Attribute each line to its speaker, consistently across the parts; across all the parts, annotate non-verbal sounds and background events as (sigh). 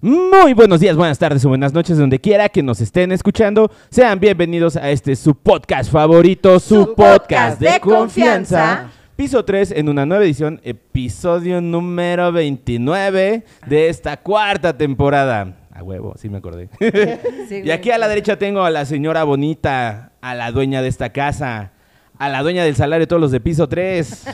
Speaker 1: Muy buenos días, buenas tardes o buenas noches, donde quiera que nos estén escuchando. Sean bienvenidos a este su podcast favorito, su,
Speaker 2: Su
Speaker 1: podcast,
Speaker 2: podcast
Speaker 1: de,
Speaker 2: de
Speaker 1: confianza.
Speaker 2: confianza.
Speaker 1: Piso 3 en una nueva edición, episodio número 29 de esta cuarta temporada. A huevo, sí me acordé. (laughs) y aquí a la derecha tengo a la señora bonita, a la dueña de esta casa, a la dueña del salario de todos los de piso 3,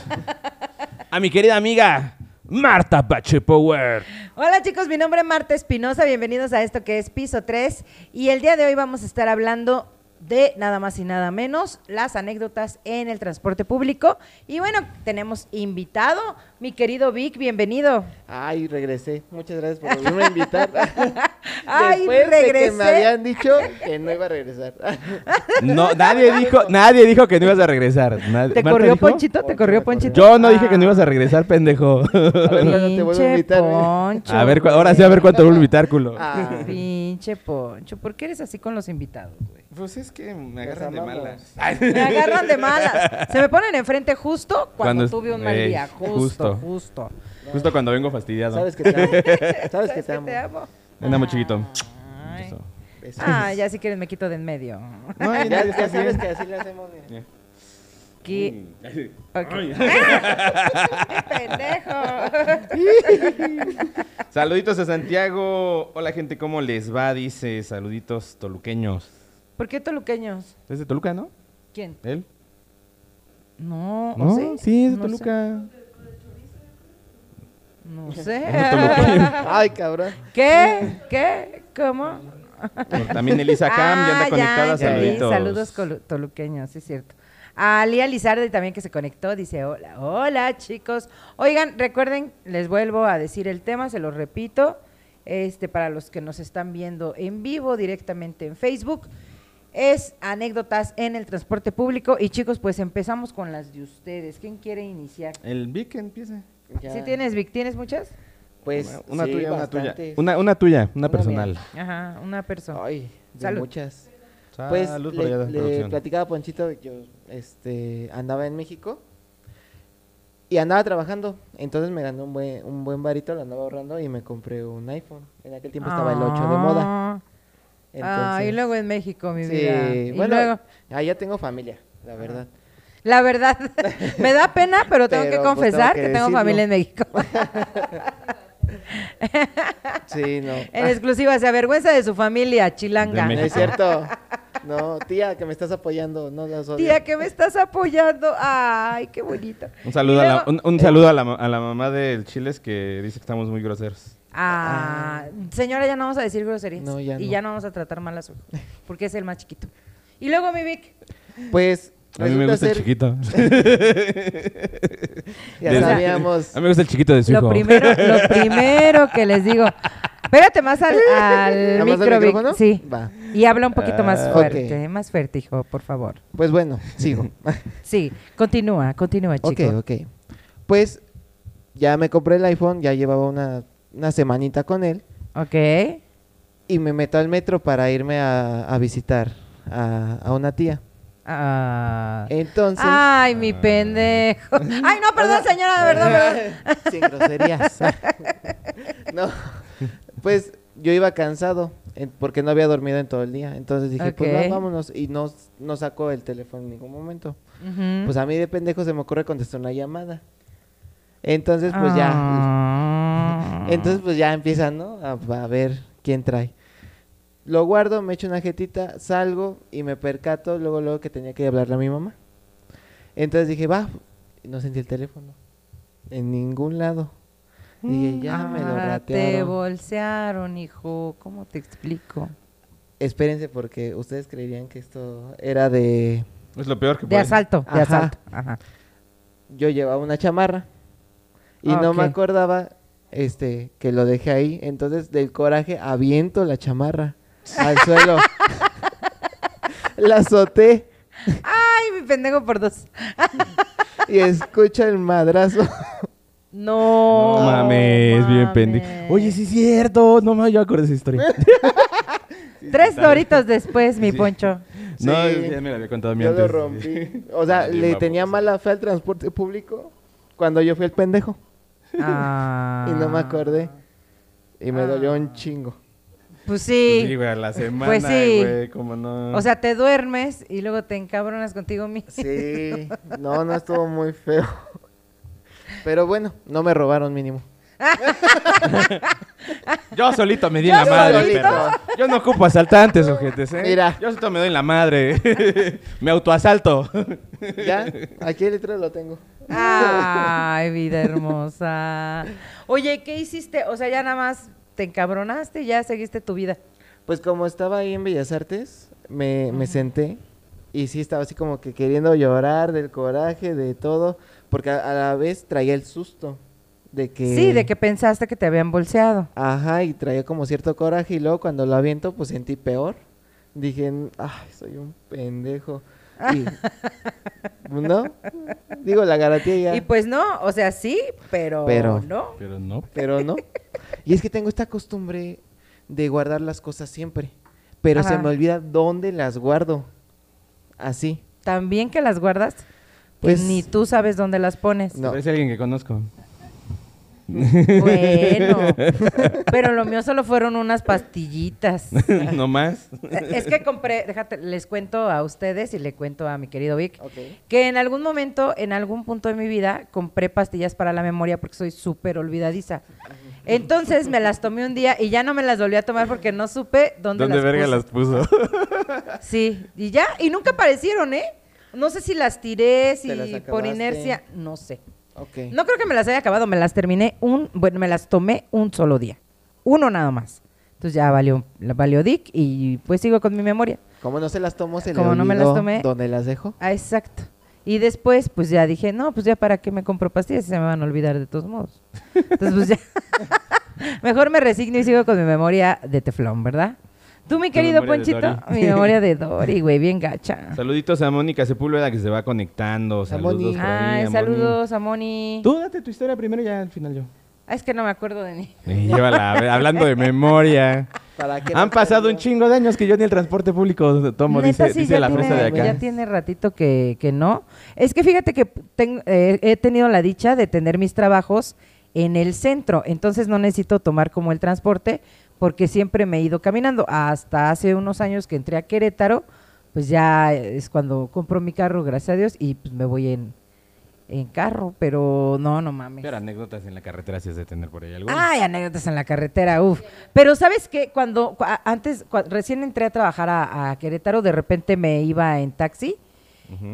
Speaker 1: (laughs) a mi querida amiga Marta Bache Power.
Speaker 3: Hola chicos, mi nombre es Marta Espinosa, bienvenidos a esto que es Piso 3 y el día de hoy vamos a estar hablando de nada más y nada menos las anécdotas en el transporte público y bueno, tenemos invitado, mi querido Vic, bienvenido.
Speaker 4: Ay, regresé. Muchas gracias
Speaker 3: (laughs)
Speaker 4: por volverme a invitar.
Speaker 3: Ay,
Speaker 4: Después de que
Speaker 3: regresé.
Speaker 4: me habían dicho que no iba a regresar.
Speaker 1: No, nadie dijo, nadie dijo que no ibas a regresar. Nadie-
Speaker 3: ¿Te
Speaker 1: ¿Marta
Speaker 3: corrió
Speaker 1: dijo?
Speaker 3: Ponchito? ¿Te
Speaker 4: Poncho
Speaker 3: corrió
Speaker 4: me corrió.
Speaker 3: Ponchito? Ah.
Speaker 1: Yo no dije que no ibas a regresar, pendejo.
Speaker 4: A ver, ¿cuándo te vuelvo a
Speaker 3: Pinche
Speaker 4: invitar? ¿eh?
Speaker 3: Poncho,
Speaker 1: A ver, cu- ahora sí, a ver cuánto vuelvo a invitar, culo.
Speaker 4: Ah,
Speaker 3: Pinche Poncho, ¿por qué eres así con los invitados, güey?
Speaker 1: Pues es que me
Speaker 4: agarran de amamos. malas.
Speaker 1: Ay.
Speaker 3: Me agarran de malas. Se me ponen enfrente justo
Speaker 1: Cuando
Speaker 3: cuando,
Speaker 1: es-
Speaker 3: tuve un mal
Speaker 1: Ey,
Speaker 3: día.
Speaker 1: justo.
Speaker 3: Justo, justo.
Speaker 1: Justo cuando vengo fastidiado.
Speaker 4: Sabes que te amo. Sabes que te amo.
Speaker 1: Anda muy chiquito.
Speaker 3: Ay.
Speaker 1: Eso.
Speaker 4: Besos.
Speaker 3: Ah, ya si quieres me quito de en medio.
Speaker 1: No, ay, nadie
Speaker 4: Ya, ya
Speaker 1: está
Speaker 4: sabes
Speaker 1: bien.
Speaker 4: que así ¿eh? le hacemos. mira.
Speaker 3: Qui- Ok. (laughs) ¡Pendejo!
Speaker 1: (laughs) Saluditos a Santiago. Hola, gente, ¿cómo les va? Dice, saluditos toluqueños.
Speaker 3: ¿Por qué toluqueños?
Speaker 1: Es de Toluca, ¿no?
Speaker 3: ¿Quién?
Speaker 1: ¿Él?
Speaker 3: No, ¿o
Speaker 1: No,
Speaker 3: sí?
Speaker 1: sí, es de
Speaker 3: No
Speaker 1: Toluca.
Speaker 3: sé, No sé.
Speaker 1: Es de Toluca.
Speaker 4: Ay, cabrón.
Speaker 3: (laughs) ¿Qué? ¿Qué? ¿Cómo?
Speaker 1: Bueno, También Elisa Cam ya anda
Speaker 3: Ah,
Speaker 1: conectada.
Speaker 3: entendí.
Speaker 1: saluditos.
Speaker 3: Saludos colu- toluqueños, sí es cierto. A Lía Lizardi también que se conectó, dice, hola, hola chicos. Oigan, recuerden, les vuelvo a decir el tema, se los repito, este, para los que nos están viendo en vivo directamente en Facebook, es anécdotas en el transporte público. Y chicos, pues empezamos con las de ustedes. ¿Quién quiere iniciar?
Speaker 1: El Vic empieza.
Speaker 4: Ya.
Speaker 3: ¿Sí tienes, Vic? ¿Tienes muchas?
Speaker 4: Pues,
Speaker 1: Una
Speaker 4: sí,
Speaker 1: tuya, una tuya.
Speaker 4: bastantes.
Speaker 1: Una, una tuya, una
Speaker 4: Una
Speaker 1: personal.
Speaker 4: mía.
Speaker 3: Ajá, una persona.
Speaker 4: Ay, de
Speaker 3: Salud.
Speaker 4: muchas.
Speaker 1: Salud
Speaker 4: Pues
Speaker 1: por allá,
Speaker 4: le, le
Speaker 1: Ah, producción.
Speaker 4: platicaba a Ponchito que yo este, andaba en México y andaba trabajando. Entonces me ganó un buen, un buen varito, lo andaba ahorrando y me compré un iPhone. En aquel tiempo estaba el 8 de moda.
Speaker 3: Ah, ah, y
Speaker 4: Entonces,
Speaker 3: luego en México, mi
Speaker 4: sí,
Speaker 3: vida. Y
Speaker 4: bueno,
Speaker 3: luego... Ah.
Speaker 4: ah, ya tengo familia,
Speaker 3: (laughs)
Speaker 4: la verdad.
Speaker 3: La verdad, (laughs) me da pena, pero tengo
Speaker 4: Pero,
Speaker 3: que
Speaker 4: pues, tengo
Speaker 3: confesar
Speaker 4: que
Speaker 3: que, tengo
Speaker 4: decirlo.
Speaker 3: familia en México.
Speaker 4: (laughs)
Speaker 3: (laughs)
Speaker 4: Sí, no. Ah,
Speaker 3: En exclusiva, se avergüenza de su familia,
Speaker 1: De
Speaker 3: chilanga.
Speaker 4: No
Speaker 1: México.
Speaker 4: es cierto. No, tía, que me estás apoyando, no las odio.
Speaker 3: Tía, que me estás apoyando. Ay, qué bonito.
Speaker 1: Un saludo, a la,
Speaker 3: luego-
Speaker 1: un, un saludo a, la, ma- a la mamá del Chiles que dice que estamos muy groseros.
Speaker 3: Ah, señora, ya no vamos a decir groserías.
Speaker 4: No, ya
Speaker 3: y
Speaker 4: no.
Speaker 3: ya no vamos a tratar mal a su hijo, porque es el más chiquito. Y luego mi Vic.
Speaker 4: Pues
Speaker 1: A mí me gusta el
Speaker 4: resulta ser-
Speaker 1: chiquito.
Speaker 4: (laughs)
Speaker 1: (laughs)
Speaker 4: Ya
Speaker 1: Desde-
Speaker 4: sabíamos.
Speaker 1: A mí me gusta el chiquito de su
Speaker 3: Lo
Speaker 1: hijo.
Speaker 3: primero,
Speaker 1: (laughs)
Speaker 3: lo primero que les digo. Espérate más al, al
Speaker 4: (laughs) ¿Nada más
Speaker 3: micro,
Speaker 4: al
Speaker 3: Vic.
Speaker 4: micrófono?
Speaker 3: Sí.
Speaker 4: Va.
Speaker 3: Y habla un poquito más
Speaker 4: Ah,
Speaker 3: fuerte,
Speaker 4: ok.
Speaker 3: más fuerte, hijo, por favor.
Speaker 4: Pues bueno,
Speaker 1: (laughs)
Speaker 4: sigo.
Speaker 3: Sí, continúa, continúa, chico.
Speaker 4: Ok, ok. Pues ya me compré el iPhone, ya llevaba una, una semanita con él
Speaker 3: Ok.
Speaker 4: y me meto al metro para irme a, a visitar a, a una tía.
Speaker 3: Ah.
Speaker 4: Entonces, ah.
Speaker 3: Ay, mi
Speaker 4: (laughs)
Speaker 3: pendejo. Ay, no, perdón, señora, de verdad, perdón.
Speaker 4: sin groserías. (laughs) no, pues yo iba cansado en- porque no había dormido en todo el día. Entonces dije, pues va,
Speaker 3: Ok.
Speaker 4: vámonos y no, no sacó el teléfono en ningún momento.
Speaker 3: Ujú.
Speaker 4: Pues a mí de pendejo se me ocurre contestar una llamada. Entonces, pues ya
Speaker 3: Ah.
Speaker 4: Entonces, pues ya empiezan, ¿no? A, a ver quién trae. Lo guardo, me echo una jetita, salgo y me percato luego, luego que tenía que hablarle a mi mamá. Entonces dije, va, no sentí el teléfono. En ningún lado. Dije, ya me lo
Speaker 3: Ah, Te
Speaker 4: ratearon.
Speaker 3: bolsearon, hijo. ¿Cómo te explico?
Speaker 4: Espérense porque ustedes creerían que esto era de...
Speaker 1: Es lo peor que
Speaker 3: De
Speaker 1: puede.
Speaker 3: asalto, de
Speaker 4: Ajá.
Speaker 3: asalto. Ajá.
Speaker 4: Yo llevaba una chamarra y
Speaker 3: Ah,
Speaker 4: no me
Speaker 3: ok.
Speaker 4: acordaba este que lo dejé ahí.
Speaker 3: (laughs)
Speaker 4: Entonces, del coraje, aviento la chamarra al suelo. la azoté
Speaker 3: Ay, mi pendejo por dos.
Speaker 4: y escucha el madrazo.
Speaker 3: No.
Speaker 1: No mames, bien
Speaker 3: mames.
Speaker 1: pendejo. Oye, sí es cierto. No mames, yo acordé esa historia.
Speaker 3: Tres doritos después, mi poncho.
Speaker 1: No,
Speaker 4: Sí.
Speaker 1: ya me la había contado a mí
Speaker 4: Yo
Speaker 1: antes.
Speaker 4: lo rompí. O
Speaker 1: (laughs)
Speaker 4: sea,
Speaker 1: Bien
Speaker 4: le
Speaker 1: baboso.
Speaker 4: tenía mala fe al transporte público cuando yo fui el pendejo
Speaker 3: Ah.
Speaker 4: (laughs) y no me acordé. Y me dolió un chingo.
Speaker 3: Pues
Speaker 1: Pues Sí,
Speaker 3: sí.
Speaker 1: güey, a la semana,
Speaker 3: Pues sí.
Speaker 1: güey, cómo no.
Speaker 3: O sea, te duermes y luego te encabronas contigo mismo.
Speaker 4: Sí. (laughs) No, no estuvo muy feo. Pero bueno, no me robaron mínimo.
Speaker 1: yo solito me di
Speaker 3: Yo
Speaker 1: en la madre,
Speaker 4: solito.
Speaker 1: perro. Yo no ocupo asaltantes, ojetes, ¿eh?
Speaker 4: Mira.
Speaker 1: Yo solito me doy en la madre. (laughs) me autoasalto.
Speaker 4: (laughs) Ya, aquí el letrero lo tengo.
Speaker 3: Ay, vida hermosa. Oye, ¿qué hiciste? O sea, ya nada más te encabronaste y ya seguiste tu vida.
Speaker 4: Pues como estaba ahí en Bellas Artes, me, me senté y sí estaba así como que queriendo llorar del coraje, de todo, porque a, a la vez traía el susto de que...
Speaker 3: Sí, de que pensaste que te habían bolseado.
Speaker 4: Ajá, y traía como cierto coraje y luego cuando lo aviento pues sentí peor. Dije, ay, soy un pendejo.
Speaker 3: (laughs)
Speaker 4: Y- ¿No? Digo, la garantía ya.
Speaker 3: Y pues no, o sea, sí, pero,
Speaker 4: Pero.
Speaker 3: no.
Speaker 1: Pero no.
Speaker 4: pero no. Y es que tengo esta costumbre de guardar las cosas siempre, pero se
Speaker 3: Ajá.
Speaker 4: me olvida dónde las guardo. Así.
Speaker 3: También que las guardas, pues
Speaker 4: Pues-
Speaker 3: ni tú sabes dónde las pones.
Speaker 4: No.
Speaker 1: Parece alguien que conozco. (laughs)
Speaker 3: Bueno,
Speaker 4: (laughs)
Speaker 3: pero lo mío solo fueron unas
Speaker 4: (laughs)
Speaker 3: pastillitas.
Speaker 1: no más.
Speaker 3: Es que compré, déjate, les cuento a ustedes y le cuento a mi querido Vic,
Speaker 4: Ok.
Speaker 3: que en algún momento, en algún punto de mi vida, compré pastillas para la memoria porque soy súper olvidadiza. Entonces me las tomé un día y ya no me las volví a tomar porque no supe dónde,
Speaker 1: ¿Dónde
Speaker 3: las
Speaker 1: verga
Speaker 3: puse.
Speaker 1: las puso?
Speaker 3: (laughs) Sí, y ya, y nunca aparecieron, ¿eh? No sé si las tiré, si
Speaker 4: las
Speaker 3: por
Speaker 4: acabaste.
Speaker 3: inercia, no sé.
Speaker 4: Ok.
Speaker 3: No creo que me las haya acabado, me las terminé un, bueno, me las tomé un solo día. Uno nada más. Entonces ya valió, la- valió Dick y pues sigo con mi memoria.
Speaker 4: Como no se las tomo, se le
Speaker 3: Como no me las
Speaker 4: olvidó
Speaker 3: tomé.
Speaker 4: ¿Dónde las dejo?
Speaker 3: Ah, exacto. Y después, pues ya dije, no, pues ya para qué me compro pastillas si se me van a olvidar de todos modos. Entonces, pues ya. (laughs) Mejor me resigno y sigo con mi memoria de teflón, ¿verdad? Tú, mi
Speaker 1: Tu
Speaker 3: querido
Speaker 1: memoria de
Speaker 3: Ponchito,
Speaker 1: Dory.
Speaker 3: mi memoria
Speaker 1: (laughs)
Speaker 3: de Dory, güey, bien gacha.
Speaker 1: Saluditos a Mónica Sepúlveda que se va conectando. Saludos.
Speaker 4: Moni.
Speaker 1: por ahí,
Speaker 3: Ay,
Speaker 1: a Moni.
Speaker 3: saludos a Moni.
Speaker 1: Tú date tu historia primero y ya al final yo.
Speaker 3: Ah, es que no me acuerdo de ni.
Speaker 1: Y llévala, a ver, hablando
Speaker 3: (laughs)
Speaker 1: de memoria.
Speaker 4: ¿Para qué
Speaker 1: Han
Speaker 4: me
Speaker 1: pasado un
Speaker 4: acuerdo?
Speaker 1: chingo de años que yo ni el transporte público tomo,
Speaker 3: Neta,
Speaker 1: dice,
Speaker 3: sí,
Speaker 1: dice
Speaker 3: ya
Speaker 1: la
Speaker 3: tiene-
Speaker 1: fresa de acá.
Speaker 3: Ya tiene ratito que, que no. Es que fíjate que ten- eh, he tenido la dicha de tener mis trabajos en el centro, entonces no necesito tomar como el transporte porque siempre me he ido caminando. Hasta hace unos años que entré a Querétaro, pues ya es cuando compro mi carro, gracias a Dios, y pues me voy en, en carro, pero no, no mames.
Speaker 1: Pero anécdotas en la carretera si es de tener por ahí algo.
Speaker 3: Ay, anécdotas en la carretera, uff. Pero sabes que cuando cu- a- antes, cua- recién entré a trabajar a, a Querétaro, de repente me iba en taxi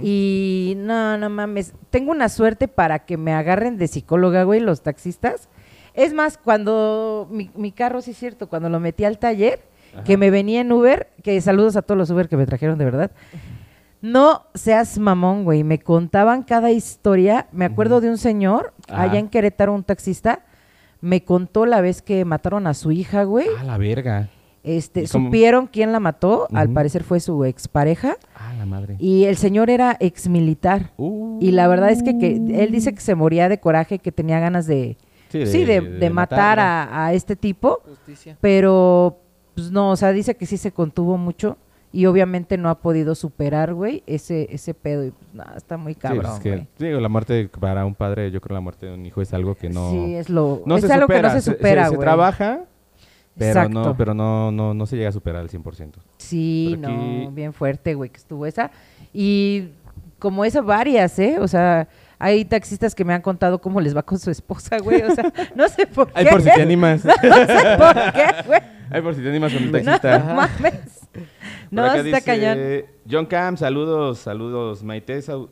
Speaker 3: y no, no mames. Tengo una suerte para que me agarren de psicóloga, güey, los taxistas. Es más, cuando mi, mi carro, sí es cierto, cuando lo metí al taller, que me venía en Uber, que saludos a todos los Uber que me trajeron, de verdad. No seas mamón, güey. Me contaban cada historia. Me acuerdo de un señor,
Speaker 1: Ajá.
Speaker 3: allá en Querétaro, un taxista, me contó la vez que mataron a su hija, güey.
Speaker 1: A la verga.
Speaker 3: Este,
Speaker 1: Ah, ¿y cómo?
Speaker 3: supieron quién la mató, al
Speaker 1: Ujú.
Speaker 3: parecer fue su expareja.
Speaker 1: A Ah, la madre.
Speaker 3: Y el señor era exmilitar.
Speaker 1: Uh.
Speaker 3: Y la verdad es que, que él dice que se moría de coraje, que tenía ganas de, sí, de, de matar a, a este tipo.
Speaker 4: Justicia.
Speaker 3: Pero, pues no, o sea, dice que sí se contuvo mucho y obviamente no ha podido superar, güey, ese, ese pedo. Y, pues, nada, está muy
Speaker 1: Sí, pues,
Speaker 3: cabrón,
Speaker 1: es que,
Speaker 3: güey.
Speaker 1: digo, la muerte para un padre, yo creo la muerte de un hijo es algo que no.
Speaker 3: Sí, es lo.
Speaker 1: no
Speaker 3: es
Speaker 1: se
Speaker 3: algo
Speaker 1: supera,
Speaker 3: que no se supera,
Speaker 1: Se,
Speaker 3: güey.
Speaker 1: trabaja, pero,
Speaker 3: Exacto.
Speaker 1: no, pero no, no, no se llega a superar al 100%.
Speaker 3: Sí,
Speaker 1: Pero aquí-
Speaker 3: no, bien fuerte, güey, que estuvo esa. Y como esa, varias, ¿eh? O sea, hay taxistas que me han contado cómo les va con su esposa, güey. O
Speaker 1: (laughs)
Speaker 3: sea, no sé por qué.
Speaker 1: Ay, por si te animas.
Speaker 3: (laughs) No sé por qué, güey.
Speaker 1: Ay, por si te animas con
Speaker 3: No,
Speaker 1: el taxista.
Speaker 3: mames.
Speaker 1: Por
Speaker 3: No,
Speaker 1: acá
Speaker 3: está
Speaker 1: dice,
Speaker 3: cañón.
Speaker 1: John Cam, saludos, saludos. Maite, Sau-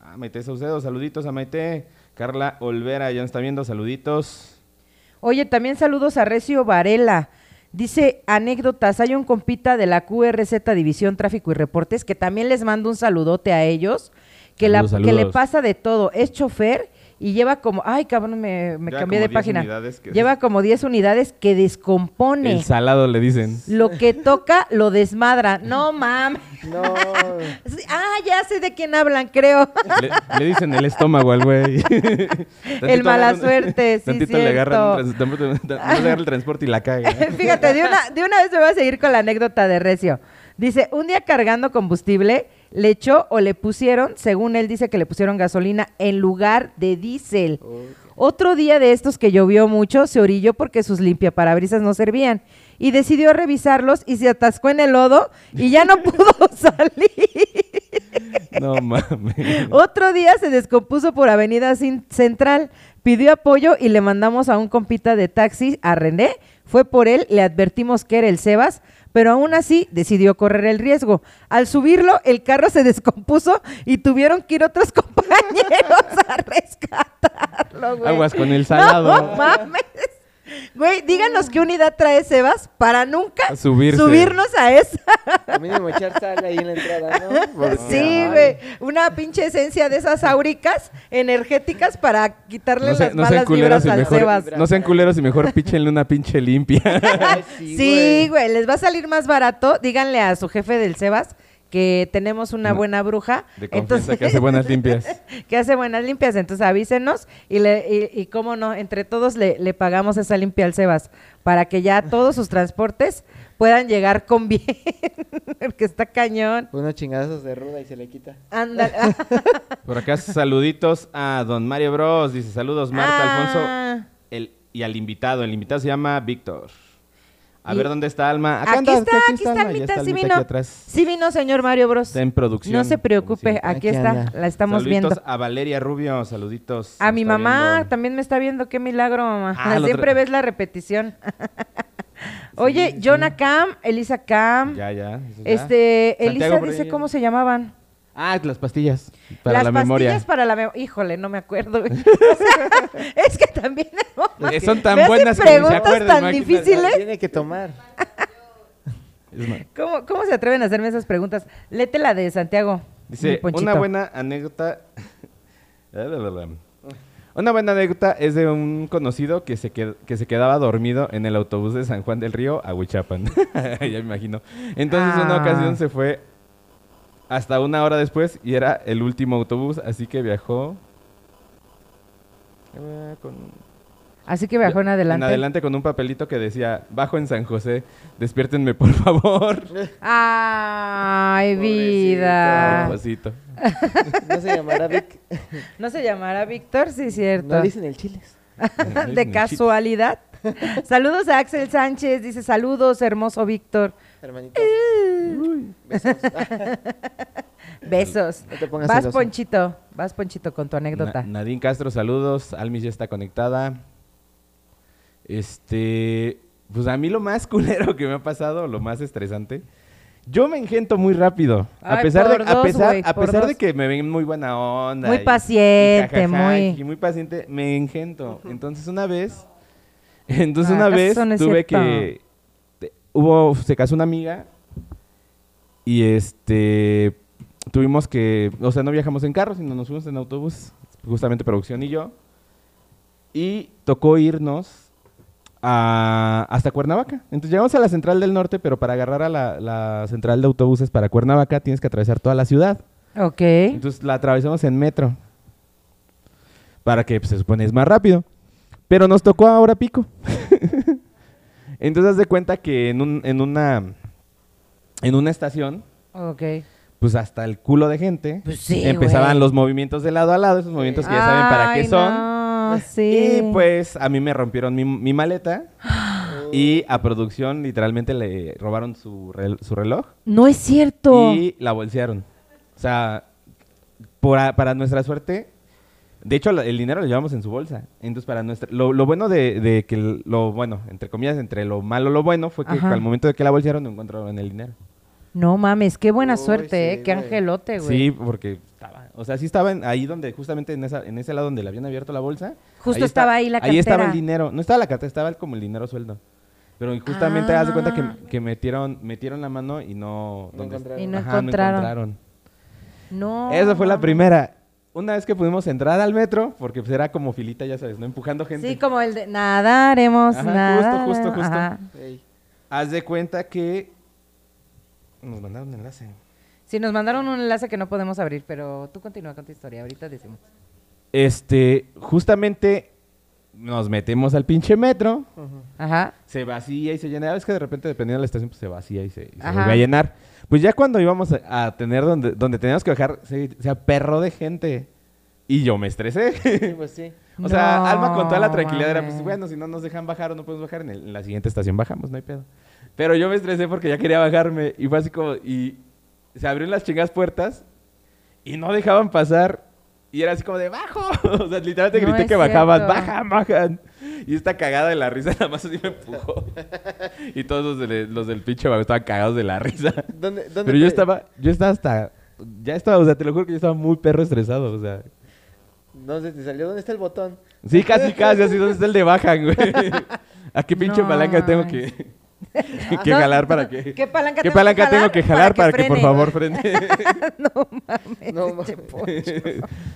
Speaker 1: ah, Maite Saucedo, saluditos a Maite. Carla Olvera, ya nos está viendo, saluditos.
Speaker 3: Oye, también saludos a Recio Varela. Dice, anécdotas, hay un compita de la QRZ División Tráfico y Reportes que también les mando un saludote a ellos, que, la,
Speaker 1: Saludos,
Speaker 3: que le
Speaker 1: saludos.
Speaker 3: pasa de todo. Es chofer y lleva como, ay cabrón, me, me
Speaker 5: Lleva
Speaker 3: cambié de
Speaker 5: como 10
Speaker 3: página.
Speaker 5: unidades que-
Speaker 3: Lleva como 10 unidades que descompone.
Speaker 1: El salado le dicen.
Speaker 3: Lo que toca lo desmadra. No mames.
Speaker 4: No.
Speaker 3: Sí, Ah, ya sé de quién hablan, creo.
Speaker 1: Le, le dicen el estómago
Speaker 3: (laughs)
Speaker 1: al güey. (laughs) Tantito
Speaker 3: mala
Speaker 1: agarran-
Speaker 3: suerte, sí,
Speaker 1: Tantito le
Speaker 3: cierto.
Speaker 1: agarran un trans- tantito- no le agarra el transporte y la caga.
Speaker 3: (laughs) Fíjate, de una, de una vez me voy a seguir con la anécdota de Recio. Dice, un día cargando combustible, le echó o le pusieron, según él dice que le pusieron gasolina en lugar de diésel. Otro día de estos que llovió mucho, se orilló porque sus limpiaparabrisas no servían y decidió revisarlos y se atascó en el lodo y ya no (laughs) pudo salir.
Speaker 1: No mames.
Speaker 3: (laughs) Otro día se descompuso por Avenida Cin- Central, pidió apoyo y le mandamos a un compita de taxi, a René. Fue por él, le advertimos que era el Sebas, pero aún así decidió correr el riesgo. Al subirlo, el carro se (laughs) descompuso y tuvieron que ir otros (laughs) compañeros a rescatarlo, güey.
Speaker 1: Aguas con el
Speaker 3: No
Speaker 1: salado.
Speaker 3: mames. Güey, díganos qué unidad trae Sebas para nunca
Speaker 1: A subirse.
Speaker 3: subirnos a esa.
Speaker 4: A mínimo echar sal ahí en la entrada, ¿no?
Speaker 3: (laughs)
Speaker 4: Porque,
Speaker 3: Sí,
Speaker 4: ay, (laughs)
Speaker 3: güey. Una pinche esencia de esas áuricas energéticas para quitarle
Speaker 1: No, se-
Speaker 3: las
Speaker 1: no
Speaker 3: malas
Speaker 1: sean culeros
Speaker 3: vibras
Speaker 1: y
Speaker 3: al Sebas.
Speaker 1: mejor, no sean culeros y mejor píchenle una pinche limpia.
Speaker 4: ay,
Speaker 3: Sí, güey. Les va a salir más barato. Díganle a su jefe del Sebas que tenemos una
Speaker 1: Una-
Speaker 3: buena bruja.
Speaker 1: De confianza que hace buenas limpias.
Speaker 3: (laughs) que hace buenas limpias. Entonces avísenos y, le, y, y cómo no, entre todos le, le pagamos esa limpia al Sebas para que ya todos sus transportes puedan llegar con bien. (laughs) Porque está cañón.
Speaker 4: Unos chingazos de ruda y se le quita.
Speaker 3: Ándale.
Speaker 1: Por acá saluditos a don Mario Bros. Dice saludos Marta Alfonso
Speaker 3: Ah.
Speaker 1: el, y al invitado. El invitado se llama Víctor. A
Speaker 3: Y-
Speaker 1: ver dónde está Alma.
Speaker 3: Aquí
Speaker 1: anda,
Speaker 3: está, aquí está,
Speaker 1: Alma, ya
Speaker 3: Almita, sí
Speaker 1: Almita
Speaker 3: vino.
Speaker 1: aquí atrás.
Speaker 3: Sí vino, señor Mario Bros.
Speaker 1: Está en producción.
Speaker 3: No se preocupe,
Speaker 1: como siempre.
Speaker 3: aquí
Speaker 4: Aquí
Speaker 3: está,
Speaker 4: anda.
Speaker 3: la estamos
Speaker 1: saluditos
Speaker 3: viendo.
Speaker 1: a Valeria Rubio, saluditos.
Speaker 3: A
Speaker 1: nos
Speaker 3: mi
Speaker 1: está
Speaker 3: mamá
Speaker 1: viendo.
Speaker 3: también me está viendo, qué milagro, mamá.
Speaker 1: Ah, lo
Speaker 3: Siempre
Speaker 1: tra-
Speaker 3: ves la
Speaker 1: (laughs)
Speaker 3: repetición. Oye, Jonah Cam, Elisa Cam,
Speaker 1: Ya, ya. eso ya.
Speaker 3: este,
Speaker 1: Santiago
Speaker 3: Elisa
Speaker 1: por
Speaker 3: dice
Speaker 1: ahí.
Speaker 3: cómo se llamaban.
Speaker 1: Ah, las pastillas. Para
Speaker 3: Las
Speaker 1: la
Speaker 3: pastillas
Speaker 1: memoria.
Speaker 3: para la memoria. Híjole, no me acuerdo.
Speaker 1: (laughs)
Speaker 3: güey. (laughs) O sea, es que también
Speaker 1: Eh, son tan
Speaker 3: me hacen
Speaker 1: buenas que ni se
Speaker 3: preguntas
Speaker 1: acuerdan,
Speaker 3: tan
Speaker 1: imagínate.
Speaker 3: difíciles.
Speaker 4: Tiene que tomar.
Speaker 1: Es más,
Speaker 3: ¿Cómo, ¿Cómo se atreven a hacerme esas preguntas? Léete la de Santiago. mi
Speaker 1: Dice,
Speaker 3: Ponchito.
Speaker 1: una buena anécdota. (laughs) Una buena anécdota es de un conocido que se, qued- que se quedaba dormido en el autobús de San Juan del Río a Huichapan. (laughs) ya me imagino. Entonces, una
Speaker 3: Ah.
Speaker 1: ocasión se fue hasta una hora después y era el último autobús, así que viajó. eh, Con
Speaker 3: Así que viajó en adelante.
Speaker 1: En adelante con un papelito que decía, bajo en San José, despiértenme por favor.
Speaker 3: Ay,
Speaker 1: (laughs)
Speaker 3: vida. (laughs)
Speaker 1: Papacito.
Speaker 4: No se llamará Vic.
Speaker 3: No se llamará Víctor, sí, cierto.
Speaker 4: No dicen el chiles.
Speaker 1: dicen
Speaker 3: De
Speaker 1: el
Speaker 3: casualidad. (laughs) Saludos a Axel Sánchez, dice saludos, hermoso Víctor.
Speaker 4: Hermanito.
Speaker 3: (laughs) Besos.
Speaker 4: No te pongas
Speaker 3: Vas,
Speaker 4: celoso.
Speaker 3: Ponchito. Vas, Ponchito, con tu anécdota.
Speaker 1: Na- Nadine Castro, saludos. Almis ya está conectada. Este, pues a mí lo más (laughs) culero que me ha pasado, lo más estresante, yo me engento muy rápido.
Speaker 3: Ay,
Speaker 1: a pesar de,
Speaker 3: por
Speaker 1: a
Speaker 3: dos,
Speaker 1: pesar,
Speaker 3: güey,
Speaker 1: a
Speaker 3: por
Speaker 1: pesar de
Speaker 3: dos.
Speaker 1: que me ven muy buena onda.
Speaker 3: Muy
Speaker 1: y- y
Speaker 3: paciente,
Speaker 1: jajaja,
Speaker 3: muy-
Speaker 1: y muy paciente, me engento. Entonces una vez, (laughs) entonces
Speaker 3: Ah,
Speaker 1: una vez
Speaker 3: eso no es
Speaker 1: tuve
Speaker 3: cierto.
Speaker 1: que te- hubo se casó una amiga y este tuvimos que, o sea, no viajamos en carro, sino nos fuimos en autobús, justamente producción y yo. Y tocó irnos a- hasta Cuernavaca. Entonces llegamos a la central del norte, pero para agarrar a la, la central de autobuses para Cuernavaca tienes que atravesar toda la ciudad.
Speaker 3: Ok.
Speaker 1: Entonces la atravesamos en metro. Para que pues, se supone es más rápido. Pero nos tocó a hora pico. (laughs) Entonces haz de cuenta que en, un- en una en una estación,
Speaker 3: Ok.
Speaker 1: pues hasta el culo de gente,
Speaker 3: Pues sí,
Speaker 1: empezaban
Speaker 3: güey.
Speaker 1: los movimientos de lado a lado, esos movimientos que ya saben para qué
Speaker 3: Ay,
Speaker 1: son. (laughs)
Speaker 3: no, sí.
Speaker 1: Y pues a mí me rompieron mi,
Speaker 3: (gasps)
Speaker 1: mi maleta y a producción literalmente le robaron su, rel- su reloj
Speaker 3: No es cierto.
Speaker 1: y la bolsearon. O sea, por a- para nuestra suerte, de hecho la- el dinero lo llevamos en su bolsa. Entonces para nuestra, lo, lo bueno de, de que l- lo bueno, entre comillas, entre lo malo lo bueno fue que
Speaker 3: Ajá.
Speaker 1: al momento de que la bolsearon no encontraron el dinero.
Speaker 3: No mames, qué buena
Speaker 4: Uy,
Speaker 3: suerte,
Speaker 4: sí,
Speaker 3: ¿eh? Qué
Speaker 4: güey.
Speaker 3: angelote, güey.
Speaker 1: Sí, porque estaba, o sea, sí estaba en- ahí donde justamente en, esa, en ese lado donde le habían abierto la bolsa.
Speaker 3: Justo
Speaker 1: esta-
Speaker 3: estaba ahí la
Speaker 1: Ahí estaba el
Speaker 3: cartera.
Speaker 1: dinero, no estaba la cartera, estaba el- como el dinero sueldo. Pero justamente
Speaker 3: Ah.
Speaker 1: haz de cuenta que, que metieron metieron la mano y no
Speaker 4: No encontraron.
Speaker 3: Y no
Speaker 1: Ajá,
Speaker 3: encontraron.
Speaker 1: encontraron.
Speaker 3: No.
Speaker 1: Esa fue la primera. una vez que pudimos entrar al metro, porque pues era como filita, ya sabes, ¿no? Empujando gente.
Speaker 3: Sí, como el de nadaremos,
Speaker 1: Ajá,
Speaker 3: nada.
Speaker 1: justo, justo, justo.
Speaker 3: ajá.
Speaker 4: Ey,
Speaker 1: Haz de cuenta que nos mandaron un enlace.
Speaker 3: Sí, nos mandaron un enlace que no podemos abrir, pero tú continúa con tu historia, ahorita decimos.
Speaker 1: Este, justamente nos metemos al pinche metro,
Speaker 3: Ajá.
Speaker 1: se vacía y se llena. Ya ves que de repente, dependiendo de la estación, pues se vacía y se, y se
Speaker 3: Ajá.
Speaker 1: vuelve a llenar. Pues ya cuando íbamos a, a tener donde, donde teníamos que bajar, se, se aperró de gente. Y yo me estresé.
Speaker 4: Pues sí.
Speaker 1: o sea,
Speaker 3: No,
Speaker 1: Alma con toda la tranquilidad era,
Speaker 3: mames.
Speaker 1: pues bueno, si no nos dejan bajar o no podemos bajar, en, el- en la siguiente estación bajamos, no hay pedo. Pero yo me estresé porque ya quería bajarme. Y fue así como, y se abrieron las chingadas puertas y no dejaban pasar. Y era así como de bajo. (laughs) O sea, literalmente
Speaker 3: No
Speaker 1: grité
Speaker 3: es
Speaker 1: que bajaban,
Speaker 3: cierto.
Speaker 1: bajan, bajan. Y esta cagada de la risa (laughs) nada más así me empujó. y todos los, del- los del pinche vago estaban cagados de la risa.
Speaker 4: ¿Dónde, dónde
Speaker 1: Pero yo
Speaker 4: te-
Speaker 1: estaba, yo estaba hasta. Ya estaba, o sea, te lo juro que yo estaba muy perro estresado, o sea.
Speaker 4: ¿Dónde te salió? ¿Dónde está
Speaker 3: (laughs)
Speaker 4: el botón?
Speaker 1: Sí, casi, casi, así donde está el de bajan, güey. ¿A qué pinche
Speaker 3: No
Speaker 1: palanca tengo
Speaker 3: mames.
Speaker 1: que, (laughs)
Speaker 3: (laughs)
Speaker 1: que jalar para que.
Speaker 3: Ah, ¿Qué palanca,
Speaker 1: ¿Qué
Speaker 3: tengo,
Speaker 1: palanca
Speaker 3: que
Speaker 1: tengo que jalar para que, por
Speaker 3: frene? (laughs)
Speaker 1: favor frene?
Speaker 3: no mames.
Speaker 4: No
Speaker 3: este
Speaker 4: mames.
Speaker 3: pollo.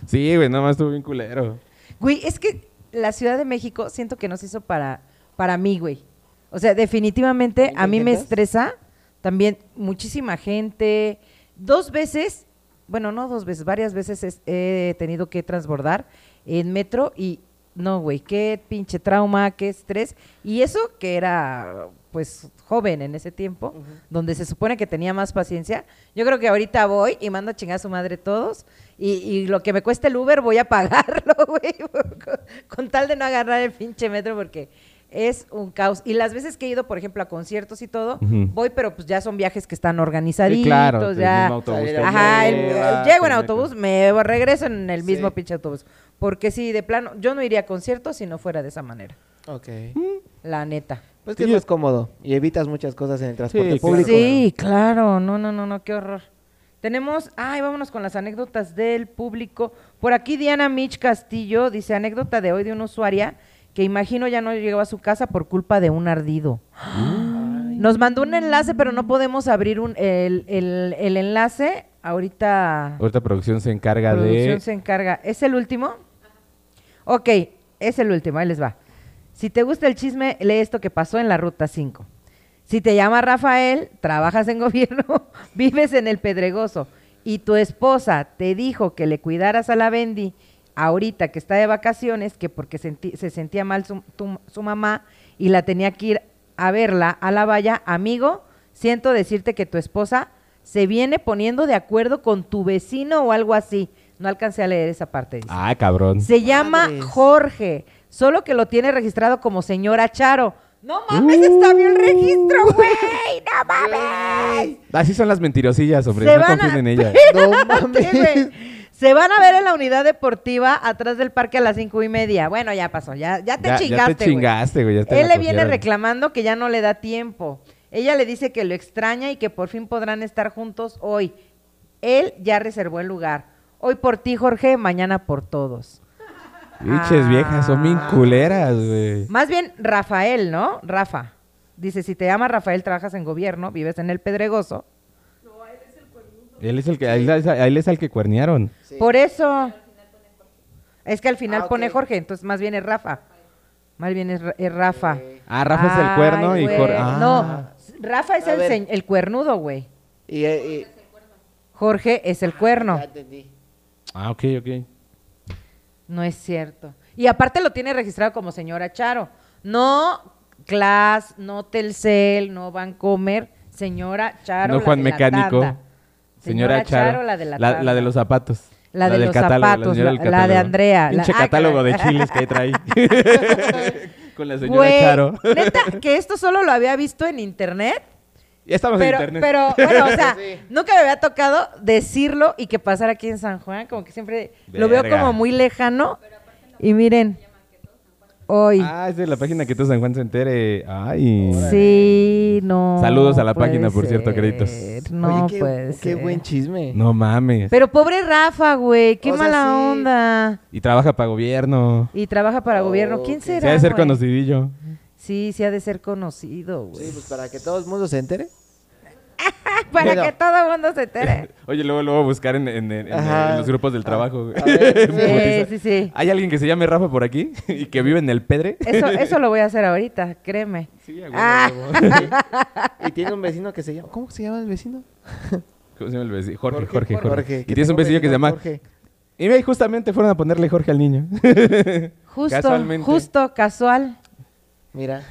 Speaker 1: sí, güey, nada más estuvo bien culero.
Speaker 3: Güey, es que la Ciudad de México siento que nos hizo para, para mí, güey. O sea, definitivamente a mí me
Speaker 4: ¿Inteligentas?
Speaker 3: estresa también muchísima gente. Dos veces, bueno, no dos veces, varias veces es- he tenido que transbordar en metro y no, güey, qué pinche trauma, qué estrés. Y eso que era, pues, joven en ese tiempo, donde se supone que tenía más paciencia. Yo creo que ahorita voy y mando a chingar a su madre todos. Y, y lo que me cueste el Uber voy a pagarlo, (laughs) güey, con, con tal de no agarrar el pinche metro porque es un caos. Y las veces que he ido, por ejemplo, a conciertos y todo,
Speaker 1: Ujú.
Speaker 3: voy, pero pues ya son viajes que están
Speaker 1: Sí,
Speaker 3: organizaditos,
Speaker 1: claro, pues, el
Speaker 3: ya.
Speaker 1: mismo autobús
Speaker 4: Salir
Speaker 1: te
Speaker 4: a-
Speaker 3: Ajá, el-
Speaker 1: lleva,
Speaker 3: llego en
Speaker 1: te
Speaker 3: autobús,
Speaker 1: metes.
Speaker 3: me regreso en el
Speaker 4: Sí.
Speaker 3: mismo pinche autobús. Porque sí, de plano, yo no iría a conciertos si no fuera de esa manera,
Speaker 4: Ok.
Speaker 1: Mm,
Speaker 3: la neta.
Speaker 4: Pues que es más cómodo y evitas muchas cosas en el transporte
Speaker 1: Sí, claro.
Speaker 4: público.
Speaker 3: Sí, claro, no, no, no, no, qué horror. Tenemos, ay, vámonos con las anécdotas del público. Por aquí Diana Mich Castillo dice anécdota de hoy de una usuaria que imagino ya no llegó a su casa por culpa de un ardido. Nos mandó un enlace, pero no podemos abrir un- el, el- el enlace. Ahorita
Speaker 1: Ahorita producción se encarga
Speaker 3: producción
Speaker 1: de.
Speaker 3: se encarga. ¿Es el último? Ok, es el último, ahí les va. Si te gusta el chisme, lee esto que pasó en la Ruta 5. Si te llama Rafael, trabajas en (laughs) gobierno, vives en el Pedregoso y tu esposa te dijo que le cuidaras a la Bendy ahorita que está de vacaciones, que porque senti- se sentía mal su, tu- su mamá y la tenía que ir a verla a la valla, amigo, siento decirte que tu esposa se viene poniendo de acuerdo con tu vecino o algo así. No alcancé a leer esa parte. dice.
Speaker 1: Ah, cabrón.
Speaker 3: Se llama
Speaker 4: Madres.
Speaker 3: Jorge, solo que lo tiene registrado como señora Charo. No mames,
Speaker 1: Uh.
Speaker 3: está bien el registro, güey. No mames.
Speaker 1: Así son las mentirosillas, hombre.
Speaker 3: Se
Speaker 1: no
Speaker 3: van a- (laughs)
Speaker 1: confíen en ella.
Speaker 4: No
Speaker 3: Espérate,
Speaker 4: mames.
Speaker 3: güey. Se van a ver en la unidad deportiva atrás del parque a las cinco y media. Bueno, ya pasó, ya, ya te
Speaker 1: Ya-
Speaker 3: chingaste.
Speaker 1: Ya te
Speaker 3: güey.
Speaker 1: chingaste, güey. ya te
Speaker 3: Él
Speaker 1: la
Speaker 3: le viene
Speaker 1: cogieron.
Speaker 3: reclamando que ya no le da tiempo. Ella le dice que lo extraña y que por fin podrán estar juntos hoy. Él ya reservó el lugar. Hoy por ti, Jorge, mañana por todos.
Speaker 1: Pinches viejas, son
Speaker 3: Ah.
Speaker 1: bien culeras, güey.
Speaker 3: Más bien Rafael, ¿no? Rafa. Dice, si te llama Rafael, trabajas en gobierno, vives en el Pedregoso.
Speaker 1: Él es el que, a él, a él es al que cuernearon.
Speaker 3: Por eso. Es que al final
Speaker 4: Ah,
Speaker 3: pone
Speaker 4: ok.
Speaker 3: Jorge, entonces más bien es Rafa. Más bien es, Ra- es Rafa.
Speaker 1: Ah, Rafa es el cuerno y
Speaker 3: güey.
Speaker 1: Jorge- ah.
Speaker 3: No, Rafa es
Speaker 4: A
Speaker 3: el,
Speaker 4: ver.
Speaker 3: se- el cuernudo, güey.
Speaker 4: Y, eh, y-
Speaker 3: Jorge es el cuerno.
Speaker 4: Ya entendí.
Speaker 1: Ah, ok, ok.
Speaker 3: No es cierto. Y aparte lo tiene registrado como señora Charo. No Class, no Telcel, no Bancomer, señora Charo.
Speaker 1: no
Speaker 3: la
Speaker 1: Juan
Speaker 3: de la
Speaker 1: Mecánico.
Speaker 3: tanda.
Speaker 1: Señora, Charo,
Speaker 3: la de la
Speaker 1: la,
Speaker 3: tanda.
Speaker 1: de los zapatos.
Speaker 3: La de
Speaker 1: del
Speaker 3: los
Speaker 1: catálogo, la
Speaker 3: zapatos,
Speaker 1: señora
Speaker 3: la- la
Speaker 1: del
Speaker 3: de
Speaker 1: catálogo.
Speaker 3: Andrea, la-
Speaker 1: Pinche
Speaker 3: ah,
Speaker 1: catálogo de
Speaker 3: caray.
Speaker 1: chiles que
Speaker 3: (laughs)
Speaker 1: ahí trae. Con la señora
Speaker 3: Güey,
Speaker 1: Charo.
Speaker 3: Neta, que esto solo lo había visto en
Speaker 1: (laughs)
Speaker 3: internet.
Speaker 1: Ya estamos
Speaker 3: Pero,
Speaker 1: en internet.
Speaker 3: pero, bueno, o sea,
Speaker 4: (laughs) Sí.
Speaker 3: nunca me había tocado decirlo y que pasara aquí en San Juan, como que siempre lo veo
Speaker 1: Verga.
Speaker 3: como muy lejano. Y miren, hoy.
Speaker 1: Ah, es de la página que todo San Juan se entere. Ay.
Speaker 3: Sí, no.
Speaker 1: Saludos a la
Speaker 3: puede
Speaker 1: página, por cierto,
Speaker 3: ser,
Speaker 1: créditos.
Speaker 3: No,
Speaker 4: Oye, qué,
Speaker 3: pues.
Speaker 4: qué buen chisme.
Speaker 1: No mames.
Speaker 3: Pero pobre Rafa, güey, qué
Speaker 4: O sea,
Speaker 3: mala
Speaker 4: sí.
Speaker 3: onda.
Speaker 1: Y trabaja para gobierno.
Speaker 3: Y trabaja para gobierno.
Speaker 4: Oh,
Speaker 3: ¿Quién
Speaker 4: ok.
Speaker 3: será?
Speaker 1: Se ha de ser
Speaker 3: güey?
Speaker 1: conocidillo.
Speaker 3: Sí, sí ha de ser conocido, güey.
Speaker 4: Sí, pues para que todo el mundo se entere.
Speaker 3: (laughs) Para
Speaker 4: Pero-
Speaker 3: que todo el mundo se entere.
Speaker 1: Oye, luego lo voy a buscar en, en- en- en-
Speaker 4: Ajá.
Speaker 1: en los grupos del trabajo. güey.
Speaker 4: A
Speaker 1: (laughs)
Speaker 4: ver,
Speaker 1: Me putiza.
Speaker 3: Ah. (laughs) sí, sí, sí.
Speaker 1: ¿Hay alguien que se llame Rafa por aquí (laughs) y que vive en el Pedre? (laughs)
Speaker 3: Eso, eso lo voy a hacer ahorita, créeme.
Speaker 1: Sí, a huevo,
Speaker 3: Ah.
Speaker 1: a huevo.
Speaker 4: Y tiene un vecino que se llama. ¿Cómo se llama el vecino?
Speaker 1: ¿Cómo se llama el vecino? Jorge, Jorge, Jorge.
Speaker 4: Jorge,
Speaker 1: Y tienes un
Speaker 4: tengo
Speaker 1: vecino que se llama...
Speaker 4: Jorge.
Speaker 1: Y ve, justamente fueron a ponerle Jorge al niño.
Speaker 3: Justo,
Speaker 1: Casualmente.
Speaker 3: justo, casual.
Speaker 4: Mira,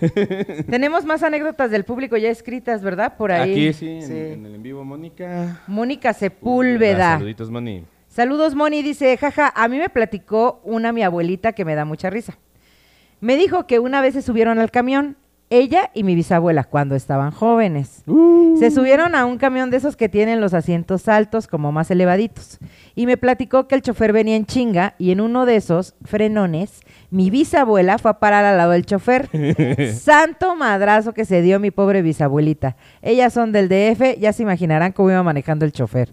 Speaker 3: Tenemos más anécdotas del público ya escritas, ¿verdad? Por ahí.
Speaker 1: Aquí sí, en-
Speaker 4: Sí.
Speaker 1: En, el en vivo, Mónica.
Speaker 3: Mónica Sepúlveda.
Speaker 1: Saluditos, Moni.
Speaker 3: Saludos, Moni. Dice, jaja, a mí me platicó una mi abuelita que me da mucha risa. Me dijo que una vez se subieron al camión, ella y mi bisabuela, cuando estaban jóvenes.
Speaker 1: Uh.
Speaker 3: Se subieron a un camión de esos que tienen los asientos altos, como más elevaditos. Y me platicó que el chofer venía en chinga y en uno de esos frenones, mi bisabuela fue a parar al lado del
Speaker 1: (laughs)
Speaker 3: chofer. Santo madrazo que se dio mi pobre bisabuelita. Ellas son del DF, ya se imaginarán cómo iba manejando el
Speaker 1: (laughs)
Speaker 3: chofer.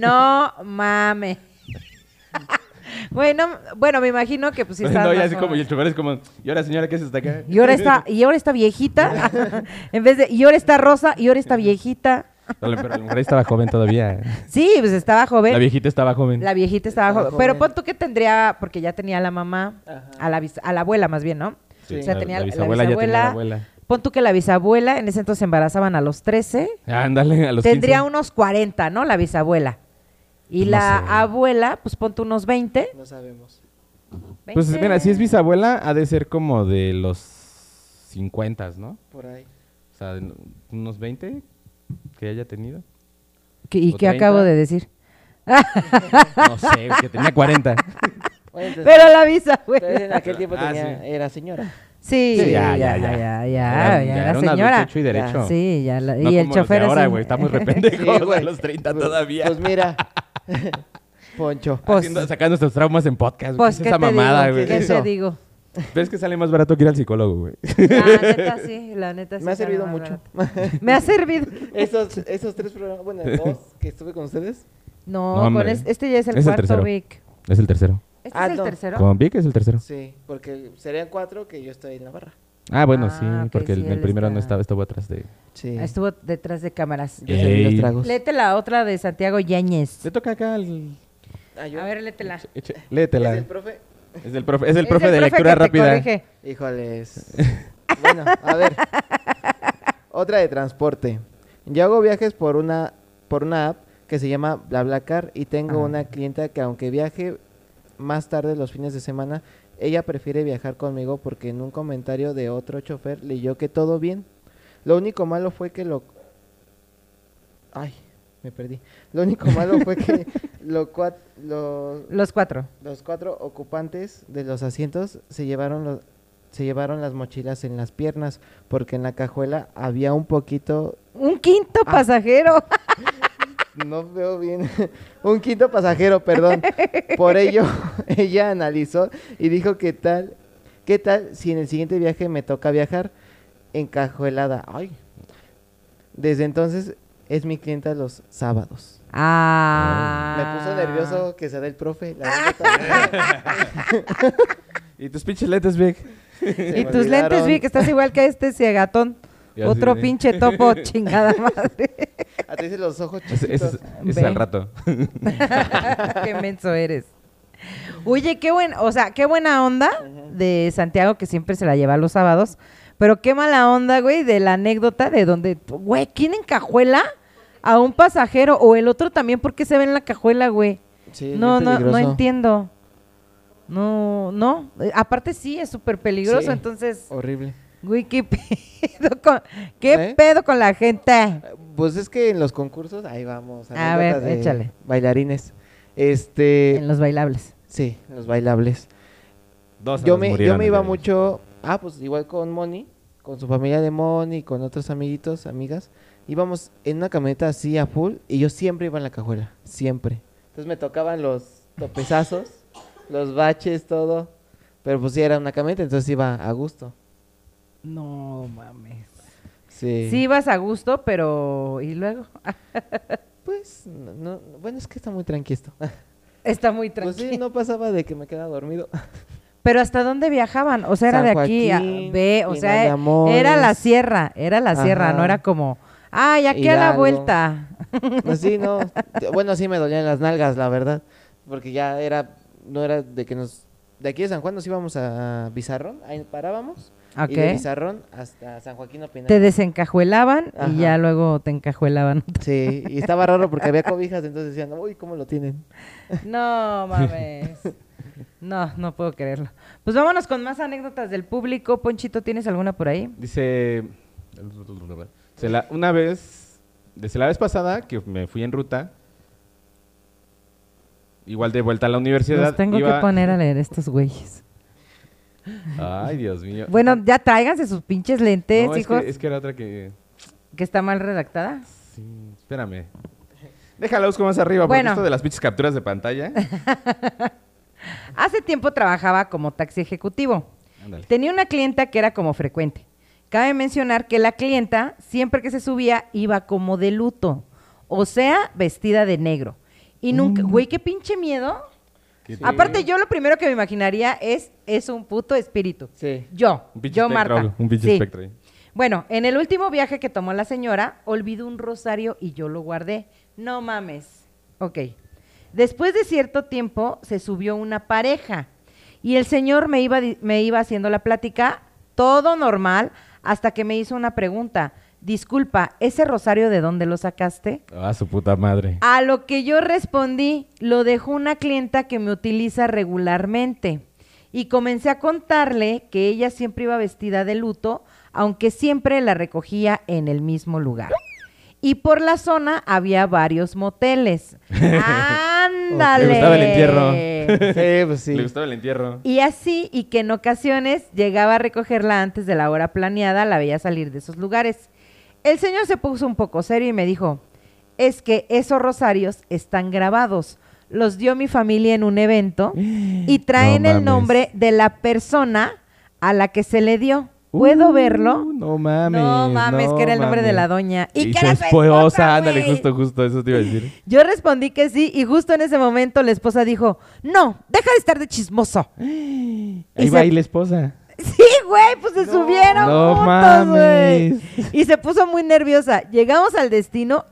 Speaker 3: no mames. (laughs) bueno, bueno, me imagino que pues sí estaban
Speaker 1: (laughs) no, ya
Speaker 3: más
Speaker 1: así como, y
Speaker 3: jóvenes.
Speaker 1: el chofer es como, y ahora señora, ¿qué es hasta acá?
Speaker 3: Y ahora está,
Speaker 1: (laughs)
Speaker 3: y ahora está viejita.
Speaker 4: (laughs)
Speaker 3: en vez de, y ahora está rosa, y ahora está viejita.
Speaker 1: Dale, pero la mujer estaba joven todavía.
Speaker 3: Sí, pues estaba joven.
Speaker 1: La viejita estaba joven.
Speaker 3: La viejita estaba
Speaker 4: Estaba
Speaker 3: joven. Pero
Speaker 4: joven.
Speaker 3: pon tú que tendría, porque ya tenía a la mamá, a la, bis- a la abuela más bien, ¿no?
Speaker 4: Sí.
Speaker 3: O sea, tenía la bisabuela.
Speaker 1: bisabuela ya tenía la abuela.
Speaker 3: Pon tú que la bisabuela, en ese entonces se embarazaban a los 13,
Speaker 1: Ándale, a los
Speaker 3: tendría
Speaker 1: 15.
Speaker 3: unos 40, ¿no? La bisabuela. Y
Speaker 1: No
Speaker 3: la
Speaker 1: sé.
Speaker 3: abuela, pues pon tú unos 20.
Speaker 4: no sabemos.
Speaker 1: Pues
Speaker 3: 20.
Speaker 1: mira, si es bisabuela, ha de ser como de los 50, ¿no?
Speaker 4: Por ahí.
Speaker 1: O sea, de unos 20 que haya tenido.
Speaker 3: ¿Qué- ¿Y
Speaker 1: o
Speaker 3: qué acabo
Speaker 1: 30.
Speaker 3: de decir?
Speaker 1: No sé, que tenía 40.
Speaker 4: Oye,
Speaker 3: (laughs)
Speaker 4: entonces,
Speaker 3: Pero la
Speaker 4: entonces en
Speaker 3: bisabuela.
Speaker 4: aquel tiempo
Speaker 1: Ah,
Speaker 4: tenía,
Speaker 1: sí.
Speaker 4: era señora.
Speaker 3: Sí,
Speaker 1: Sí,
Speaker 3: ya, ya,
Speaker 1: ya,
Speaker 3: ya,
Speaker 1: ya,
Speaker 3: (laughs) ya,
Speaker 1: ya.
Speaker 3: ya
Speaker 1: Era- ya
Speaker 3: la
Speaker 1: era un
Speaker 3: señora.
Speaker 1: adulto hecho y derecho.
Speaker 3: Ya, Sí, ya, la-
Speaker 1: No
Speaker 3: y el
Speaker 1: como los de
Speaker 3: chofer así.
Speaker 1: ahora, güey, estamos re (laughs) pendejos a los 30
Speaker 4: Pues-
Speaker 1: todavía. (laughs)
Speaker 4: Pues mira, Poncho.
Speaker 3: Pues,
Speaker 1: Haciendo- sacando nuestros traumas en
Speaker 3: (laughs)
Speaker 1: podcast, güey.
Speaker 3: pues,
Speaker 1: ¿Qué
Speaker 3: ¿qué
Speaker 1: es esa
Speaker 3: te
Speaker 1: mamada,
Speaker 3: digo?
Speaker 1: güey.
Speaker 3: ¿Qué te
Speaker 4: Eso.
Speaker 3: digo?
Speaker 1: (laughs) Ves que sale más barato que ir al psicólogo, güey.
Speaker 3: La neta sí, la neta sí.
Speaker 4: Me ha
Speaker 3: sale
Speaker 4: servido
Speaker 3: más
Speaker 4: mucho.
Speaker 3: barato. Me ha servido.
Speaker 4: (laughs) esos, esos tres programas, bueno, dos que estuve con ustedes.
Speaker 3: No,
Speaker 1: No,
Speaker 3: con
Speaker 1: hombre.
Speaker 3: es- este ya es el
Speaker 1: Es el
Speaker 3: cuarto,
Speaker 1: tercero.
Speaker 3: Vic.
Speaker 1: Es el tercero.
Speaker 3: ¿Este
Speaker 4: Ah,
Speaker 3: es el
Speaker 4: no.
Speaker 3: tercero?
Speaker 1: Con Vic es el tercero.
Speaker 4: Sí, porque serían cuatro que yo estoy en la barra.
Speaker 1: Ah, bueno,
Speaker 3: Ah,
Speaker 1: sí,
Speaker 3: ok,
Speaker 1: porque el,
Speaker 3: sí,
Speaker 1: el
Speaker 3: él
Speaker 1: primero no
Speaker 3: está-
Speaker 1: estaba, estaba atrás de...
Speaker 4: Sí.
Speaker 3: Estuvo detrás de cámaras.
Speaker 4: Yo serví
Speaker 1: Ey.
Speaker 4: los tragos.
Speaker 3: Léete la otra de Santiago Yáñez.
Speaker 1: Le toca acá al...
Speaker 4: Ah, yo-
Speaker 3: A ver, léetela. Es
Speaker 1: Eche-
Speaker 4: ¿Es
Speaker 1: Léetela.
Speaker 4: el profe?
Speaker 1: Es del profe, es el profe de lectura
Speaker 3: que te
Speaker 1: rápida.
Speaker 3: corrige.
Speaker 4: Híjoles. bueno, a ver. Otra de transporte. Yo hago viajes por una, por una app que se llama BlaBlaCar y tengo una clienta que aunque viaje más tarde los fines de semana, ella prefiere viajar conmigo porque en un comentario de otro chofer leyó que todo bien. Lo único malo fue que lo... Ay, me perdí. Lo único malo fue que lo, cuat- lo,
Speaker 3: Los cuatro.
Speaker 4: los cuatro ocupantes de los asientos se llevaron los- se llevaron las mochilas en las piernas porque en la cajuela había un poquito,
Speaker 3: Un quinto
Speaker 4: Ah.
Speaker 3: pasajero.
Speaker 4: (laughs) no veo bien, (laughs) un quinto pasajero, perdón. Por ello (laughs) ella analizó y dijo qué tal, qué tal si en el siguiente viaje me toca viajar encajuelada. Ay. Desde entonces es mi clienta los sábados.
Speaker 3: Ah.
Speaker 4: Me puso nervioso que se da el profe.
Speaker 3: (laughs)
Speaker 4: la neta.
Speaker 1: Y tus pinches letes, Vic.
Speaker 4: Se
Speaker 3: Y
Speaker 4: me
Speaker 3: tus lentes,
Speaker 4: olvidaron.
Speaker 3: Vic, estás igual que este ciegatón.
Speaker 1: Ya
Speaker 3: Otro
Speaker 1: sé.
Speaker 3: pinche
Speaker 1: (laughs)
Speaker 3: topo, chingada madre.
Speaker 4: A ti se los ojos chiquitos.
Speaker 1: Ese ese es, ese es al
Speaker 3: Ve.
Speaker 1: rato.
Speaker 3: qué menso eres. Oye, qué buen, o sea, qué buena onda de Santiago que siempre se la lleva los sábados, pero qué mala onda, güey, de la anécdota de donde, güey, ¿quién encajuela a un pasajero o el otro también porque se ve en la cajuela, güey?
Speaker 4: Sí, es
Speaker 3: no,
Speaker 4: bien
Speaker 3: no, no
Speaker 4: peligroso.
Speaker 3: entiendo. No, no. Eh, Aparte sí es súper peligroso,
Speaker 4: Sí.
Speaker 3: entonces,
Speaker 4: Horrible.
Speaker 3: güey, qué (laughs) pedo con, qué
Speaker 4: ¿Eh?
Speaker 3: pedo con la gente.
Speaker 4: Pues es que en los concursos, ahí vamos.
Speaker 3: A ver,
Speaker 4: anécdotas de
Speaker 3: échale.
Speaker 4: Bailarines. Este,
Speaker 3: En los bailables.
Speaker 4: sí, los bailables.
Speaker 1: Dos
Speaker 4: Yo
Speaker 1: nos
Speaker 4: me, yo
Speaker 1: murieron
Speaker 4: me
Speaker 1: el
Speaker 4: iba
Speaker 1: día de hoy.
Speaker 4: mucho, ah, pues igual con Moni, con su familia de Moni, con otros amiguitos, amigas. Íbamos en una camioneta así a full y yo siempre iba en la cajuela, siempre. Entonces me tocaban los topezazos, los baches, todo. Pero pues sí era una camioneta, entonces iba a gusto.
Speaker 6: No mames.
Speaker 4: Sí.
Speaker 3: Sí vas a gusto, pero y luego
Speaker 4: Pues, no, no- bueno, es que está muy tranqui esto.
Speaker 3: está muy
Speaker 4: Pues
Speaker 3: tranquilo.
Speaker 4: sí, no pasaba de que me quedaba
Speaker 3: (laughs)
Speaker 4: dormido.
Speaker 3: Pero ¿hasta dónde viajaban? O sea, era
Speaker 4: San
Speaker 3: de aquí a
Speaker 4: Joaquín,
Speaker 3: B, o
Speaker 4: Pinal de
Speaker 3: sea,
Speaker 4: Amores.
Speaker 3: era la sierra, era la sierra,
Speaker 4: Ajá.
Speaker 3: no era como, Ay, aquí a la
Speaker 4: Hidalgo.
Speaker 3: vuelta.
Speaker 4: No, Pues sí, no. Bueno, sí me dolían las nalgas, la verdad. Porque ya era, no era de que nos... De aquí de San Juan nos íbamos a Bizarrón, ahí parábamos. Y de
Speaker 3: Ok.
Speaker 4: Bizarrón hasta San Joaquín Opinal.
Speaker 3: Te desencajuelaban
Speaker 4: Ajá.
Speaker 3: y ya luego te
Speaker 4: (laughs)
Speaker 3: encajuelaban.
Speaker 4: Sí, y estaba raro porque había cobijas, entonces decían, uy, ¿cómo lo tienen?
Speaker 3: (laughs) No mames. (laughs) No, no puedo creerlo. Pues vámonos con más anécdotas del público. Ponchito, ¿tienes alguna por ahí?
Speaker 1: Dice, se la- una vez, desde la vez pasada que me fui en ruta, igual de vuelta a la universidad.
Speaker 3: Los tengo
Speaker 1: iba-
Speaker 3: que poner a leer estos güeyes.
Speaker 1: Ay, Dios mío.
Speaker 3: Bueno, ya tráiganse sus pinches lentes,
Speaker 1: Eh, No, es
Speaker 3: hijos.
Speaker 1: que, es que era otra que...
Speaker 3: Que está mal redactada.
Speaker 1: Sí, espérame. Déjala, busco más arriba, porque
Speaker 3: Bueno.
Speaker 1: esto de las pinches capturas
Speaker 3: (laughs)
Speaker 1: de pantalla...
Speaker 3: Hace tiempo trabajaba como taxi ejecutivo.
Speaker 1: Ándale.
Speaker 3: Tenía una clienta que era como frecuente. Cabe mencionar que la clienta, siempre que se subía, iba como de luto. O sea, vestida de negro. Y nunca, güey, qué pinche miedo.
Speaker 1: Qué
Speaker 3: Aparte, yo lo primero que me imaginaría es, es un puto espíritu.
Speaker 4: Sí.
Speaker 3: Yo,
Speaker 1: Un pinche
Speaker 3: yo
Speaker 1: espectro,
Speaker 3: Marta.
Speaker 1: un pinche
Speaker 3: Sí.
Speaker 1: espectro ahí.
Speaker 3: Bueno, en el último viaje que tomó la señora, olvidó un rosario y yo lo guardé. No mames. Ok. Después de cierto tiempo se subió una pareja y el señor me iba, di- me iba haciendo la plática, todo normal, hasta que me hizo una pregunta. Disculpa, ¿ese rosario de dónde lo sacaste?
Speaker 1: Ah, su puta madre.
Speaker 3: A lo que yo respondí, lo dejó una clienta que me utiliza regularmente. Y comencé a contarle que ella siempre iba vestida de luto, aunque siempre la recogía en el mismo lugar. Y por la zona había varios
Speaker 1: (laughs)
Speaker 3: moteles. ¡Ándale!
Speaker 1: Le gustaba el
Speaker 4: Sí,
Speaker 1: entierro.
Speaker 4: pues sí.
Speaker 1: Le gustaba el entierro.
Speaker 3: Y así, y que en ocasiones llegaba a recogerla antes de la hora planeada, la veía salir de esos lugares. El señor se puso un poco serio y me dijo, es que esos rosarios están grabados. Los dio mi familia en un evento
Speaker 1: (gasps)
Speaker 3: y traen
Speaker 1: No
Speaker 3: el
Speaker 1: mames.
Speaker 3: nombre de la persona a la que se le dio. ¿Puedo
Speaker 1: Uh,
Speaker 3: verlo?
Speaker 1: No mames.
Speaker 3: No mames, que era el nombre de la doña. Y,
Speaker 1: Y,
Speaker 3: que
Speaker 1: su
Speaker 3: era
Speaker 1: esposa, ándale,
Speaker 3: güey.
Speaker 1: justo, justo, eso te iba a decir.
Speaker 3: Yo respondí que sí y justo en ese momento la esposa dijo, no, deja de estar de chismoso.
Speaker 1: Ahí
Speaker 3: Y
Speaker 1: va
Speaker 3: se-
Speaker 1: ahí la esposa.
Speaker 3: (laughs) Sí, güey, pues se subieron
Speaker 1: no
Speaker 3: juntos, güey.
Speaker 1: mames.
Speaker 3: Y se puso muy nerviosa. Llegamos al destino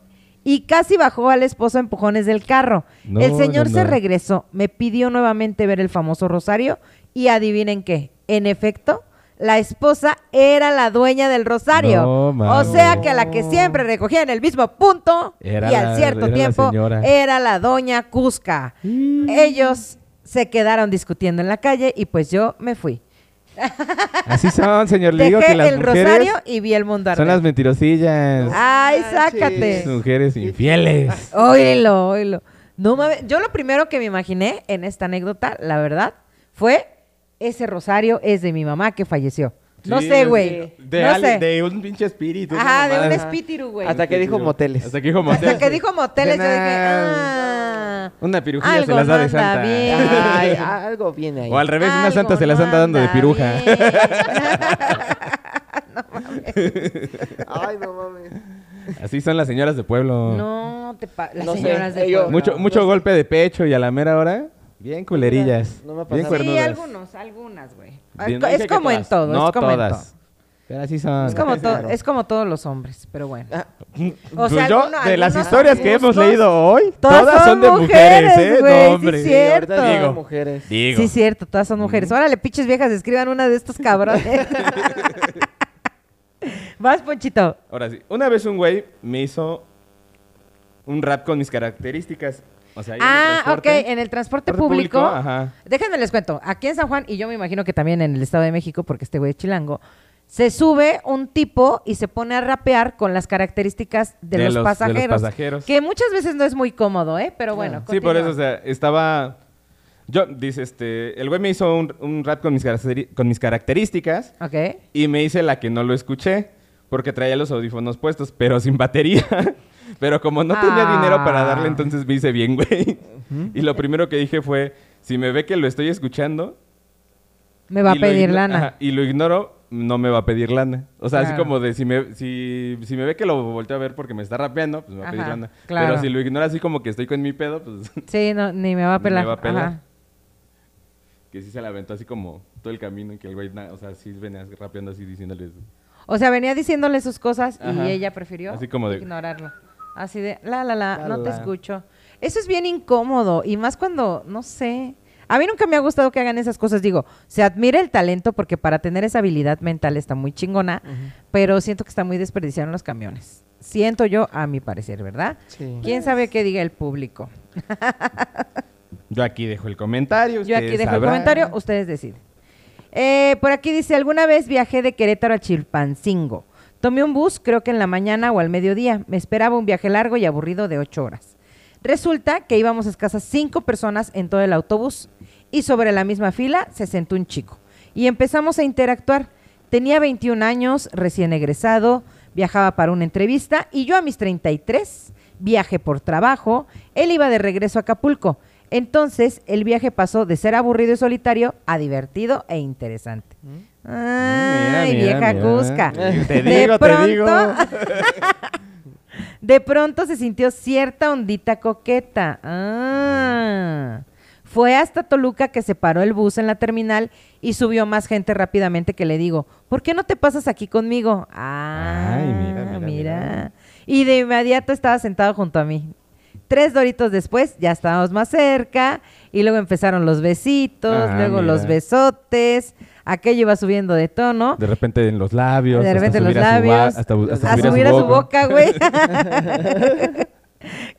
Speaker 3: y casi bajó al esposo a empujones del carro.
Speaker 1: No,
Speaker 3: el señor
Speaker 1: no,
Speaker 3: se
Speaker 1: no.
Speaker 3: regresó, me pidió nuevamente ver el famoso rosario y adivinen qué. En efecto, la esposa era la dueña del rosario.
Speaker 1: No,
Speaker 3: o
Speaker 1: mames.
Speaker 3: sea que a la que siempre recogía en el mismo punto
Speaker 1: Era
Speaker 3: y al
Speaker 1: la-
Speaker 3: cierto
Speaker 1: era la
Speaker 3: tiempo
Speaker 1: señora.
Speaker 3: era la doña Cusca. Ellos se quedaron discutiendo en la calle y pues yo me fui.
Speaker 1: Así son, señor. Le digo
Speaker 3: Dejé
Speaker 1: que las
Speaker 3: el
Speaker 1: mujeres
Speaker 3: rosario y Ah, vi el mundo
Speaker 1: son
Speaker 3: arder.
Speaker 1: las mentirosillas.
Speaker 3: Ay,
Speaker 1: Esas
Speaker 3: sácate.
Speaker 1: mujeres infieles.
Speaker 3: Óyelo, óyelo. No mames, yo lo primero que me imaginé en esta anécdota, la verdad, fue ese rosario es de mi mamá que falleció. No
Speaker 1: Sí,
Speaker 3: sé,
Speaker 1: es-
Speaker 3: güey.
Speaker 1: De,
Speaker 3: no
Speaker 1: al-
Speaker 3: sé.
Speaker 1: de un pinche espíritu.
Speaker 3: Ajá, de un
Speaker 1: mamada.
Speaker 3: espíritu, güey.
Speaker 4: Hasta que dijo moteles.
Speaker 1: Hasta que dijo moteles.
Speaker 3: Hasta que dijo moteles, yo dije, ah,
Speaker 1: Una pirujilla
Speaker 3: algo
Speaker 1: se las da
Speaker 3: no
Speaker 1: de
Speaker 3: anda
Speaker 1: santa.
Speaker 3: bien. Eh.
Speaker 4: Ay, algo viene ahí.
Speaker 1: O al revés, una
Speaker 3: algo
Speaker 1: santa se las
Speaker 3: no
Speaker 1: anda dando de
Speaker 3: anda
Speaker 1: piruja.
Speaker 3: bien.
Speaker 4: Ay, no mames.
Speaker 1: (laughs) Así son las señoras de pueblo.
Speaker 3: no, te pa- las
Speaker 4: No sé,
Speaker 3: señoras de
Speaker 4: ellos-
Speaker 3: pueblo.
Speaker 1: Mucho,
Speaker 4: No,
Speaker 1: mucho
Speaker 4: no sé.
Speaker 1: golpe de pecho y a la mera hora, bien culerillas.
Speaker 4: No me ha
Speaker 1: bien
Speaker 4: pasado.
Speaker 3: Sí,
Speaker 1: cuernudas.
Speaker 3: algunos, algunas, güey.
Speaker 1: Bien- no
Speaker 3: Es
Speaker 1: dije que
Speaker 3: como en
Speaker 1: todas,
Speaker 3: todo,
Speaker 1: No
Speaker 3: es como en todo.
Speaker 1: todas. Pero así son.
Speaker 3: Es como, to-
Speaker 4: Claro.
Speaker 3: es como todos los hombres, pero bueno.
Speaker 1: Pues
Speaker 3: sea,
Speaker 1: yo,
Speaker 3: alguno-
Speaker 1: de las
Speaker 3: algunos
Speaker 1: historias que hemos
Speaker 3: gustos,
Speaker 1: leído hoy,
Speaker 3: todas
Speaker 1: todas,
Speaker 3: son
Speaker 1: son, de mujeres,
Speaker 3: mujeres,
Speaker 1: ¿eh?
Speaker 3: güey, sí,
Speaker 1: no, hombre.
Speaker 3: sí,
Speaker 4: Sí, ahorita
Speaker 3: Cierto.
Speaker 4: digo
Speaker 1: Digo.
Speaker 4: mujeres.
Speaker 1: Digo.
Speaker 3: Sí, cierto, todas son mujeres. Órale, pinches viejas, escriban una de estos
Speaker 1: (laughs)
Speaker 3: cabrones. Vas, Ponchito.
Speaker 1: Ahora sí. Una vez un güey me hizo un rap con mis características. O sea, ahí en el
Speaker 3: Ah, ok,
Speaker 1: transporte.
Speaker 3: en el transporte
Speaker 1: Transporte
Speaker 3: público.
Speaker 1: ajá.
Speaker 3: Déjenme les cuento, aquí en San Juan, y yo me imagino que también en el Estado de México, porque este güey es chilango, se sube un tipo y se pone a rapear con las características de,
Speaker 1: De
Speaker 3: los,
Speaker 1: los- de los
Speaker 3: pasajeros,
Speaker 1: pasajeros.
Speaker 3: Que muchas veces no es muy cómodo, ¿eh? Pero bueno.
Speaker 1: Sí, por
Speaker 3: continúa.
Speaker 1: eso, o sea, estaba... Yo, dice, este... El güey me hizo un, un rap con mis, caracteri- con mis características
Speaker 3: Ok.
Speaker 1: y me hice la que no lo escuché porque traía los audífonos puestos, pero sin batería. (laughs) Pero como no tenía
Speaker 3: Ah.
Speaker 1: dinero para darle, entonces me hice bien, güey. Y lo primero que dije fue, si me ve que lo estoy escuchando...
Speaker 3: Me va a
Speaker 1: y lo
Speaker 3: pedir
Speaker 1: igno-
Speaker 3: lana.
Speaker 1: ajá, y lo ignoro, no me va a pedir lana. O sea, así
Speaker 3: Claro.
Speaker 1: como de, si me, si, si me ve que lo volteo a ver porque me está rapeando, pues me va a pedir
Speaker 3: Ajá,
Speaker 1: lana.
Speaker 3: claro.
Speaker 1: Pero si lo ignoro así como que estoy con mi pedo, pues... (laughs)
Speaker 3: Sí, no, ni me va a
Speaker 1: Ni me
Speaker 3: pelar.
Speaker 1: va a pelar.
Speaker 3: Ajá.
Speaker 1: Que sí se la aventó así como todo el camino y que el güey, na- o sea, sí venía rapeando así diciéndoles.
Speaker 3: O sea, venía diciéndole sus cosas
Speaker 1: Ajá.
Speaker 3: y ella prefirió
Speaker 1: Así como de-
Speaker 3: ignorarlo. Así de, la, la, la,
Speaker 4: La,
Speaker 3: no te
Speaker 4: la.
Speaker 3: escucho. Eso es bien incómodo y más cuando, no sé. A mí nunca me ha gustado que hagan esas cosas. Digo, se admira el talento porque para tener esa habilidad mental está muy chingona, pero siento que está muy desperdiciado en los camiones. Siento yo, a mi parecer, ¿verdad?
Speaker 4: Sí.
Speaker 3: ¿Quién sabe qué diga el público?
Speaker 1: Yo aquí dejo el comentario.
Speaker 3: Yo aquí
Speaker 1: ustedes
Speaker 3: dejo el
Speaker 1: sabrán.
Speaker 3: comentario, ustedes deciden. Eh, por aquí dice, alguna vez viajé de Querétaro a Chilpancingo. Tomé un bus, creo que en la mañana o al mediodía. Me esperaba un viaje largo y aburrido de ocho horas. Resulta que íbamos escasas cinco personas en todo el autobús y sobre la misma fila se sentó un chico. Y empezamos a interactuar. Tenía 21 años, recién egresado, viajaba para una entrevista y yo a mis 33 viaje por trabajo, él iba de regreso a Acapulco. Entonces, el viaje pasó de ser aburrido y solitario a divertido e interesante.
Speaker 1: Mm. Mira,
Speaker 3: Ay,
Speaker 1: mira,
Speaker 3: vieja
Speaker 1: mira.
Speaker 3: Cusca.
Speaker 1: Te
Speaker 3: De
Speaker 1: digo, te digo.
Speaker 3: de pronto se sintió cierta ondita coqueta. Ah. Fue hasta Toluca que se paró el bus en la terminal y subió más gente rápidamente que le digo, ¿por qué no te pasas aquí conmigo? Ah,
Speaker 1: Ay,
Speaker 3: mira,
Speaker 1: mira,
Speaker 3: mira,
Speaker 1: mira, mira.
Speaker 3: Y de inmediato estaba sentado junto a mí. Tres doritos después ya estábamos más cerca y luego empezaron los besitos,
Speaker 1: Ah,
Speaker 3: luego
Speaker 1: mira.
Speaker 3: los besotes, aquello iba subiendo de tono.
Speaker 1: De repente en los labios.
Speaker 3: De
Speaker 1: hasta
Speaker 3: repente en los
Speaker 1: subir a su ba-
Speaker 3: labios.
Speaker 1: hasta, bu- hasta
Speaker 3: a subir a su
Speaker 1: boca.
Speaker 3: boca, güey.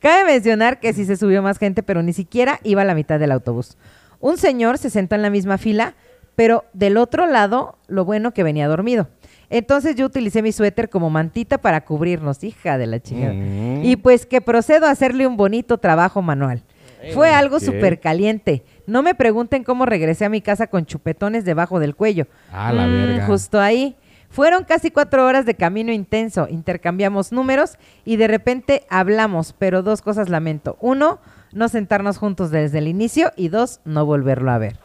Speaker 3: Cabe mencionar que sí se subió más gente, pero ni siquiera iba a la mitad del autobús. Un señor se sentó en la misma fila, pero del otro lado, lo bueno que venía dormido. Entonces yo utilicé mi suéter como mantita para cubrirnos, hija de la chingada.
Speaker 1: Mm.
Speaker 3: Y pues que procedo a hacerle un bonito trabajo manual. Fue algo
Speaker 1: ok.
Speaker 3: súper caliente. No me pregunten cómo regresé a mi casa con chupetones debajo del cuello. Mm,
Speaker 1: Ah, la verga.
Speaker 3: Justo ahí. Fueron casi cuatro horas de camino intenso. Intercambiamos números y de repente hablamos, pero dos cosas lamento. Uno, no sentarnos juntos desde el inicio y dos, no volverlo a ver.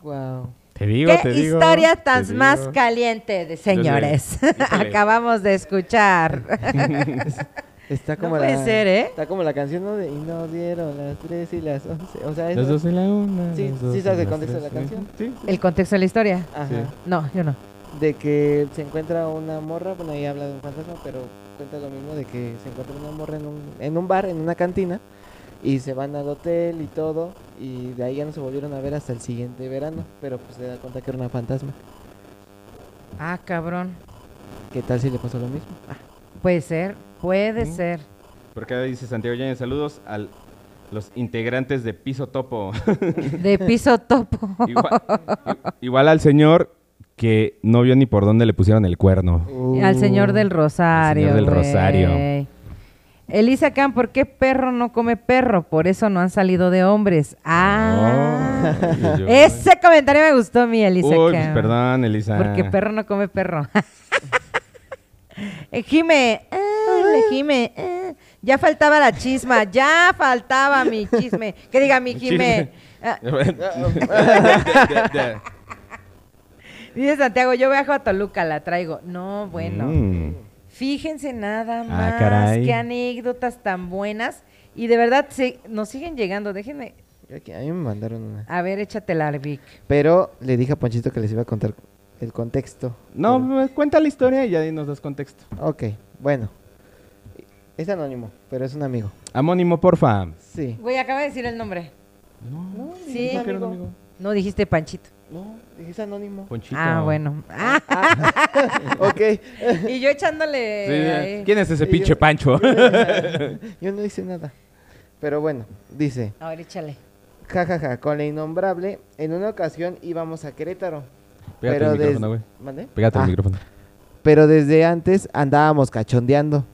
Speaker 4: Wow.
Speaker 1: Te digo,
Speaker 3: ¿Qué
Speaker 1: te digo,
Speaker 3: historia
Speaker 1: te
Speaker 3: tan
Speaker 1: digo.
Speaker 3: más caliente, de señores?
Speaker 1: Yo sé.
Speaker 3: (laughs)
Speaker 1: Híjole.
Speaker 3: Acabamos de escuchar.
Speaker 4: Está
Speaker 3: No
Speaker 4: como
Speaker 3: puede
Speaker 4: la,
Speaker 3: ser, ¿eh?
Speaker 4: Está como la canción ¿no? de y no dieron las 3 y las 11. O sea,
Speaker 1: (laughs)
Speaker 4: es,
Speaker 1: Las dos y la una.
Speaker 4: Sí,
Speaker 1: las dos
Speaker 4: sí
Speaker 1: y
Speaker 4: sabes el
Speaker 1: las
Speaker 4: contexto de
Speaker 1: tres,
Speaker 4: la
Speaker 1: sí.
Speaker 4: canción.
Speaker 1: Sí.
Speaker 3: ¿El contexto de la historia?
Speaker 4: Ajá.
Speaker 3: No, yo no.
Speaker 4: De que se encuentra una morra, bueno, ahí habla de un fantasma, pero cuenta lo mismo de que se encuentra una morra en un, en un bar, en una cantina, y se van al hotel y todo, y de ahí ya no se volvieron a ver hasta el siguiente verano, pero pues se da cuenta que era una fantasma.
Speaker 3: Ah, cabrón.
Speaker 4: ¿Qué tal si le pasó lo mismo?
Speaker 3: Puede ser, puede
Speaker 1: Mm.
Speaker 3: ser.
Speaker 1: Por acá dice Santiago Yañez, saludos a los integrantes de Piso Topo. (laughs)
Speaker 3: De piso topo.
Speaker 1: igual, i- igual al señor que no vio ni por dónde le pusieron el cuerno.
Speaker 3: Al señor del Rosario.
Speaker 1: Al señor del
Speaker 3: güey.
Speaker 1: Rosario.
Speaker 3: Elisa Khan, ¿por qué perro no come perro? Por eso no han salido de hombres. Ah.
Speaker 1: Oh, yo-
Speaker 3: (laughs) Ese comentario me gustó a mí, Elisa
Speaker 1: Uy, pues
Speaker 3: Khan.
Speaker 1: perdón, Elisa.
Speaker 3: ah, Porque
Speaker 1: (laughs)
Speaker 3: perro no come perro. (laughs) Eh, Jime, ah, Jime, ah. ya faltaba la chisma, ya faltaba mi chisme. Que diga mi
Speaker 1: Mi
Speaker 3: Jime.
Speaker 1: chisme.
Speaker 3: Ah,
Speaker 1: (laughs) Ya, ya.
Speaker 3: dice Santiago, yo viajo a Toluca, la traigo. No, bueno.
Speaker 1: Mm.
Speaker 3: Fíjense nada más,
Speaker 1: Ah, caray.
Speaker 3: qué anécdotas tan buenas. Y de verdad, sí, nos siguen llegando. Déjenme,
Speaker 4: Aquí, a mí me mandaron una.
Speaker 3: a ver, échatela, Vic.
Speaker 4: Pero le dije a Panchito que les iba a contar el contexto.
Speaker 1: No, pues, cuenta la historia y ya ahí nos das contexto.
Speaker 4: Ok, bueno. Es anónimo, pero es un amigo.
Speaker 1: Amónimo, porfa.
Speaker 4: Sí.
Speaker 3: Güey, acaba de decir el nombre.
Speaker 1: No,
Speaker 3: Sí.
Speaker 1: no quiero un amigo.
Speaker 3: No dijiste Panchito.
Speaker 4: No, es anónimo.
Speaker 1: Ponchito.
Speaker 3: Ah, bueno. Ah,
Speaker 1: (laughs)
Speaker 4: ok.
Speaker 3: y yo echándole.
Speaker 1: Sí,
Speaker 3: ahí.
Speaker 1: ¿Quién es ese
Speaker 4: Sí,
Speaker 1: pinche
Speaker 4: yo-
Speaker 1: Pancho?
Speaker 4: Yo no hice nada. Pero bueno, dice,
Speaker 3: A ver, échale.
Speaker 4: jajaja, con la innombrable, en una ocasión íbamos a Querétaro.
Speaker 1: Pégate
Speaker 4: pero
Speaker 1: el micrófono, güey.
Speaker 4: des- ¿Mande?
Speaker 1: Pégate
Speaker 4: Ah,
Speaker 1: el micrófono.
Speaker 4: Pero desde antes andábamos cachondeando.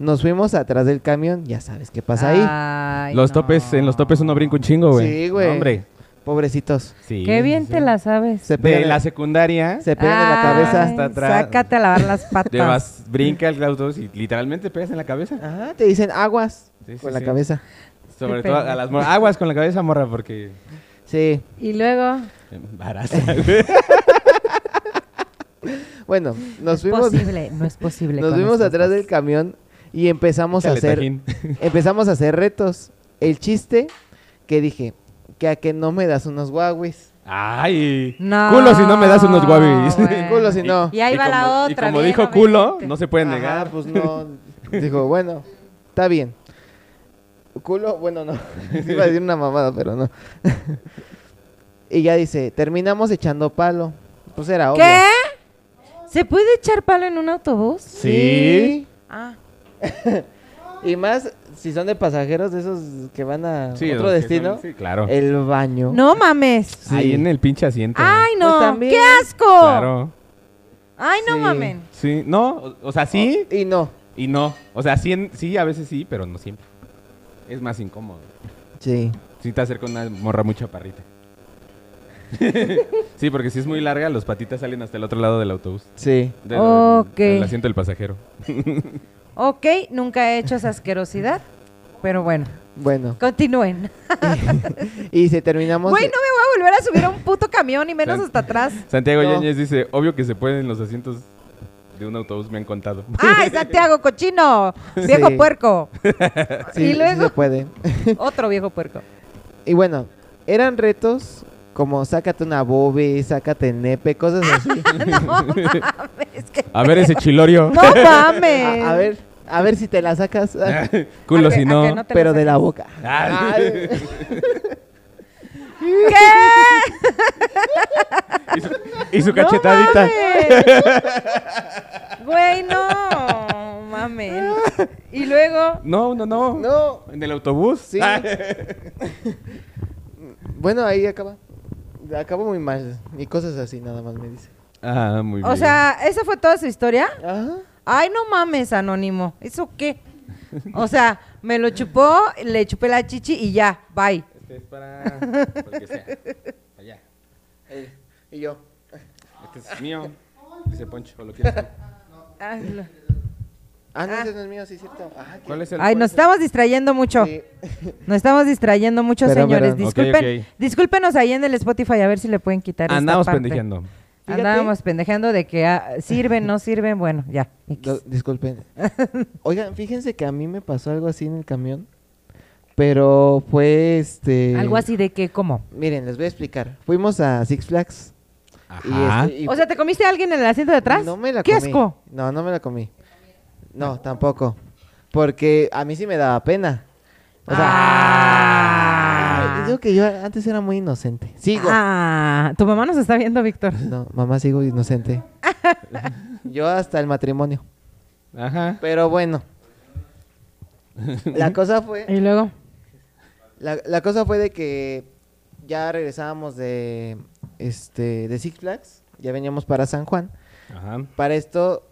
Speaker 4: Nos fuimos atrás del camión, ya sabes qué pasa ahí.
Speaker 3: Ah. Ay,
Speaker 1: los
Speaker 3: no.
Speaker 1: topes, en los topes uno brinca un chingo, güey.
Speaker 4: Sí, güey.
Speaker 1: No, hombre.
Speaker 4: Pobrecitos.
Speaker 1: Sí.
Speaker 3: Qué bien
Speaker 1: sí,
Speaker 3: te
Speaker 1: sí.
Speaker 3: la sabes.
Speaker 4: Se
Speaker 1: De
Speaker 4: pegan,
Speaker 1: la secundaria.
Speaker 4: se pegan
Speaker 3: Ah.
Speaker 4: en la cabeza.
Speaker 3: Ay,
Speaker 1: hasta atrás.
Speaker 3: Sácate a lavar
Speaker 1: (laughs)
Speaker 3: las patas.
Speaker 1: Te vas, brinca el autobús y literalmente te pegas en la
Speaker 3: Ah,
Speaker 1: cabeza.
Speaker 4: Ajá, te dicen aguas
Speaker 1: Sí, sí,
Speaker 4: con la
Speaker 1: sí.
Speaker 4: cabeza.
Speaker 1: Sobre
Speaker 3: Qué pedo.
Speaker 1: todo a las morras. Aguas con la cabeza, morra, porque
Speaker 4: Sí.
Speaker 3: Y luego,
Speaker 1: embaraza, güey.
Speaker 4: Bueno, nos
Speaker 3: no es
Speaker 4: fuimos,
Speaker 3: posible, no es posible.
Speaker 4: nos
Speaker 3: con
Speaker 4: fuimos
Speaker 3: estos
Speaker 4: atrás
Speaker 3: dos.
Speaker 4: del camión y empezamos a
Speaker 1: Échale,
Speaker 4: hacer
Speaker 1: Tajín. (laughs)
Speaker 4: empezamos
Speaker 3: (laughs)
Speaker 4: a hacer retos. El chiste que dije, que a que no me das unos guaguis.
Speaker 1: Ay.
Speaker 3: No,
Speaker 1: Culo si no me das unos guavis.
Speaker 3: güey.
Speaker 4: (laughs) Culo si no.
Speaker 3: Y ahí va la
Speaker 1: como-
Speaker 3: otra,
Speaker 1: Y como
Speaker 3: bien
Speaker 1: dijo
Speaker 3: obediente.
Speaker 1: culo, no se pueden
Speaker 4: Ajá,
Speaker 1: negar.
Speaker 4: pues no. (laughs) Dijo, bueno, está bien. Culo, bueno, no. (laughs) Iba a decir una mamada, pero no. (laughs) y ya dice, terminamos echando palo. Pues era obvio.
Speaker 3: ¿Qué? ¿Se puede echar palo en un autobús?
Speaker 1: Sí.
Speaker 3: Ah,
Speaker 4: Y más, si son de pasajeros de esos que van a
Speaker 1: Sí,
Speaker 4: otro
Speaker 1: los que
Speaker 4: destino, Eh,
Speaker 1: son- sí, claro.
Speaker 4: el baño.
Speaker 3: no mames.
Speaker 1: Ahí en el pinche asiento.
Speaker 3: Ay,
Speaker 4: Pues
Speaker 3: no.
Speaker 4: también.
Speaker 3: ¡Qué asco!
Speaker 1: Claro.
Speaker 3: Ay, no
Speaker 4: Sí.
Speaker 3: mamen.
Speaker 1: Sí, no, o, o sea, sí
Speaker 4: Y no.
Speaker 1: y no. O sea, sí, en- sí, a veces sí, pero no siempre. Es más incómodo.
Speaker 4: Sí.
Speaker 1: Si te acerca una morra muy chaparrita. (laughs) sí, porque si es muy larga, los patitas salen hasta el otro lado del autobús.
Speaker 4: Sí.
Speaker 1: Del,
Speaker 3: Ok.
Speaker 1: del asiento del pasajero.
Speaker 3: Ok, nunca he hecho esa asquerosidad. Pero bueno,
Speaker 4: Bueno.
Speaker 3: continúen.
Speaker 4: Y se terminamos.
Speaker 3: Güey, no me voy a volver a subir a un puto camión y menos hasta
Speaker 1: (laughs)
Speaker 3: atrás.
Speaker 1: Santiago
Speaker 4: No.
Speaker 1: Yáñez dice, obvio que se pueden los asientos de un autobús, me han contado. (laughs)
Speaker 3: ¡Ay, Ah, Santiago, cochino! Viejo
Speaker 4: Sí.
Speaker 3: (laughs) puerco.
Speaker 4: Sí,
Speaker 3: y
Speaker 4: sí
Speaker 3: luego,
Speaker 4: se puede.
Speaker 3: otro viejo puerco.
Speaker 4: Y bueno, eran retos como sácate una bobe, sácate el nepe, cosas así.
Speaker 3: (laughs) No mames. que-
Speaker 1: A ver ese chilorio.
Speaker 3: (laughs) No mames.
Speaker 4: a, a ver, a ver si te la sacas, ah,
Speaker 1: Culo
Speaker 3: A que-
Speaker 1: si
Speaker 3: a
Speaker 1: no.
Speaker 3: que no te
Speaker 4: pero
Speaker 3: la
Speaker 4: de la boca.
Speaker 1: Ah,
Speaker 4: Ay,
Speaker 3: ¿Qué?
Speaker 1: y, su, y su
Speaker 3: ¡No
Speaker 1: cachetadita.
Speaker 3: mames! Güey, no. Mamen. Y luego.
Speaker 1: No, no, no,
Speaker 4: no,
Speaker 1: En el autobús.
Speaker 4: sí.
Speaker 1: Ah.
Speaker 4: (laughs) bueno, ahí acaba. Acabo muy mal. Y cosas así nada más me dice.
Speaker 1: Ah, muy bien.
Speaker 3: O sea, ¿esa fue toda su historia?
Speaker 4: Ajá.
Speaker 3: Ay, no mames, Anónimo. ¿Eso qué? O sea, me lo chupó, le chupé la chichi y ya, bye.
Speaker 1: Este es para. para el que sea. Allá.
Speaker 4: Eh, Y yo.
Speaker 1: Este es mío. Dice Poncho, ¿lo quieres tú?
Speaker 3: Ay, lo-
Speaker 4: Ah, no, ese no es mío, sí, cierto. Ah, qué-
Speaker 1: ¿Cuál es el
Speaker 3: Ay,
Speaker 1: cuál
Speaker 3: nos
Speaker 1: es el-
Speaker 3: estamos distrayendo mucho.
Speaker 4: sí.
Speaker 3: Nos estamos distrayendo mucho,
Speaker 4: Perdón,
Speaker 3: señores.
Speaker 4: perdón.
Speaker 1: Ok,
Speaker 3: Disculpen,
Speaker 1: ok.
Speaker 3: discúlpenos ahí en el Spotify a ver si le pueden quitar esta
Speaker 1: Andamos
Speaker 3: parte.
Speaker 1: pendejeando.
Speaker 4: Fíjate.
Speaker 3: Andábamos pendejeando de que ah, sirven, no sirven, bueno, ya. X.
Speaker 4: Do-
Speaker 3: (laughs)
Speaker 4: disculpen. Oigan, fíjense que a mí me pasó algo así en el camión. Pero fue este.
Speaker 3: Algo así de que, ¿cómo?
Speaker 4: Miren, les voy a explicar. Fuimos a Six Flags. y
Speaker 1: Ajá.
Speaker 4: este- y-
Speaker 3: O sea, ¿te comiste a alguien en el asiento de atrás?
Speaker 4: No me la
Speaker 3: ¡Qué
Speaker 4: comí.
Speaker 3: asco!
Speaker 4: No, no me la comí. No, tampoco. Porque a mí sí me daba pena. O
Speaker 1: Ah.
Speaker 4: sea, digo que yo antes era muy inocente. Sigo.
Speaker 3: Ah, tu mamá nos está viendo, Víctor.
Speaker 4: No, mamá, sigo inocente. yo hasta el matrimonio.
Speaker 1: Ajá.
Speaker 4: Pero bueno. La cosa fue.
Speaker 3: Y luego,
Speaker 4: La, la cosa fue de que ya regresábamos de este de Six Flags, ya veníamos para San Juan.
Speaker 1: Ajá.
Speaker 4: Para esto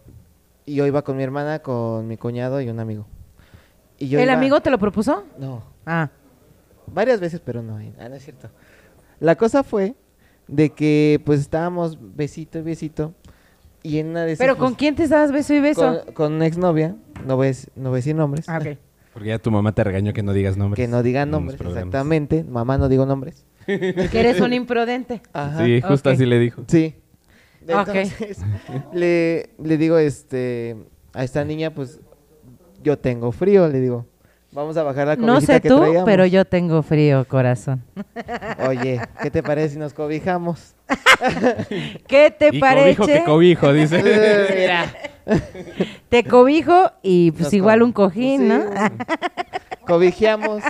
Speaker 4: yo iba con mi hermana, con mi cuñado y un amigo. Y yo
Speaker 3: ¿el
Speaker 4: iba-
Speaker 3: amigo te lo propuso?
Speaker 4: No,
Speaker 3: Ah,
Speaker 4: varias veces, pero no, eh, ah, no es cierto. La cosa fue de que pues estábamos besito y besito y en una de esas,
Speaker 3: ¿pero con
Speaker 4: pues,
Speaker 3: quién te estabas beso y beso?
Speaker 4: con, con una exnovia, no voy a dec- no voy a decir nombres.
Speaker 3: Ah,
Speaker 4: (laughs)
Speaker 3: ok.
Speaker 1: Porque ya tu mamá te regañó que no digas nombres.
Speaker 4: Que no digan
Speaker 1: en los
Speaker 4: nombres,
Speaker 1: programas.
Speaker 4: exactamente. Mamá no digo nombres.
Speaker 3: que eres un imprudente.
Speaker 1: Sí, justo
Speaker 3: Ok.
Speaker 1: así le dijo.
Speaker 4: Sí.
Speaker 3: Ah, Ok.
Speaker 4: Entonces, (laughs) le, le digo, este, a esta niña, pues, yo tengo frío, le digo. Vamos a bajar la cobijita
Speaker 3: No sé
Speaker 4: que
Speaker 3: tú,
Speaker 4: traíamos.
Speaker 3: pero yo tengo frío, corazón.
Speaker 4: Oye, ¿qué te parece si
Speaker 3: (laughs)
Speaker 4: nos cobijamos?
Speaker 3: ¿Qué te
Speaker 1: Y cobijo
Speaker 3: parece?
Speaker 1: que
Speaker 3: (laughs)
Speaker 1: cobijo, dice.
Speaker 3: Pues
Speaker 4: Eh, Mira.
Speaker 3: Te cobijo y pues
Speaker 4: Nos
Speaker 3: igual
Speaker 4: co-
Speaker 3: un cojín,
Speaker 4: sí,
Speaker 3: ¿no?
Speaker 4: un- (laughs) Cobijeamos,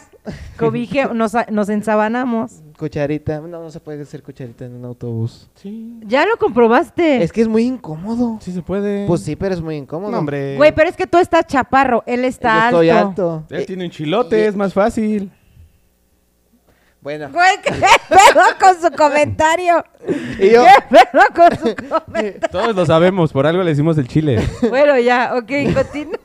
Speaker 3: Cobije, nos, nos ensabanamos.
Speaker 4: cucharita. No, no se puede hacer cucharita en un autobús.
Speaker 1: Sí,
Speaker 3: Ya lo comprobaste.
Speaker 4: Es que es muy incómodo.
Speaker 1: sí se puede.
Speaker 4: Pues sí, pero es muy incómodo.
Speaker 1: No, hombre.
Speaker 3: Güey, pero es que tú estás chaparro, él
Speaker 4: Yo
Speaker 3: está alto.
Speaker 4: estoy alto.
Speaker 1: Él
Speaker 4: Eh,
Speaker 1: tiene un chilote, es más fácil.
Speaker 4: (laughs) Bueno.
Speaker 3: Güey, qué pedo con su comentario.
Speaker 4: Y yo-
Speaker 3: Qué pedo con su
Speaker 4: (laughs)
Speaker 3: comentario.
Speaker 1: Todos lo sabemos, por algo le decimos el chile.
Speaker 3: Bueno, ya, ok,
Speaker 4: (laughs)
Speaker 3: continúa.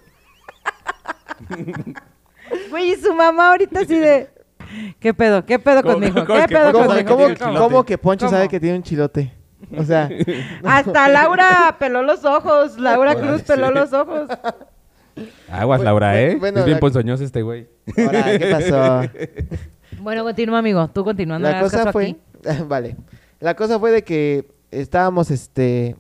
Speaker 3: Güey, y su mamá ahorita así de. ¿Qué pedo? ¿Qué pedo
Speaker 1: ¿Cómo-
Speaker 3: conmigo?
Speaker 1: cómo-
Speaker 3: ¿Qué pedo
Speaker 4: ¿Cómo,
Speaker 1: ¿Cómo
Speaker 3: conmigo?
Speaker 1: sabe que
Speaker 4: cómo-
Speaker 1: tiene chilote?
Speaker 4: cómo que Poncho
Speaker 3: ¿Cómo?
Speaker 4: sabe que tiene un chilote?
Speaker 1: (laughs)
Speaker 4: O sea,
Speaker 3: Hasta Laura peló los
Speaker 4: (laughs)
Speaker 3: ojos. Laura
Speaker 1: Órale,
Speaker 3: Cruz peló
Speaker 1: sí.
Speaker 3: los ojos.
Speaker 1: Aguas,
Speaker 4: Bu-
Speaker 1: Laura,
Speaker 4: bu-
Speaker 1: ¿eh?
Speaker 4: bueno,
Speaker 1: es bien
Speaker 4: la-
Speaker 1: ponzoñoso este güey.
Speaker 4: ahora, ¿qué (laughs) pasó?
Speaker 3: Bueno, continúa, amigo. Tú continuando.
Speaker 4: la cosa fue, (laughs) vale, la cosa fue de que estábamos, este,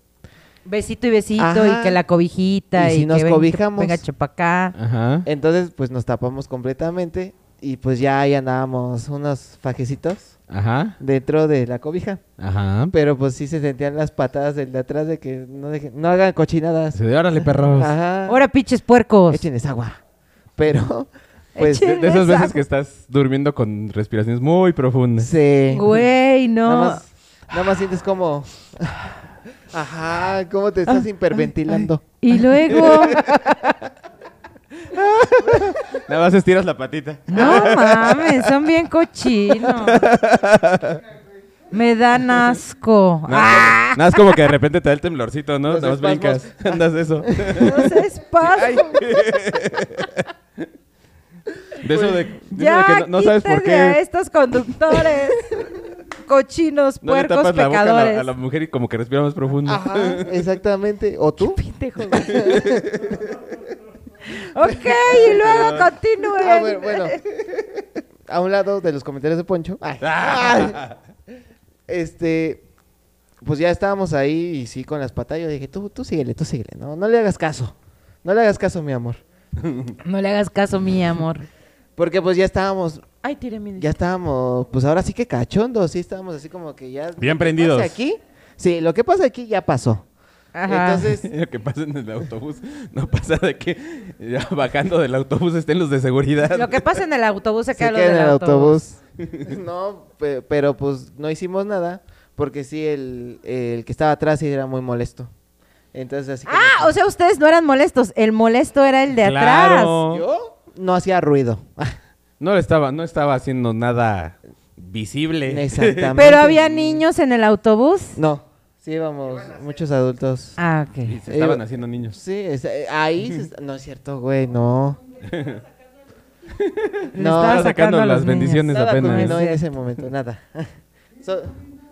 Speaker 3: Besito y besito,
Speaker 4: Ajá.
Speaker 3: y que la cobijita.
Speaker 4: Y
Speaker 3: Y,
Speaker 4: si nos
Speaker 3: que ven-
Speaker 4: cobijamos.
Speaker 3: Venga, chupacá.
Speaker 1: Ajá.
Speaker 4: entonces pues nos tapamos completamente Y pues ya ahí andábamos unos fajecitos
Speaker 1: Ajá,
Speaker 4: dentro de la cobija.
Speaker 1: ajá.
Speaker 4: Pero pues sí se sentían las patadas del de atrás de que no, dejen- no hagan cochinadas.
Speaker 1: Se de
Speaker 3: (laughs)
Speaker 1: órale, perros.
Speaker 4: Ajá.
Speaker 3: Ahora pinches
Speaker 1: pues.
Speaker 3: puercos.
Speaker 4: Échenles agua. Pero, pues,
Speaker 3: Echen-
Speaker 1: De, de esas
Speaker 3: Esa-
Speaker 1: veces que estás durmiendo con respiraciones muy profundas.
Speaker 4: se...
Speaker 3: Güey,
Speaker 4: Nada
Speaker 3: no.
Speaker 4: más, nada más sientes como... Ajá, cómo te
Speaker 3: Ah,
Speaker 4: estás hiperventilando.
Speaker 3: Y luego,
Speaker 1: Nada más estiras la patita.
Speaker 3: no mames, son bien cochinos. Me dan asco. ¡Ah!
Speaker 1: Nada más como que de repente te da el temblorcito, ¿no?
Speaker 4: Los
Speaker 1: Nada más
Speaker 4: espasmos.
Speaker 1: brincas. (laughs) Andas de
Speaker 4: (laughs)
Speaker 1: eso.
Speaker 3: No seas paso.
Speaker 1: De eso de,
Speaker 4: Pues,
Speaker 1: de eso de
Speaker 3: Ya,
Speaker 1: que no, no sabes por
Speaker 3: quítate a
Speaker 1: qué.
Speaker 3: estos conductores. Cochinos,
Speaker 1: No le
Speaker 3: puercos,
Speaker 1: tapas la boca a la- a
Speaker 3: pecadores.
Speaker 1: la, mujer y como que respira más profundo.
Speaker 4: Ajá, (laughs) exactamente. ¿O tú?
Speaker 3: Pendejo, güey. ok, y luego continúen.
Speaker 4: A ver, Ah, bueno. A un lado de los comentarios de Poncho. Ay. Ay. Este, pues ya estábamos ahí y sí con las patas. Yo dije, tú, tú síguele, tú síguele. No, no le hagas caso. No le hagas caso, mi amor.
Speaker 3: No le hagas caso, mi amor.
Speaker 4: Porque pues ya estábamos,
Speaker 3: Ay, tiré mi
Speaker 4: ya estábamos, pues ahora sí que cachondos. Sí estábamos así como que ya.
Speaker 1: Bien
Speaker 4: lo que
Speaker 1: prendidos.
Speaker 4: pase aquí? Sí, lo que pasa aquí ya pasó.
Speaker 3: Ajá. (laughs)
Speaker 1: (laughs)
Speaker 4: Entonces,
Speaker 1: Lo que pasa en el autobús, no pasa de que ya bajando del autobús estén los de seguridad.
Speaker 3: Lo que pasa en el autobús se
Speaker 4: se
Speaker 3: queda lo
Speaker 4: queda en
Speaker 3: del
Speaker 4: el
Speaker 3: autobús. (laughs)
Speaker 4: autobús. no, pe- pero pues no hicimos nada porque sí el, el que estaba atrás sí era muy molesto. Entonces así como
Speaker 3: Ah, o sea, ustedes no eran molestos. El molesto era el de atrás.
Speaker 1: Claro.
Speaker 4: yo no hacía ruido. (laughs)
Speaker 1: No estaba, no estaba haciendo nada visible.
Speaker 4: Exactamente.
Speaker 3: Pero había niños en el autobús.
Speaker 4: No, sí íbamos muchos adultos.
Speaker 3: Ah,
Speaker 1: Y
Speaker 3: ok.
Speaker 1: (laughs) se estaban
Speaker 4: Eh,
Speaker 1: haciendo niños. (laughs)
Speaker 4: Sí, es- eh, ahí se está- no es cierto, güey, no.
Speaker 3: (laughs) Le
Speaker 4: No,
Speaker 3: estaba
Speaker 1: estaba sacando
Speaker 3: a los
Speaker 1: las bendiciones
Speaker 4: nada
Speaker 1: apenas.
Speaker 4: culminó en
Speaker 3: Es
Speaker 4: ese momento, nada. (laughs) So-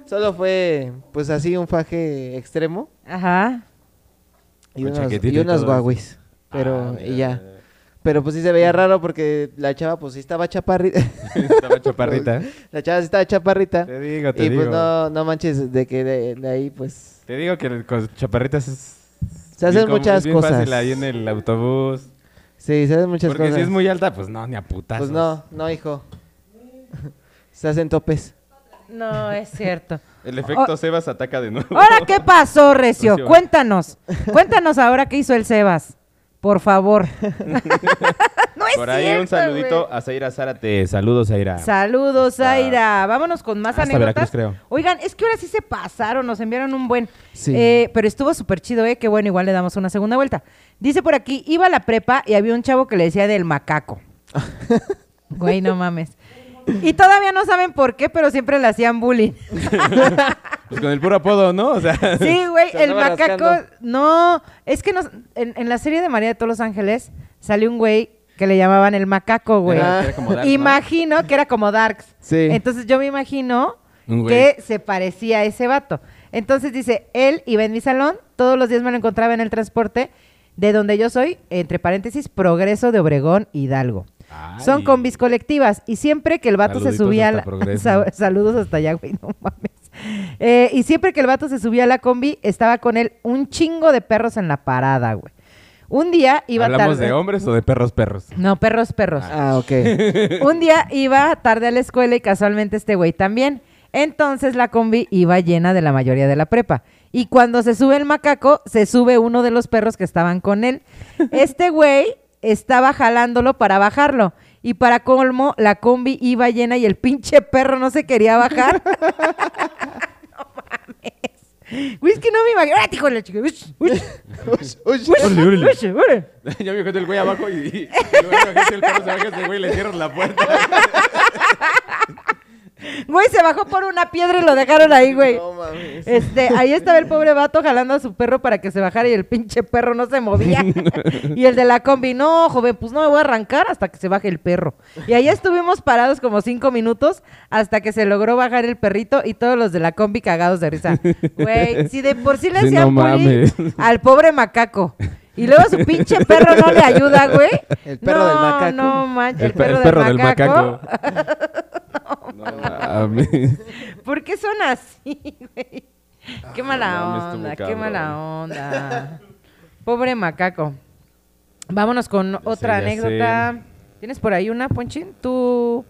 Speaker 4: solo fue pues así un faje extremo
Speaker 3: Ajá.
Speaker 4: y
Speaker 1: Con
Speaker 4: unos,
Speaker 1: chaquetita
Speaker 4: y
Speaker 1: y
Speaker 4: unos
Speaker 1: todo eso.
Speaker 4: guaguis. Pero y ya. Pero pues sí se veía raro porque la chava pues sí estaba (laughs) chaparrita.
Speaker 1: Estaba
Speaker 4: (laughs)
Speaker 1: chaparrita.
Speaker 4: la chava sí estaba chaparrita.
Speaker 1: Te digo, te
Speaker 4: Y pues
Speaker 1: digo.
Speaker 4: no, no manches de que de, de ahí pues
Speaker 1: Te digo que con chaparritas es.
Speaker 4: Se hacen
Speaker 1: bien com-
Speaker 4: muchas
Speaker 1: es bien
Speaker 4: cosas.
Speaker 1: fácil ahí en el autobús.
Speaker 4: sí, se hacen muchas
Speaker 1: Porque
Speaker 4: cosas.
Speaker 1: si es muy alta, pues no, ni a putazos.
Speaker 4: Pues no, no, hijo. (laughs) Se hacen topes.
Speaker 3: No, es cierto.
Speaker 1: El efecto
Speaker 4: Ah.
Speaker 3: Oh.
Speaker 1: Sebas ataca de nuevo.
Speaker 3: (laughs) Ahora, ¿qué pasó, Recio?
Speaker 1: Recio.
Speaker 3: Cuéntanos. Cuéntanos ahora qué hizo el Sebas. Por favor. no es
Speaker 1: Por ahí
Speaker 3: cierto,
Speaker 1: un saludito
Speaker 3: güey.
Speaker 1: a Zaira Zárate. Saludos, Zaira.
Speaker 3: Saludos, Zaira. Vámonos con más
Speaker 1: Hasta
Speaker 3: anécdotas.
Speaker 1: Veracruz, creo.
Speaker 3: Oigan, es que ahora sí se pasaron, nos enviaron un buen.
Speaker 4: Sí.
Speaker 3: Eh, pero estuvo súper chido, ¿eh? Que bueno, igual le damos una segunda vuelta. Dice por aquí, iba a la prepa y había un chavo que le decía del
Speaker 1: (laughs)
Speaker 3: macaco. Güey, no mames. Y todavía no saben por qué, pero siempre le hacían bullying.
Speaker 1: Pues con el puro apodo, ¿no? O sea, (laughs)
Speaker 3: Sí, güey,
Speaker 4: Se
Speaker 3: el
Speaker 4: andaba
Speaker 3: macaco.
Speaker 4: rascando.
Speaker 3: No, es que nos- en, en la serie de María de todos los Ángeles salió un güey que le llamaban el macaco, güey.
Speaker 1: Era- era como Dark, ¿no?
Speaker 3: imagino que era como Darks.
Speaker 4: Sí.
Speaker 3: Entonces yo me imagino
Speaker 1: Un güey.
Speaker 3: que se parecía a ese vato. Entonces dice, él iba en mi salón, todos los días me lo encontraba en el transporte de donde yo soy, entre paréntesis, Progreso de Obregón, Hidalgo.
Speaker 1: Ay.
Speaker 3: Son combis colectivas y siempre que el vato se
Speaker 1: Saluditos
Speaker 3: subía a (laughs)
Speaker 1: hasta
Speaker 3: la...
Speaker 1: Progreso.
Speaker 3: Sa- saludos hasta allá, güey, no mames. Eh, y siempre que el vato se subía a la combi, estaba con él un chingo de perros en la parada, güey. Un día iba
Speaker 1: ¿Hablamos
Speaker 3: tarde...
Speaker 1: de hombres o de perros, perros?
Speaker 3: No, perros, perros.
Speaker 1: (laughs)
Speaker 4: Ah, ok.
Speaker 3: Un día iba tarde a la escuela y casualmente este güey también. Entonces la combi iba llena de la mayoría de la prepa. Y cuando se sube el macaco, se sube uno de los perros que estaban con (laughs) él. Este güey estaba jalándolo para bajarlo. Y para colmo, la combi iba llena y el pinche perro no se quería (laughs) bajar. no mames. Güey, es que no me imagino. ¡Ah, híjole, chico! ¡Ush! (laughs) ¡Ush!
Speaker 1: Órale, órale.
Speaker 3: ¡Ush! ¡Ush!
Speaker 1: Ya me dejó el güey abajo y, y, y luego que el perro se baja ese güey y le cierras la puerta.
Speaker 3: Güey, se bajó por una piedra y lo dejaron ahí, güey. Este, ahí estaba el pobre vato jalando a su perro para que se bajara y el pinche perro no se (laughs) movía. y el de la combi, no, joven, pues no me voy a arrancar hasta que se baje el perro. Y ahí estuvimos parados como cinco minutos hasta que se logró bajar el perrito y todos los de la combi cagados de risa. Güey, si de por (laughs) sí le
Speaker 1: Sí,
Speaker 3: hacían
Speaker 1: no
Speaker 3: bullying
Speaker 1: mames.
Speaker 3: al pobre macaco. Y luego su pinche perro no le ayuda, güey.
Speaker 4: El perro del
Speaker 3: No,
Speaker 4: macaco.
Speaker 3: No, manches, el,
Speaker 1: pe-
Speaker 3: perro, del macaco.
Speaker 1: No mames.
Speaker 3: ¿Por qué son así, güey? Qué mala
Speaker 1: Ah, mames, estuvo
Speaker 3: onda, qué
Speaker 1: cabrón.
Speaker 3: mala onda. Pobre macaco. Vámonos con
Speaker 1: sé,
Speaker 3: otra
Speaker 1: ya sé.
Speaker 3: anécdota. ¿Tienes por ahí una, Ponchín? Tú,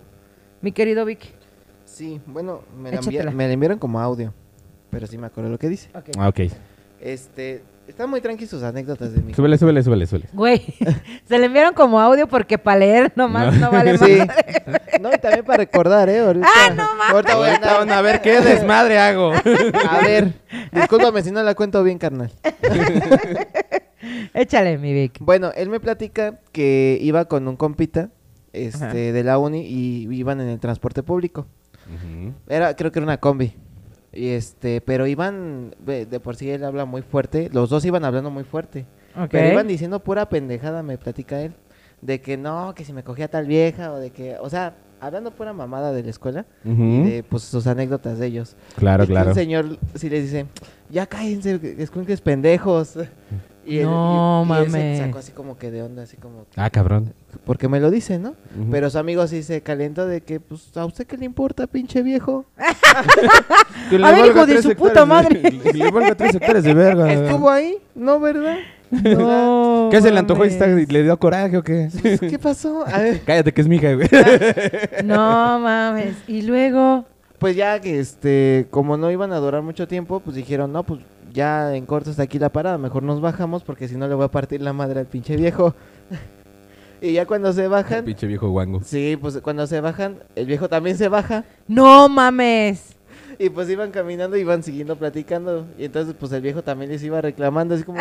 Speaker 3: mi querido Vic.
Speaker 4: Sí, bueno, me la, envia-
Speaker 3: Échatela.
Speaker 4: me la enviaron como audio, pero sí me acuerdo lo que dice.
Speaker 3: Ok.
Speaker 1: Ah, ok.
Speaker 4: Este, están muy tranqui sus anécdotas de mí.
Speaker 1: (laughs) Súbele, súbele, súbele, súbele.
Speaker 3: Güey, (laughs) se le enviaron como audio porque para leer nomás no, vale más.
Speaker 4: Sí. No, y también para recordar, ¿eh? Ahorita,
Speaker 3: Ah, no mames.
Speaker 4: Ahorita voy a
Speaker 1: Ahorita
Speaker 4: andar-
Speaker 1: van a ver qué desmadre hago.
Speaker 4: A ver, discúlpame si no la cuento bien, carnal.
Speaker 3: Échale, mi Vic.
Speaker 4: Bueno, él me platica que iba con un compita este,
Speaker 3: Ajá.
Speaker 4: de la uni y iban en el transporte público. Era, creo que era una combi. Y este, pero iban, ve, de por sí él habla muy fuerte, los dos iban hablando muy fuerte.
Speaker 3: Ok.
Speaker 4: Pero iban diciendo pura pendejada, me platica él. De que no, que si me cogía tal vieja, o de que, o sea, hablando pura mamada de la escuela, y de pues sus anécdotas de ellos.
Speaker 1: Claro,
Speaker 4: Este,
Speaker 1: claro.
Speaker 4: Un señor sí les dice, ya cállense, escuinques pendejos. (laughs) Y él-
Speaker 3: No,
Speaker 4: y- y él
Speaker 3: mames.
Speaker 4: se sacó así como que de onda, así como,
Speaker 1: Ah, cabrón.
Speaker 4: porque me lo dice, ¿no?
Speaker 1: Ujú.
Speaker 4: Pero su amigo sí se calentó de que, pues, ¿a usted qué le importa, pinche viejo?
Speaker 1: Que le
Speaker 3: A ver,
Speaker 1: valga
Speaker 3: hijo de
Speaker 1: tres
Speaker 3: su
Speaker 1: hectáreas
Speaker 3: puta madre.
Speaker 1: Le, le valga tres hectáreas de verga.
Speaker 4: Estuvo ahí, ¿no, verdad?
Speaker 3: (laughs) No,
Speaker 1: ¿Qué se le antojó y está-
Speaker 3: mames.
Speaker 1: le dio coraje o qué?
Speaker 4: Pues, ¿Qué pasó? A ver,
Speaker 1: Cállate que es mi hija, güey.
Speaker 3: No mames. Y luego.
Speaker 4: pues ya que, este, como no iban a durar mucho tiempo, pues dijeron, no, pues, ya en corto está aquí la parada, mejor nos bajamos porque si no le voy a partir la madre al pinche viejo. (laughs) y ya cuando se bajan,
Speaker 1: Pinche viejo guango.
Speaker 4: Sí, pues cuando se bajan, el viejo también se baja.
Speaker 3: No mames.
Speaker 4: Y pues iban caminando, iban siguiendo platicando. Y entonces, pues el viejo también les iba reclamando.
Speaker 3: (laughs)
Speaker 4: Así como,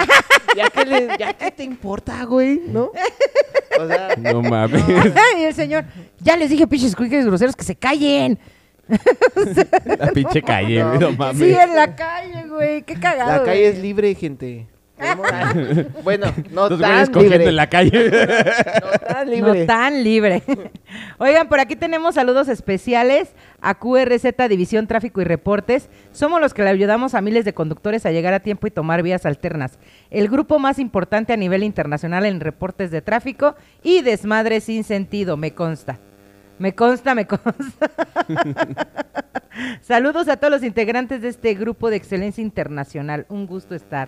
Speaker 4: ¿ya qué, le- ya qué te importa, güey? ¿No? O sea,
Speaker 1: No mames.
Speaker 4: (laughs)
Speaker 3: y el señor, ya les dije pinches cuiques groseros que se callen.
Speaker 1: La pinche calle,
Speaker 4: No,
Speaker 1: güey, no,
Speaker 4: pinche-
Speaker 1: mames.
Speaker 3: Sí, en la calle, güey. Qué cagado.
Speaker 4: la
Speaker 3: güey.
Speaker 4: calle es
Speaker 3: (laughs)
Speaker 4: libre, gente. Podemos- Bueno, no
Speaker 1: Dos güeyes
Speaker 4: tan
Speaker 1: cogiendo
Speaker 4: libre.
Speaker 1: en la calle.
Speaker 4: No tan libre.
Speaker 3: No tan libre. (laughs) Oigan, por aquí tenemos saludos especiales a QRZ División Tráfico y Reportes. Somos los que le ayudamos a miles de conductores a llegar a tiempo y tomar vías alternas. El grupo más importante a nivel internacional en reportes de tráfico y desmadre sin sentido, me consta. Me consta, me consta. (laughs) Saludos a todos los integrantes de este grupo de excelencia internacional. Un gusto estar.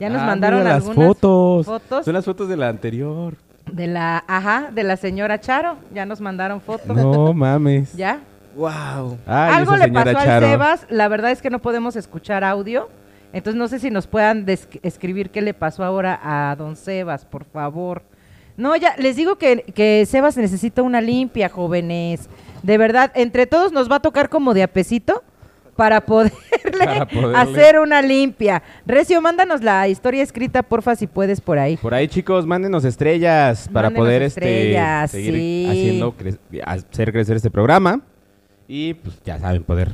Speaker 3: Ya nos
Speaker 1: Ah,
Speaker 3: mandaron
Speaker 1: mira
Speaker 3: algunas
Speaker 1: las fotos.
Speaker 3: fotos.
Speaker 1: Son las fotos de la anterior.
Speaker 3: De la, ajá, de la señora Charo. Ya nos mandaron foto. (laughs)
Speaker 1: No mames.
Speaker 3: ¿Ya?
Speaker 4: Wow.
Speaker 1: Ay,
Speaker 3: Algo
Speaker 1: esa
Speaker 3: le
Speaker 1: señora
Speaker 3: pasó
Speaker 1: Charo.
Speaker 3: al Sebas. La verdad es que no podemos escuchar audio. Entonces no sé si nos puedan des- escribir qué le pasó ahora a don Sebas, por favor. No, ya, les digo que, que Sebas necesita una limpia, jóvenes. De verdad, entre todos nos va a tocar como de apesito para poderle,
Speaker 1: (laughs) Para poderle.
Speaker 3: hacer una limpia. Recio, mándanos la historia escrita, porfa, si puedes por ahí.
Speaker 1: Por ahí, chicos, mándenos estrellas para
Speaker 3: Mándenos
Speaker 1: poder
Speaker 3: estrellas,
Speaker 1: este, seguir
Speaker 3: sí.
Speaker 1: haciendo cre- hacer crecer este programa. Y pues ya saben, poder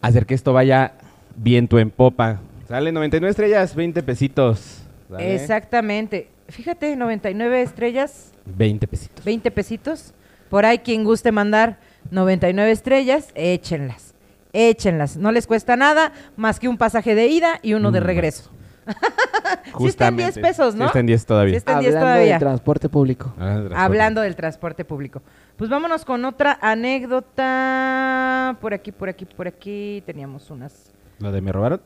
Speaker 1: hacer que esto vaya viento en popa. Sale 99 estrellas, 20 pesitos. ¿sale?
Speaker 3: Exactamente. Fíjate, 99 estrellas,
Speaker 1: 20 pesitos.
Speaker 3: 20 pesitos. Por ahí quien guste mandar 99 estrellas, échenlas. Échenlas. No les cuesta nada más que un pasaje de ida y uno de
Speaker 1: Mm,
Speaker 3: regreso. (laughs)
Speaker 1: Justamente.
Speaker 3: Sí está en 10 pesos,
Speaker 1: Sí
Speaker 3: ¿no?
Speaker 1: está en 10
Speaker 3: Sí
Speaker 1: todavía.
Speaker 3: está en 10
Speaker 4: Hablando
Speaker 3: todavía.
Speaker 4: de transporte público.
Speaker 1: Ah, transporte.
Speaker 3: Hablando del transporte público. Pues vámonos con otra anécdota. Por aquí, por aquí, por aquí. Teníamos unas.
Speaker 1: Lo de me robaron.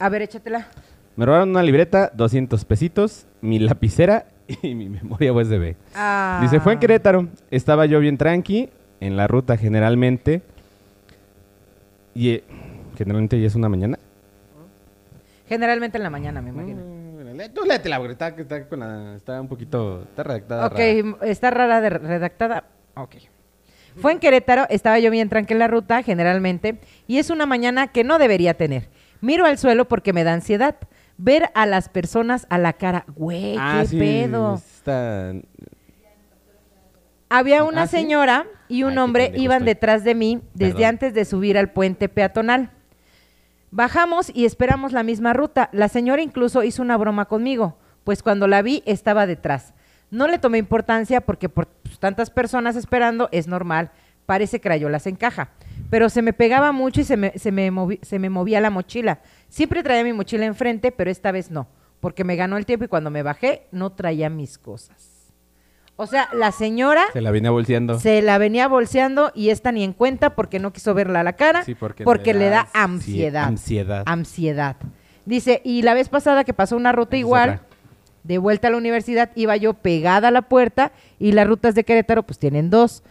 Speaker 3: A ver, échatela.
Speaker 1: Me robaron una libreta, 200 pesitos, mi lapicera (laughs) y mi memoria USB.
Speaker 3: Ah.
Speaker 1: Dice, fue en Querétaro. Estaba yo bien tranqui, en la ruta generalmente. Y eh, generalmente ya es una mañana.
Speaker 3: Generalmente en la mañana, me imagino.
Speaker 1: Mm, Tú léete la está, que está, con la- está un poquito... Está redactada.
Speaker 3: Ok, eh, está rara de redactada. Ok. Fue en Querétaro, estaba yo bien tranquila en la ruta, generalmente, y es una mañana que no debería tener. Miro al suelo porque me da ansiedad. Ver a las personas a la cara, güey,
Speaker 1: rara.
Speaker 3: qué pedo.
Speaker 1: Ah, Está...
Speaker 3: Había una
Speaker 1: ¿Ah, sí?
Speaker 3: señora y un
Speaker 1: Ay, qué
Speaker 3: hombre
Speaker 1: pendejo
Speaker 3: iban
Speaker 1: estoy.
Speaker 3: detrás de mí desde
Speaker 1: Perdón.
Speaker 3: antes de subir al puente peatonal. Bajamos y esperamos la misma ruta. La señora incluso hizo una broma conmigo, pues cuando la vi estaba detrás. No le tomé importancia porque por pues, tantas personas esperando es normal, parece crayolas en caja. Pero se me pegaba mucho y se me, se me movi- se me movía la mochila. Siempre traía mi mochila enfrente, pero esta vez no, porque me ganó el tiempo y cuando me bajé no traía mis cosas. O sea, la señora
Speaker 1: Se la viene bolseando.
Speaker 3: se la venía bolseando y esta ni en cuenta porque no quiso verla a la cara,
Speaker 1: Sí,
Speaker 3: porque,
Speaker 1: me
Speaker 3: le da
Speaker 1: sí,
Speaker 3: ansiedad.
Speaker 1: ansiedad.
Speaker 3: Ansiedad. Dice, y la vez pasada que pasó una ruta
Speaker 1: Esa es
Speaker 3: igual,
Speaker 1: otra.
Speaker 3: De vuelta a la universidad iba yo pegada a la puerta y las rutas de Querétaro pues tienen dos.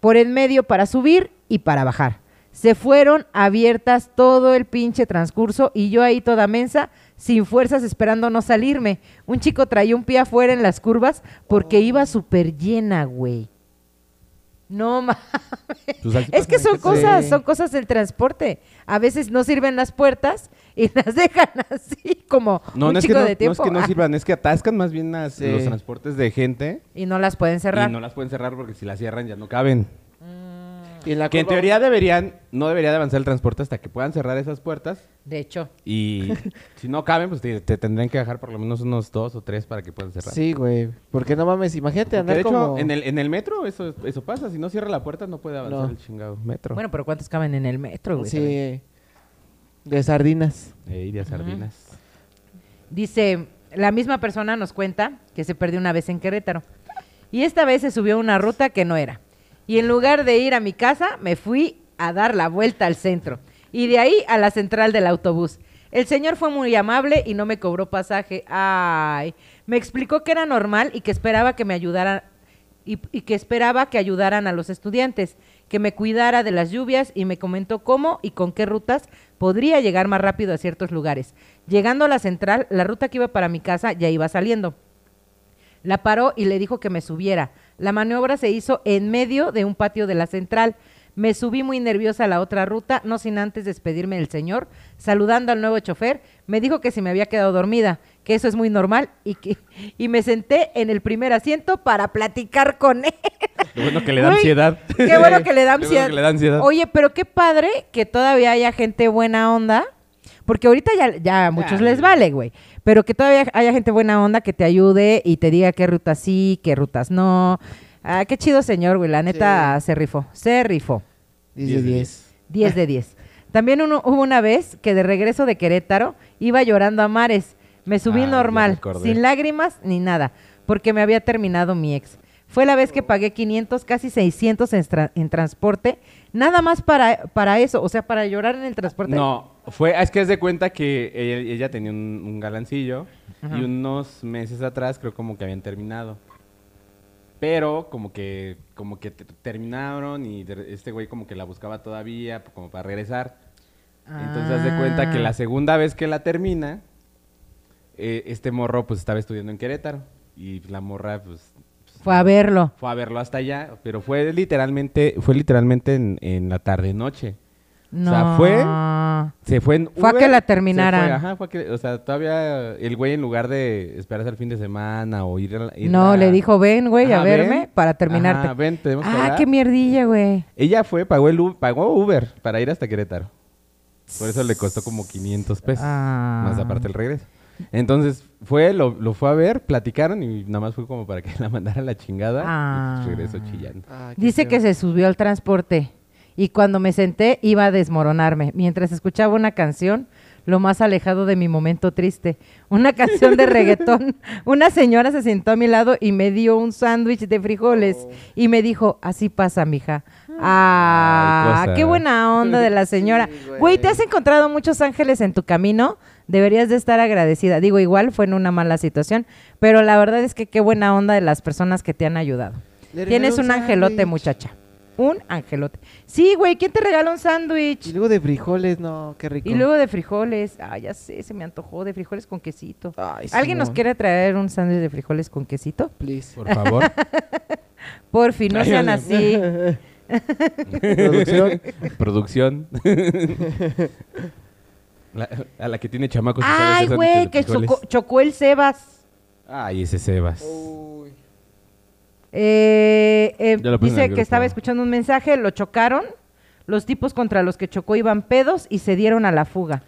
Speaker 3: Por en medio para subir y para bajar. Se fueron abiertas todo el pinche transcurso y yo ahí toda mensa, sin fuerzas esperando no salirme. Un chico traía un pie afuera en las curvas porque iba súper llena, güey. No mames.
Speaker 1: Tus salchipas
Speaker 3: Es que son
Speaker 1: mexicanas.
Speaker 3: cosas,
Speaker 4: Sí.
Speaker 3: son cosas del transporte. A veces no sirven las puertas y (laughs) las dejan así como
Speaker 1: No,
Speaker 3: un
Speaker 1: no es, que
Speaker 3: chico
Speaker 1: no,
Speaker 3: de
Speaker 1: no es
Speaker 3: tiempo.
Speaker 1: que no
Speaker 3: Ah,
Speaker 1: sirvan, es que atascan más bien las- eh,
Speaker 4: Sí.
Speaker 1: los transportes de gente
Speaker 3: y no las pueden cerrar.
Speaker 1: y no las pueden cerrar porque si las cierran ya no caben.
Speaker 4: Y en la
Speaker 1: Que en
Speaker 4: curva-
Speaker 1: teoría deberían, no debería de avanzar el transporte hasta que puedan cerrar esas puertas
Speaker 3: De hecho.
Speaker 4: (laughs)
Speaker 1: y si no caben, pues te, te tendrían que dejar por lo menos unos dos o tres para que puedan cerrar.
Speaker 4: Sí, güey. Porque no mames, imagínate
Speaker 1: Porque
Speaker 4: andar
Speaker 1: de hecho,
Speaker 4: como...
Speaker 1: en, el, en el metro eso, eso pasa. Si no cierra la puerta, no puede avanzar
Speaker 4: No.
Speaker 1: el chingado metro.
Speaker 3: Bueno, pero ¿cuántos caben en el metro, güey?
Speaker 4: Sí. De sardinas.
Speaker 1: Ey, de sardinas.
Speaker 3: Dice, la misma persona nos cuenta que se perdió una vez en Querétaro. Y esta vez se subió a una ruta que no era. Y en lugar de ir a mi casa, me fui a dar la vuelta al centro. Y de ahí a la central del autobús. El señor fue muy amable y no me cobró pasaje. Ay, me explicó que era normal y que esperaba que me ayudara y, y que esperaba que ayudaran a los estudiantes, que me cuidara de las lluvias y me comentó cómo y con qué rutas podría llegar más rápido a ciertos lugares. Llegando a la central, la ruta que iba para mi casa ya iba saliendo. La paró y le dijo que me subiera. La maniobra se hizo en medio de un patio de la central. Me subí muy nerviosa a la otra ruta, no sin antes despedirme del señor, saludando al nuevo chofer. Me dijo que si me había quedado dormida, que eso es muy normal, y, que, y me senté en el primer asiento para platicar con él.
Speaker 1: Lo bueno que le da ansiedad.
Speaker 3: Qué
Speaker 1: (laughs)
Speaker 3: bueno que le da
Speaker 1: Qué bueno
Speaker 3: ansiedad.
Speaker 1: que le da ansiedad.
Speaker 3: Oye, pero qué padre que todavía haya gente buena onda. Porque ahorita ya, ya a muchos les vale, güey. Pero que todavía haya gente buena onda que te ayude y te diga qué rutas sí, qué rutas no. Ah, qué chido señor, güey. La neta se rifó. Se rifó.
Speaker 4: 10
Speaker 1: Diez
Speaker 4: de
Speaker 1: de
Speaker 4: 10.
Speaker 3: 10 de 10. También uno- hubo una vez que de regreso de Querétaro iba llorando a mares. Me subí
Speaker 1: Ah, ya me
Speaker 3: normal,
Speaker 1: acordé.
Speaker 3: sin lágrimas ni nada, porque me había terminado mi ex. Fue la vez que pagué 500, casi 600 en, tra- en transporte, nada más para, para eso, o sea, para llorar en el transporte.
Speaker 1: No, fue, es que es de cuenta que ella, ella tenía un, un galancillo y unos meses atrás creo como que habían terminado. Pero como que, como que te- terminaron y de- este güey como que la buscaba todavía como para regresar. Entonces haz de cuenta que la segunda vez que la termina, eh, este morro pues estaba estudiando en Querétaro y la morra pues
Speaker 3: Fue a verlo.
Speaker 1: fue a verlo hasta allá, pero fue literalmente, fue literalmente en, en la tarde noche.
Speaker 3: No.
Speaker 1: sea, fue- Se fue en
Speaker 3: Fue a
Speaker 1: Uber,
Speaker 3: que la
Speaker 1: se fue,
Speaker 3: terminaran.
Speaker 1: ajá, fue a que, o sea, todavía el güey en lugar de esperarse al fin de semana o ir a la- ir
Speaker 3: No,
Speaker 1: a-
Speaker 3: le dijo, ven, güey, a
Speaker 1: Ajá,
Speaker 3: verme
Speaker 1: ven.
Speaker 3: para terminarte.
Speaker 1: Ajá, ven, tenemos que
Speaker 3: ah,
Speaker 1: hablar.
Speaker 3: qué mierdilla, güey.
Speaker 1: Ella fue, pagó el U- pagó Uber para ir hasta Querétaro. Por eso le costó como 500 pesos.
Speaker 3: Ah.
Speaker 1: Más aparte el regreso. Entonces fue, lo, lo fue a ver, platicaron y nada más fue como para que (laughs) la mandara a la chingada.
Speaker 3: Ah.
Speaker 1: Y pues regresó chillando.
Speaker 4: Ah,
Speaker 3: Dice que se subió al transporte y cuando me senté iba a desmoronarme. Mientras escuchaba una canción, lo más alejado de mi momento triste, una (laughs) canción de reggaetón, una señora se sentó a mi lado y me dio un sándwich de frijoles y me dijo, así pasa, mija. Ah,
Speaker 1: cosa.
Speaker 3: qué buena onda de la señora.
Speaker 4: Sí,
Speaker 3: Güey,
Speaker 4: güey.
Speaker 3: ¿te has encontrado muchos ángeles en tu camino? Deberías de estar agradecida. Digo, igual fue en una mala situación, pero la verdad es que qué buena onda de las personas que te han ayudado.
Speaker 4: Le
Speaker 3: Tienes
Speaker 4: regaló
Speaker 3: un
Speaker 4: un
Speaker 3: angelote,
Speaker 4: sándwich.
Speaker 3: muchacha. Un angelote. Sí, güey, ¿quién te regala un
Speaker 4: Y
Speaker 3: sándwich?
Speaker 4: luego de frijoles, no, qué rico.
Speaker 3: Y luego de frijoles. Ah, ya sé, se me antojó de frijoles con quesito.
Speaker 4: Ay,
Speaker 3: ¿Alguien nos
Speaker 4: Simón.
Speaker 3: quiere traer un sándwich de frijoles con quesito?
Speaker 4: Please.
Speaker 1: Por (laughs) favor.
Speaker 3: Por fin, no
Speaker 1: Ay,
Speaker 3: sean
Speaker 1: ay,
Speaker 3: así.
Speaker 4: (laughs) Producción.
Speaker 1: Producción. (laughs) La- a la que tiene chamacos. y sabe
Speaker 3: Ay,
Speaker 1: hacer
Speaker 3: güey, que
Speaker 1: sándwiches de
Speaker 3: chocó,
Speaker 1: frijoles.
Speaker 3: chocó el Sebas.
Speaker 1: Ay, ese Sebas.
Speaker 3: Eh, eh,
Speaker 1: Ya lo puse en el
Speaker 3: dice
Speaker 1: grupo.
Speaker 3: que estaba escuchando un mensaje, lo chocaron. Los tipos contra los que chocó iban pedos y se dieron a la fuga.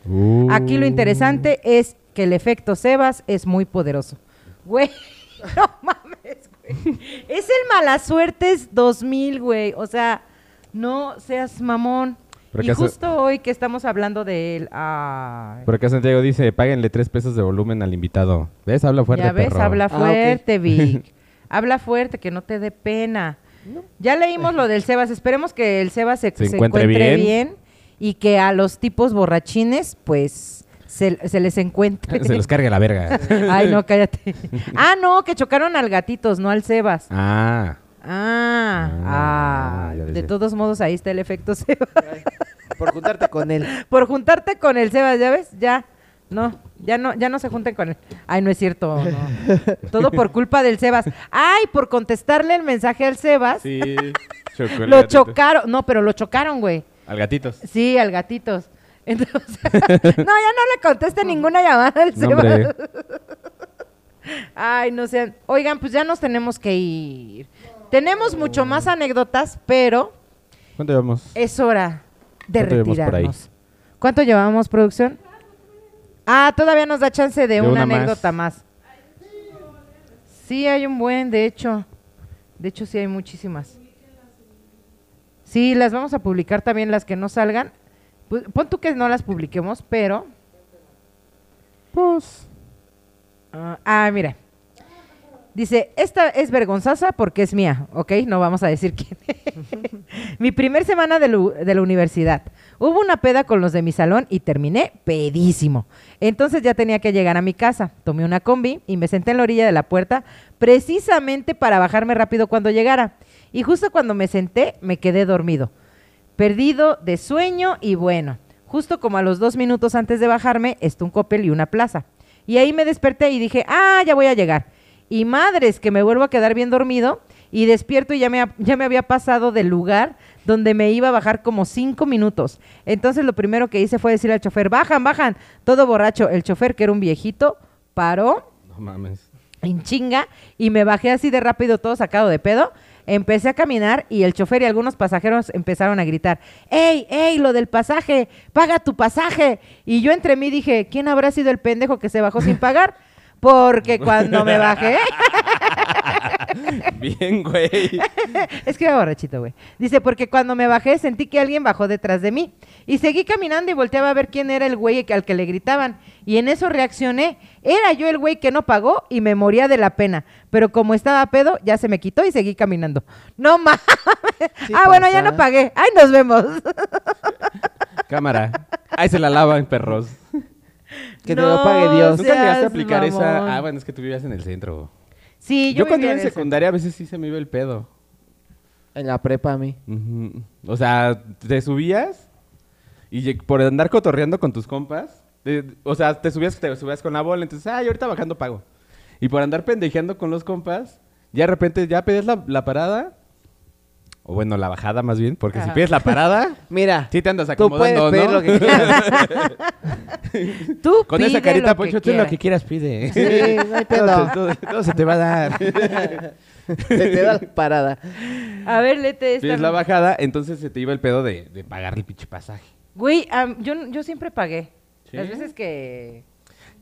Speaker 3: Aquí
Speaker 1: Uh.
Speaker 3: lo interesante es que el efecto Sebas es muy poderoso. Güey, (laughs) no mames, güey. Es el mala suertes 2000, güey. O sea, no seas mamón.
Speaker 1: Pero
Speaker 3: y
Speaker 1: que hace-
Speaker 3: justo hoy que estamos hablando de él. ay.
Speaker 1: Por acá Santiago dice, páguenle tres pesos de volumen al invitado. ¿Ves? Habla fuerte,
Speaker 3: ya ves,
Speaker 1: perro. (laughs)
Speaker 3: habla
Speaker 4: Ah, ok. (laughs)
Speaker 3: fuerte, Vic. habla fuerte, que no te dé pena. Ya leímos lo del Sebas. Esperemos que el Sebas se, se encuentre, bien. y que a los tipos borrachines, pues, se, se les
Speaker 1: (laughs)
Speaker 3: encuentre.
Speaker 5: Se los cargue
Speaker 3: (laughs)
Speaker 5: la verga.
Speaker 3: Ay,
Speaker 5: (laughs)
Speaker 3: no, cállate. Ah, no, que chocaron al gatitos, no al Sebas.
Speaker 5: Ah.
Speaker 3: Ah,
Speaker 5: Ah,
Speaker 3: ah,
Speaker 5: ya
Speaker 3: de
Speaker 5: decía.
Speaker 3: todos modos ahí está el efecto (laughs) Sebas.
Speaker 4: Por juntarte con él.
Speaker 3: Por juntarte con el Sebas, ¿ya ves? Ya, no, ya no, ya no se junten con él. Ay, no es cierto,
Speaker 5: (laughs)
Speaker 3: no. Todo por culpa del Sebas. Ay, por contestarle el mensaje al Sebas,
Speaker 5: Sí.
Speaker 3: lo chocaron. No, pero lo chocaron, güey.
Speaker 5: Al gatitos.
Speaker 3: Sí, al gatitos. (laughs) Entonces, no, ya no le conteste ninguna llamada al
Speaker 5: No,
Speaker 3: Sebas.
Speaker 5: hombre.
Speaker 3: Ay, no sean. Oigan, pues ya nos tenemos que ir. Tenemos mucho más anécdotas, pero
Speaker 1: ¿Cuánto llevamos?
Speaker 3: es hora de
Speaker 1: ¿Cuánto llevamos por ahí?
Speaker 3: retirarnos. ¿Cuánto llevamos, producción? Ah, todavía nos da chance de,
Speaker 1: De
Speaker 3: una,
Speaker 1: una más.
Speaker 3: anécdota más. Sí, hay un buen, de hecho. De hecho, sí hay muchísimas. Sí, las vamos a publicar también las que no salgan. Pu- Pon tú que no las publiquemos, pero... Pues... Ah, ah, mira. Dice, esta es vergonzosa porque es mía, ¿ok? No vamos a decir quién. (laughs) Mi primer semana de, lu- de la universidad. Hubo una peda con los de mi salón y terminé pedísimo. Entonces ya tenía que llegar a mi casa. Tomé una combi y me senté en la orilla de la puerta precisamente para bajarme rápido cuando llegara. Y justo cuando me senté me quedé dormido. Perdido de sueño y bueno. Justo como a los dos minutos antes de bajarme, está un copel y una plaza. Y ahí me desperté y dije, ah, ya voy a llegar. Y madres, que me vuelvo a quedar bien dormido y despierto y ya me, ha- ya me había pasado del lugar donde me iba a bajar como cinco minutos. Entonces lo primero que hice fue decirle al chofer, bajan, bajan. Todo borracho, el chofer, que era un viejito, paró (laughs)
Speaker 5: No mames.
Speaker 3: en chinga y me bajé así de rápido, todo sacado de pedo. Empecé a caminar y el chofer y algunos pasajeros empezaron a gritar, ¡Ey, ey, lo del pasaje! ¡Paga tu pasaje! Y yo entre mí dije, ¿quién habrá sido el pendejo que se bajó sin pagar? Porque cuando me bajé...
Speaker 1: Bien, güey.
Speaker 3: Es que iba borrachito, güey. Dice, porque cuando me bajé sentí que alguien bajó detrás de mí. Y seguí caminando y volteaba a ver quién era el güey que- al que le gritaban. Y en eso reaccioné. Era yo el güey que no pagó y me moría de la pena. Pero como estaba pedo, ya se me quitó y seguí caminando. No (laughs) mames.
Speaker 4: Sí
Speaker 3: ah, bueno, ya
Speaker 4: pasa.
Speaker 3: no pagué. Ay, nos vemos.
Speaker 1: Cámara. Ahí se la lavan, perros.
Speaker 4: Que te lo pague Dios.
Speaker 5: Nunca llegaste
Speaker 3: seas
Speaker 5: a aplicar
Speaker 3: mamón.
Speaker 5: esa. Ah, bueno, es que tú vivías en el centro.
Speaker 3: Sí, yo,
Speaker 1: Yo cuando
Speaker 3: vivía
Speaker 1: iba en
Speaker 3: en el centro.
Speaker 1: secundaria a veces sí se me iba el pedo.
Speaker 4: En la prepa a mí.
Speaker 1: Ujú. O sea, te subías y lleg- por andar cotorreando con tus compas, te- o sea, te subías, te subías con la bola, entonces, ay, ahorita bajando pago. Y por andar pendejeando con los compas, ya de repente ya pedías la, la parada, o bueno, la bajada más bien, porque si pides la parada,
Speaker 4: Mira,
Speaker 1: sí te andas
Speaker 4: tú puedes
Speaker 1: acomodando,
Speaker 4: pedir
Speaker 1: ¿no?
Speaker 4: lo que
Speaker 1: (laughs)
Speaker 4: quieras.
Speaker 3: Tú
Speaker 1: Con
Speaker 3: pide
Speaker 1: esa carita,
Speaker 3: lo
Speaker 5: pues,
Speaker 1: Poncho,
Speaker 3: que
Speaker 1: tú lo
Speaker 3: quieras.
Speaker 1: que quieras pide. ¿eh?
Speaker 4: Sí, no hay pedo.
Speaker 1: (laughs) Todo, se- todo- todo se te va a dar.
Speaker 4: Se te da la parada.
Speaker 3: A ver, lete esta.
Speaker 1: Pides la bajada, entonces se te iba el pedo de, de pagar el pinche pasaje.
Speaker 3: Güey, am, yo, yo siempre pagué.
Speaker 1: ¿Sí?
Speaker 3: Las veces que...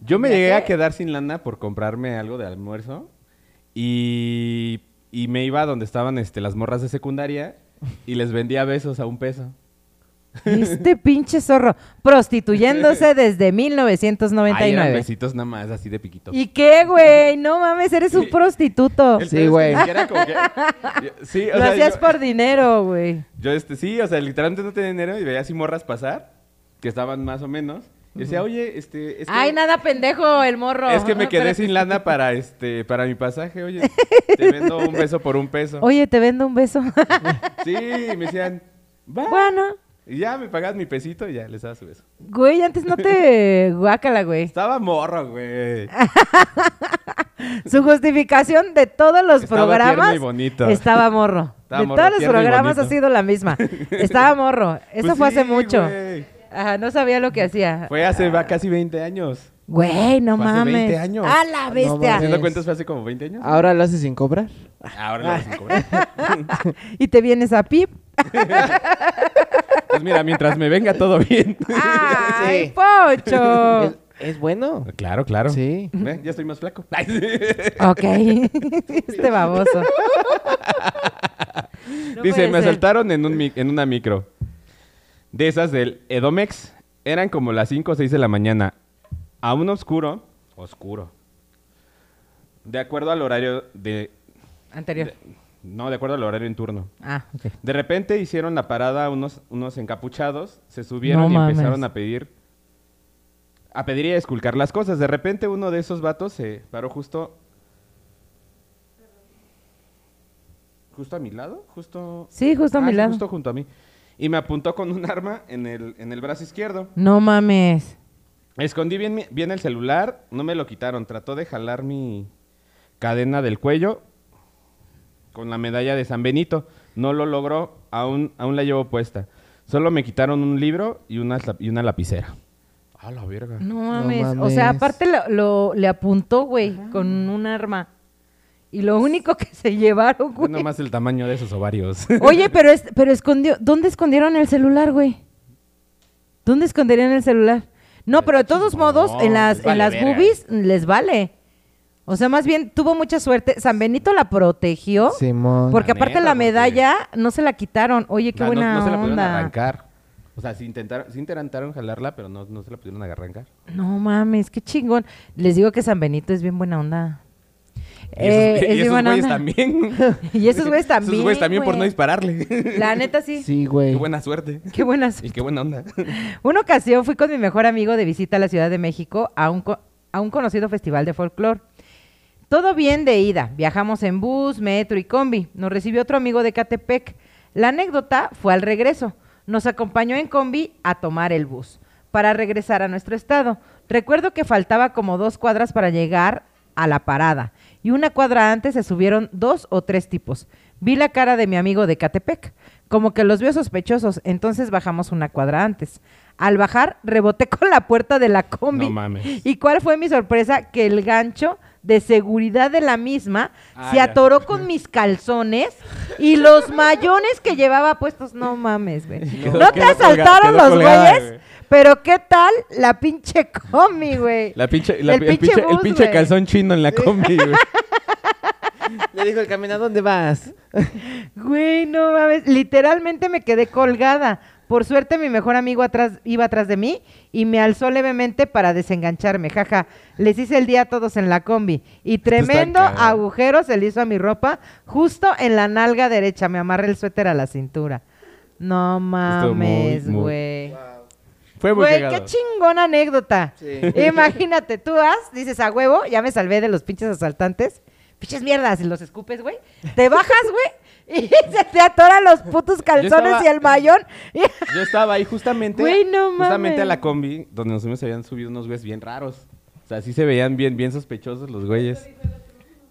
Speaker 1: Yo me
Speaker 3: Ya
Speaker 1: llegué a
Speaker 3: sé.
Speaker 1: quedar sin lana por comprarme algo de almuerzo y, y me iba a donde estaban este, las morras de secundaria y les vendía besos a un peso.
Speaker 3: Este pinche zorro
Speaker 1: (laughs)
Speaker 3: prostituyéndose desde
Speaker 1: Ahí eran
Speaker 3: 1999.
Speaker 1: besitos nada más, así de piquito.
Speaker 3: ¿Y qué, güey? No mames, eres un prostituto.
Speaker 1: El
Speaker 4: Sí,
Speaker 1: pedo es que
Speaker 4: güey.
Speaker 1: ni siquiera como que-
Speaker 3: (laughs)
Speaker 1: Yo- Sí, o
Speaker 3: Lo
Speaker 1: sea,
Speaker 3: hacías
Speaker 1: yo,
Speaker 3: por dinero, güey.
Speaker 1: yo, este, sí, o sea, literalmente no tenía dinero y veía así morras pasar, que estaban más o menos. Y decía, oye, este... Es que,
Speaker 3: Ay, nada pendejo el morro.
Speaker 1: Es que me
Speaker 3: Ah, (laughs)
Speaker 1: quedé
Speaker 3: pero-
Speaker 1: sin lana para, este, para mi pasaje,
Speaker 3: (laughs)
Speaker 1: oye. Te vendo un beso por un peso.
Speaker 3: Oye, te vendo un beso. (laughs)
Speaker 1: Sí, y me decían, va.
Speaker 3: bueno,
Speaker 1: Y ya me pagabas mi pesito y ya les daba su beso.
Speaker 3: güey, antes no te
Speaker 1: (laughs)
Speaker 3: guácala, güey.
Speaker 1: Estaba morro, güey.
Speaker 3: Ah, Su justificación de todos los
Speaker 1: Estaba
Speaker 3: programas
Speaker 1: tierno y bonito.
Speaker 3: estaba morro.
Speaker 1: (laughs) Estaba
Speaker 3: de
Speaker 1: morro,
Speaker 3: todos los
Speaker 1: tierno y
Speaker 3: programas ha
Speaker 1: bonito.
Speaker 3: sido la
Speaker 1: (laughs)
Speaker 3: misma. Estaba morro. Eso
Speaker 1: Pues
Speaker 3: fue
Speaker 1: sí,
Speaker 3: hace mucho.
Speaker 1: güey.
Speaker 3: Ajá, no sabía lo que hacía.
Speaker 1: Fue hace va, casi 20 años.
Speaker 3: Güey, no
Speaker 1: Fue hace
Speaker 3: mames.
Speaker 1: 20 años.
Speaker 3: A la bestia.
Speaker 4: mames.
Speaker 1: Haciendo
Speaker 4: Es.
Speaker 1: cuentas fue hace como 20 años.
Speaker 3: Ah.
Speaker 4: Ahora lo haces sin cobrar.
Speaker 1: Ahora lo hacen cobrar.
Speaker 3: y te vienes a
Speaker 1: (laughs)
Speaker 3: Pip.
Speaker 1: Pues mira, mientras me venga
Speaker 3: (laughs)
Speaker 1: todo bien.
Speaker 3: ¡Ay,
Speaker 1: (laughs)
Speaker 4: Sí.
Speaker 3: Pocho!
Speaker 4: Es, es bueno.
Speaker 5: Claro, claro.
Speaker 4: Sí.
Speaker 1: Ve, Ya estoy más flaco. Ay, sí.
Speaker 3: ok. (laughs) este baboso. No
Speaker 1: (laughs) Dice,
Speaker 3: puede
Speaker 1: me
Speaker 3: ser.
Speaker 1: asaltaron en, un mic- en una micro. De esas del Edomex. Eran como las 5 o 6 de la mañana. Aún oscuro. Oscuro. De acuerdo al horario de...
Speaker 3: Anterior.
Speaker 1: No, de acuerdo al horario en turno.
Speaker 3: Ah, ok.
Speaker 1: De repente hicieron la parada unos, unos encapuchados, se subieron
Speaker 3: No
Speaker 1: y
Speaker 3: mames.
Speaker 1: empezaron a pedir a pedir y a esculcar las cosas. De repente uno de esos vatos se paró justo... ¿Justo a mi lado? Justo...
Speaker 3: Sí, justo a
Speaker 1: Ah,
Speaker 3: mi
Speaker 1: sí,
Speaker 3: lado.
Speaker 1: Justo junto a mí. Y me apuntó con un arma en el, en el brazo izquierdo.
Speaker 3: No mames.
Speaker 1: Escondí bien, mi- bien el celular, no me lo quitaron. Trató de jalar mi cadena del cuello con la medalla de San Benito. No lo logró, aún, aún la llevo puesta. Solo me quitaron un libro y una, lap- y una lapicera. A la verga.
Speaker 3: No mames. O
Speaker 4: mames.
Speaker 3: sea, aparte lo, lo- le apuntó, güey, con un arma. Y lo único que se llevaron,
Speaker 1: Ve
Speaker 3: güey.
Speaker 1: nomás el tamaño de esos ovarios.
Speaker 3: Oye, pero, es, pero escondió. ¿Dónde escondieron el celular, güey? ¿Dónde esconderían el celular? No, pero de todos modos, en las,
Speaker 1: les vale
Speaker 3: en las
Speaker 1: verga.
Speaker 3: boobies mm, les vale. O sea, más bien tuvo mucha suerte. San Benito la protegió.
Speaker 4: Simón.
Speaker 3: Porque
Speaker 1: La
Speaker 3: aparte
Speaker 1: neta,
Speaker 3: la
Speaker 1: porque-
Speaker 3: medalla no se la quitaron. Oye, qué
Speaker 1: (laughs) O sea, no-
Speaker 3: buena
Speaker 1: no, se la pudieron
Speaker 3: onda.
Speaker 1: arrancar. O sea, sí intentaron, sí intentaron jalarla, pero no, no se la pudieron arrancar.
Speaker 3: No mames, qué chingón. Les digo que San Benito es bien buena onda.
Speaker 1: Y
Speaker 3: Eh,
Speaker 1: esos- (laughs) y
Speaker 3: es bien
Speaker 1: esos
Speaker 3: buena
Speaker 1: güeyes
Speaker 3: onda.
Speaker 1: también.
Speaker 3: (laughs) Y esos güeyes también,
Speaker 1: (laughs) Esos güeyes también por
Speaker 3: güey.
Speaker 1: no dispararle. (laughs)
Speaker 3: La neta sí.
Speaker 4: Sí, güey.
Speaker 1: Qué buena suerte.
Speaker 3: Qué buenas.
Speaker 1: Y qué buena onda.
Speaker 3: Una ocasión fui con mi mejor amigo de visita a la Ciudad de México a un, co- a un conocido festival de folclore. Todo bien de ida. Viajamos en bus, metro y combi. Nos recibió otro amigo de Catepec. La anécdota fue al regreso. Nos acompañó en combi a tomar el bus para regresar a nuestro estado. Recuerdo que faltaba como dos cuadras para llegar a la parada y una cuadra antes se subieron dos o tres tipos. Vi la cara de mi amigo de Catepec, como que los vio sospechosos, entonces bajamos una cuadra antes. Al bajar, reboté (laughs) con la puerta de la combi.
Speaker 1: No
Speaker 3: (laughs)
Speaker 1: mames.
Speaker 3: ¿Y cuál fue mi sorpresa? Que el gancho de seguridad de la misma
Speaker 1: Ah,
Speaker 3: se
Speaker 1: ya.
Speaker 3: atoró con mis calzones y los mayones que llevaba puestos. No mames,
Speaker 1: (laughs)
Speaker 3: güey.
Speaker 1: quedó-
Speaker 3: No te
Speaker 1: quedó colga-
Speaker 3: asaltaron
Speaker 1: quedó
Speaker 3: los
Speaker 1: colgada,
Speaker 3: güeyes,
Speaker 1: güey.
Speaker 3: pero ¿qué tal la pinche combi, güey?
Speaker 1: La pinche, la-
Speaker 3: El
Speaker 1: el,
Speaker 3: pinche
Speaker 1: pinche, el
Speaker 3: bus,
Speaker 1: pinche
Speaker 3: güey.
Speaker 1: calzón chino en
Speaker 3: (laughs)
Speaker 1: la combi, güey.
Speaker 4: Le dijo el caminador, ¿dónde vas?
Speaker 3: Güey, no mames. Literalmente me quedé colgada. Por suerte, mi mejor amigo atrás, iba atrás de mí y me alzó levemente para desengancharme. Jaja, les hice el día a todos en la combi. Y tremendo
Speaker 1: cabrón.
Speaker 3: agujero se le hizo a mi ropa justo en la nalga derecha. Me amarré el suéter a la cintura. No
Speaker 1: Estuvo muy,
Speaker 3: mames,
Speaker 1: muy-
Speaker 3: güey.
Speaker 1: Fue muy
Speaker 3: Güey, qué
Speaker 1: cagado.
Speaker 3: chingona anécdota.
Speaker 4: Sí.
Speaker 3: Imagínate, tú vas, dices a huevo, ya me salvé de los pinches asaltantes. Pinches mierdas, y los escupes, güey. Te bajas, güey, y (laughs) se te atoran los putos calzones
Speaker 1: estaba-
Speaker 3: y el mayón. Y-
Speaker 1: Yo estaba ahí justamente.
Speaker 3: Güey, no mames.
Speaker 1: Justamente a la combi, donde nos se habían subido unos güeyes bien raros. O sea, sí se veían bien, bien sospechosos los güeyes.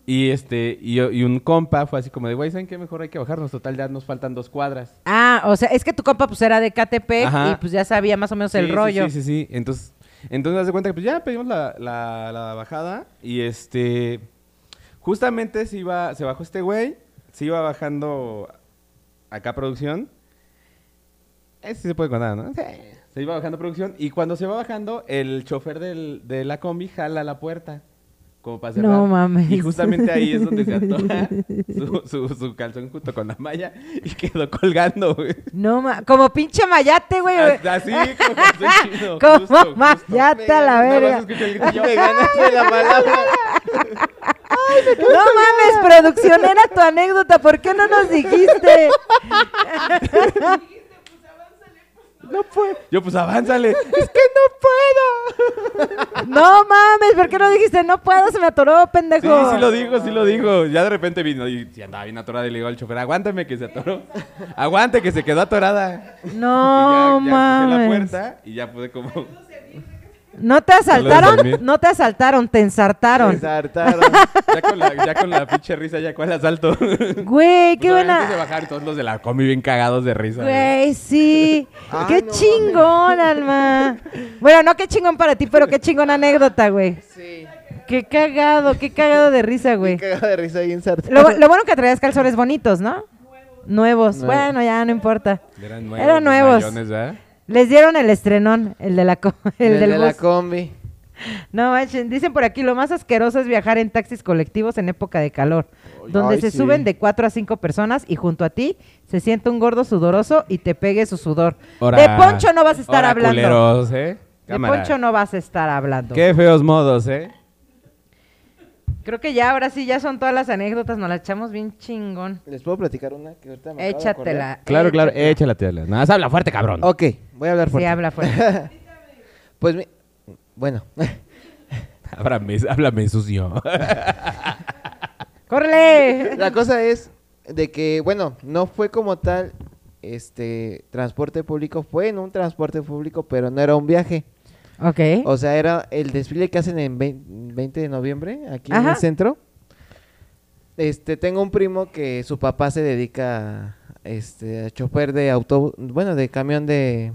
Speaker 1: Y este, y, yo- y un compa fue así como de, güey, ¿saben qué? Mejor hay que bajarnos. Total, ya nos faltan dos cuadras.
Speaker 3: Ah, o sea, es que tu compa pues era de Catepec
Speaker 1: Ajá.
Speaker 3: y pues ya sabía más o menos
Speaker 1: Sí,
Speaker 3: el
Speaker 1: sí,
Speaker 3: rollo.
Speaker 1: Sí, sí, sí. Entonces, entonces haz de cuenta que pues ya pedimos la, la- la bajada y este... Justamente se iba, se bajó este güey, se iba bajando acá producción. Ese sí se puede contar, ¿no? Se iba bajando producción y cuando se va bajando, el chofer del- de la combi jala la puerta. Como para cerrar.
Speaker 3: No mames.
Speaker 1: Y justamente ahí es
Speaker 3: (laughs)
Speaker 1: donde se atora su, su- su calzón junto con la malla y quedó colgando, güey.
Speaker 3: No, ma- como pinche mayate, güey.
Speaker 1: Así, como calzón
Speaker 3: (laughs)
Speaker 1: chino.
Speaker 3: Como
Speaker 1: justo, justo.
Speaker 3: mayate a la
Speaker 1: Nada más
Speaker 3: verga. (laughs)
Speaker 1: escucho el grito y yo,
Speaker 4: Me ganaste la palabra.
Speaker 3: No mames, producción, era tu anécdota, ¿por qué no nos dijiste?
Speaker 1: No puedo. Yo, pues avánzale. Es que
Speaker 3: No mames, ¿por qué no dijiste? No puedo, se me atoró,
Speaker 1: sí,
Speaker 3: pendejo.
Speaker 1: sí lo digo, sí lo digo. Ya de repente vino y y andaba bien atorada y le digo al chofer, aguántame que se atoró. Aguante que se quedó atorada.
Speaker 3: No
Speaker 1: (laughs) y ya, ya puse la
Speaker 3: mames.
Speaker 1: puerta y
Speaker 3: (laughs)
Speaker 1: ya pude como...
Speaker 3: No te
Speaker 1: Ya lo dormí.
Speaker 3: asaltaron, no te asaltaron, te ensartaron.
Speaker 4: Desartaron.
Speaker 1: Ya con la, ya con la pinche risa, ya cuál asalto. Qué
Speaker 3: Güey, qué
Speaker 1: Pues Se
Speaker 3: buena.
Speaker 1: bajaron todos los de la combi bien cagados
Speaker 3: (laughs)
Speaker 1: de risa.
Speaker 3: Güey, sí.
Speaker 4: Ah,
Speaker 3: qué
Speaker 4: no
Speaker 3: chingón, alma. Bueno, no qué chingón para ti, pero qué chingón anécdota, güey.
Speaker 4: Sí.
Speaker 3: Qué cagado, qué cagado de risa, güey.
Speaker 4: Cagado de risa y ensartado.
Speaker 3: Lo, lo bueno que traías calzones bonitos, ¿no? Nuevos.
Speaker 4: Nuevos.
Speaker 3: Bueno, ya no importa.
Speaker 1: Eran nuevos.
Speaker 3: Eran
Speaker 1: los
Speaker 3: nuevos.
Speaker 1: mayones, ¿verdad?
Speaker 3: Les dieron el estrenón, el de la co- (laughs) el,
Speaker 4: El
Speaker 3: del
Speaker 4: de la
Speaker 3: bus.
Speaker 4: combi.
Speaker 3: No manchen, dicen por aquí, lo más asqueroso es viajar en taxis colectivos en época de calor, donde
Speaker 4: Ay,
Speaker 3: se
Speaker 4: sí.
Speaker 3: suben de cuatro a cinco personas y junto a ti se siente un gordo sudoroso y te pegue su sudor.
Speaker 1: Ora-
Speaker 3: de Poncho no vas a estar
Speaker 1: ora,
Speaker 3: hablando.
Speaker 1: culeros, ¿eh?
Speaker 3: De
Speaker 1: Cámara.
Speaker 3: Poncho no vas a estar hablando.
Speaker 1: Qué feos modos, ¿eh?
Speaker 3: Creo que ya, ahora sí, ya son todas las anécdotas, nos las echamos bien chingón.
Speaker 4: ¿Les puedo platicar una que ahorita me acabo de acordar?
Speaker 3: Échatela.
Speaker 1: Claro, claro,
Speaker 3: échatela.
Speaker 1: échala, tía. Nada más habla fuerte, cabrón.
Speaker 4: Ok, voy a hablar
Speaker 3: Sí,
Speaker 4: fuerte.
Speaker 3: habla fuerte.
Speaker 4: (laughs) Pues mi- Bueno, (laughs)
Speaker 5: Háblame, háblame sucio.
Speaker 3: ¡Córrele!
Speaker 4: (laughs) la cosa es de que, bueno, no fue como tal este transporte público, fue en un transporte público, pero no era un viaje.
Speaker 3: Ok.
Speaker 4: O sea, era el desfile que hacen en vein- 20 de noviembre aquí en
Speaker 3: Ajá.
Speaker 4: el centro. Este, tengo un primo que su papá se dedica a, este, a chofer de autobús, bueno, de camión de,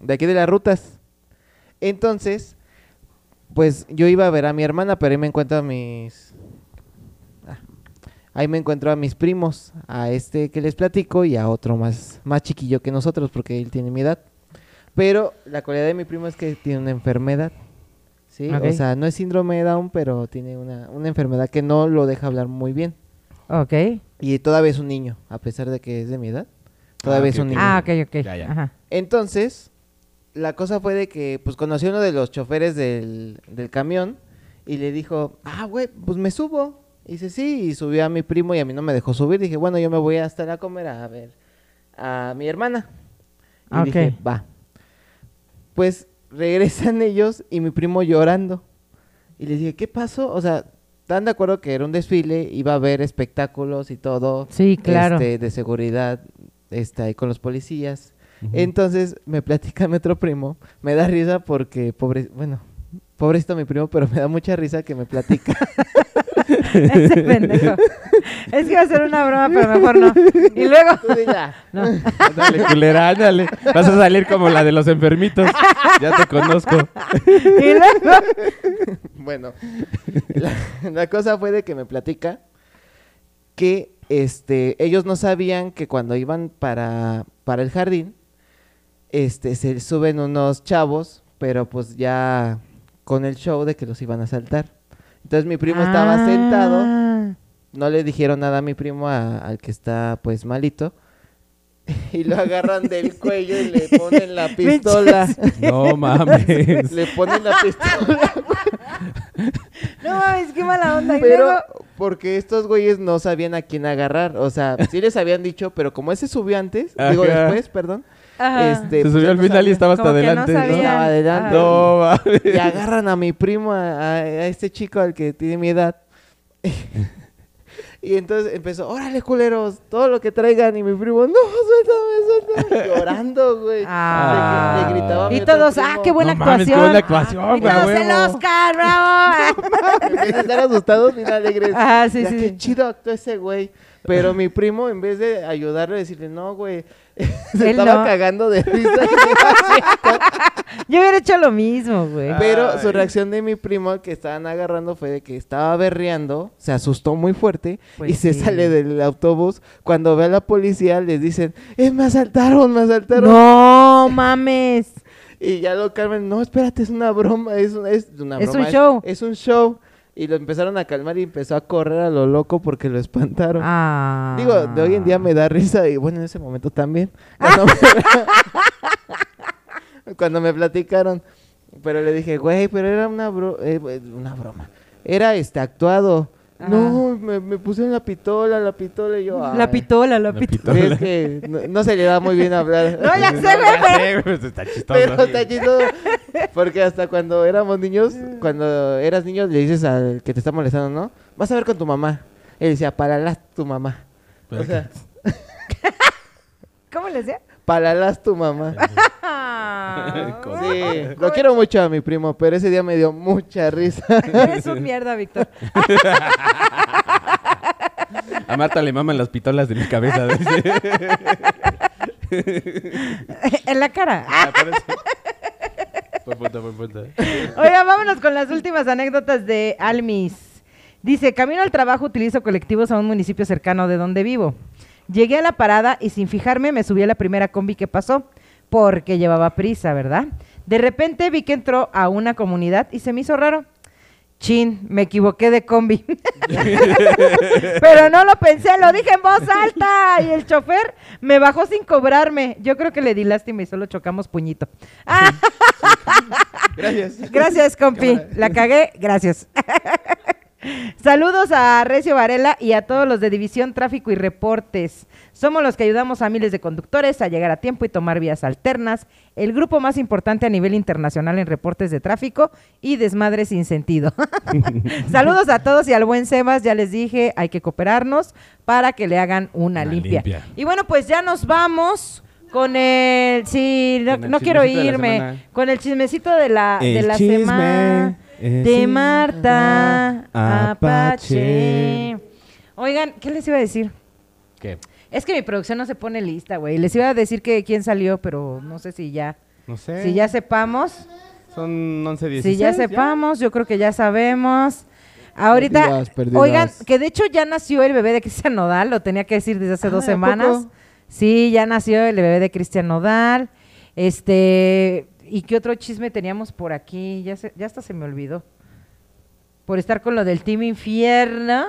Speaker 4: de aquí de las rutas. Entonces, pues yo iba a ver a mi hermana, pero ahí me encuentro a mis... ah, Ahí me encuentro a mis primos, a este que les platico y a otro más, más chiquillo que nosotros, porque él tiene mi edad. Pero la cualidad de mi primo es que tiene una enfermedad. ¿sí?
Speaker 3: Ok.
Speaker 4: O sea, no es síndrome de Down, pero tiene una, una enfermedad que no lo deja hablar muy bien.
Speaker 3: Ok.
Speaker 4: Y todavía es un niño, a pesar de que es de mi edad. Todavía es un niño.
Speaker 3: Ah, ok, ok.
Speaker 5: Ya, ya.
Speaker 3: Ajá.
Speaker 4: Entonces, la cosa fue de que, pues, conocí a uno de los choferes del, del camión y le dijo, ah, güey, pues me subo. Y dice, sí, y subió a mi primo y a mí no me dejó subir. Dije, bueno, yo me voy hasta la comer a ver a mi hermana. Y
Speaker 3: Ah,
Speaker 4: dije,
Speaker 3: ok.
Speaker 4: va. Pues regresan (laughs) ellos y mi primo llorando. Y les dije, ¿qué pasó? O sea, ¿están de acuerdo que era un desfile? Iba a haber espectáculos y todo
Speaker 3: Sí, claro.
Speaker 4: este, de seguridad está ahí con los policías. Entonces me platica mi otro primo, me da risa porque, pobre, bueno, pobrecito mi primo, pero me da mucha risa que me platica.
Speaker 3: (laughs) Ese
Speaker 4: (laughs)
Speaker 3: pendejo. Es que iba a ser una broma, pero mejor no. (laughs) Y luego.
Speaker 4: Tú dila.
Speaker 3: No.
Speaker 5: Ándale, culera, ándale. Vas a salir como la de los enfermitos. Ya te conozco.
Speaker 3: Y luego.
Speaker 4: Bueno, la, la (laughs) cosa fue de que me platica que este, ellos no sabían que cuando iban para, para el jardín, este, se suben unos chavos, pero pues ya con el show de que los iban a saltar. Entonces mi primo estaba sentado
Speaker 3: Ah.
Speaker 4: no le dijeron nada a mi primo, a- al que está pues malito. (laughs) Y lo agarran del cuello y le ponen la pistola. (laughs)
Speaker 5: No mames.
Speaker 4: le ponen la pistola.
Speaker 3: No mames, qué mala onda. Y
Speaker 4: Pero
Speaker 3: luego.
Speaker 4: porque estos güeyes no sabían a quién agarrar. O sea, sí les habían dicho, pero como ese subió antes, digo
Speaker 5: Ajá.
Speaker 4: después, perdón.
Speaker 3: Ajá.
Speaker 4: este,
Speaker 5: Se
Speaker 4: pues,
Speaker 5: subió
Speaker 4: ya
Speaker 5: al
Speaker 4: no
Speaker 5: final y
Speaker 4: sabían.
Speaker 5: estaba hasta
Speaker 3: Como que no
Speaker 5: adelante.
Speaker 3: sabía.
Speaker 4: Estaba adelante.
Speaker 5: No mames.
Speaker 4: Y agarran a mi primo, a, a- a este chico al que tiene mi edad. (laughs) y entonces empezó, órale, culeros, todo lo que traigan. Y mi primo, no, suéltame, suéltame. Llorando, güey.
Speaker 3: Ah.
Speaker 4: Le, gri- le gritaba. a mi
Speaker 3: Y
Speaker 4: otro
Speaker 3: todos,
Speaker 4: primo,
Speaker 3: ah, qué buena
Speaker 5: No mames, qué
Speaker 3: actuación.
Speaker 5: buena actuación,
Speaker 3: Y
Speaker 5: güey,
Speaker 3: todos
Speaker 5: a
Speaker 3: el
Speaker 5: huevo.
Speaker 3: Oscar, bravo. (laughs)
Speaker 4: (laughs) En vez de estar asustados, mira, alegres.
Speaker 3: Ah, sí,
Speaker 4: Ya,
Speaker 3: sí, sí.
Speaker 4: Qué chido actuó ese güey. Pero mi primo, en vez de ayudarle, decirle, no, güey, (laughs) se
Speaker 3: Él
Speaker 4: estaba
Speaker 3: no.
Speaker 4: cagando de risa.
Speaker 3: Yo hubiera hecho lo mismo, güey.
Speaker 4: Pero su reacción de mi primo al que estaban agarrando fue de que estaba berreando, se asustó muy fuerte
Speaker 3: Pues
Speaker 4: y se
Speaker 3: sí.
Speaker 4: sale del autobús. Cuando ve a la policía les dicen, eh, me asaltaron, me asaltaron.
Speaker 3: No mames.
Speaker 4: Y ya lo calman, no, espérate, es una broma, es, un- es una
Speaker 3: Es un
Speaker 4: broma,
Speaker 3: show.
Speaker 4: Es un show. Y lo empezaron a calmar y empezó a correr a lo loco porque lo espantaron.
Speaker 3: Ah.
Speaker 4: Digo, de hoy en día me da risa y bueno, en ese momento también. Cuando me, (laughs) cuando me platicaron. Pero le dije, güey, pero era una, bro- eh, güey, una broma. Era este actuado. No, me, me pusieron la pitola, la pitola y yo. "Ay,
Speaker 3: La pitola, la
Speaker 5: La
Speaker 3: pitola.
Speaker 5: pito-
Speaker 4: Es que no, no se le da muy bien hablar.
Speaker 3: (laughs) No,
Speaker 4: (laughs)
Speaker 3: ya sé, güey,
Speaker 5: Ya sé, güey, Está chistoso.
Speaker 4: Pero está chido. Porque hasta cuando éramos niños, cuando eras niño, le dices al que te está molestando, ¿no? Vas a ver con tu mamá. Él decía, paralas tu mamá. O sea,
Speaker 3: ¿Cómo le decía?
Speaker 4: paralas tu
Speaker 5: (laughs)
Speaker 4: mamá.
Speaker 3: Ah.
Speaker 4: Sí, lo quiero mucho a mi primo, pero ese día me dio mucha
Speaker 5: (laughs)
Speaker 4: risa.
Speaker 3: Eres un mierda, Víctor.
Speaker 5: A Marta le maman las pitolas de mi cabeza. dice.
Speaker 3: (laughs) en la cara.
Speaker 5: Ah, por eso. Buen punto, buen punto.
Speaker 3: Oiga, vámonos con las últimas anécdotas de Almis. Dice, camino al trabajo utilizo colectivos a un municipio cercano de donde vivo. Llegué a la parada y sin fijarme me subí a la primera combi que pasó, porque llevaba prisa, ¿verdad? De repente vi que entró a una comunidad y se me hizo raro. Chin, me equivoqué de combi. (laughs) Pero no lo pensé, lo dije en voz alta. Y el chofer me bajó sin cobrarme. Yo creo que le di lástima y solo chocamos puñito. Ah,
Speaker 4: Gracias.
Speaker 3: Gracias, compi. La cagué, gracias. (laughs) Saludos a Recio Varela y a todos los de División Tráfico y Reportes. Somos los que ayudamos a miles de conductores a llegar a tiempo y tomar vías alternas, el grupo más importante a nivel internacional en reportes de tráfico y desmadre sin sentido. (laughs) Saludos a todos y al buen Sebas, ya les dije, hay que cooperarnos para que le hagan una,
Speaker 1: Una
Speaker 3: limpia.
Speaker 1: limpia.
Speaker 3: Y bueno, pues ya nos vamos con el sí, no,
Speaker 4: Con el
Speaker 3: no quiero
Speaker 4: chismecito de la
Speaker 3: irme,
Speaker 4: semana.
Speaker 3: con el chismecito de la Ah, de
Speaker 1: El
Speaker 3: la
Speaker 1: chisme
Speaker 3: semana
Speaker 1: es
Speaker 3: de
Speaker 1: sin
Speaker 3: Marta
Speaker 1: Apache.
Speaker 3: Apache. Oigan, ¿qué les iba a decir?
Speaker 1: ¿Qué?
Speaker 3: Es que mi producción no se pone lista, güey. Les iba a decir que quién salió, pero no sé si ya,
Speaker 5: No sé.
Speaker 1: Eh.
Speaker 3: si ya sepamos,
Speaker 5: Son 11, 16.
Speaker 3: si ya sepamos, yo creo que ya sabemos. Ahorita,
Speaker 4: Perdidas, perdidas.
Speaker 3: oigan, que de hecho ya nació el bebé de Cristian Nodal, lo tenía que decir desde hace dos
Speaker 4: Ah, ¿a
Speaker 3: semanas.
Speaker 4: poco?
Speaker 3: Sí, ya nació el bebé de Cristian Nodal. Este, ¿y qué otro chisme teníamos por aquí? Ya, se- ya hasta se me olvidó. Por estar con lo del Team Infierno,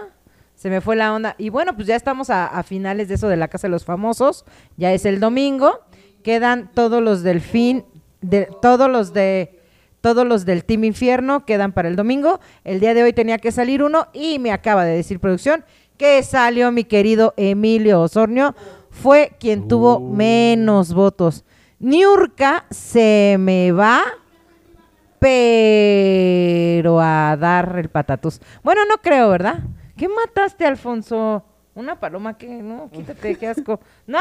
Speaker 3: se me fue la onda. Y bueno, pues ya estamos a, a finales de eso de la Casa de los Famosos. Ya es el domingo. Quedan todos los del fin, de, todos los de... Todos los del Team Infierno quedan para el domingo. El día de hoy tenía que salir uno y me acaba de decir producción que salió mi querido Emilio Osornio. Fue quien tuvo menos votos. Niurka se me va, pero a dar el patatús. Bueno, no creo, ¿verdad? ¿Qué mataste, Alfonso? Una paloma que no, quítate, qué asco. ¡No!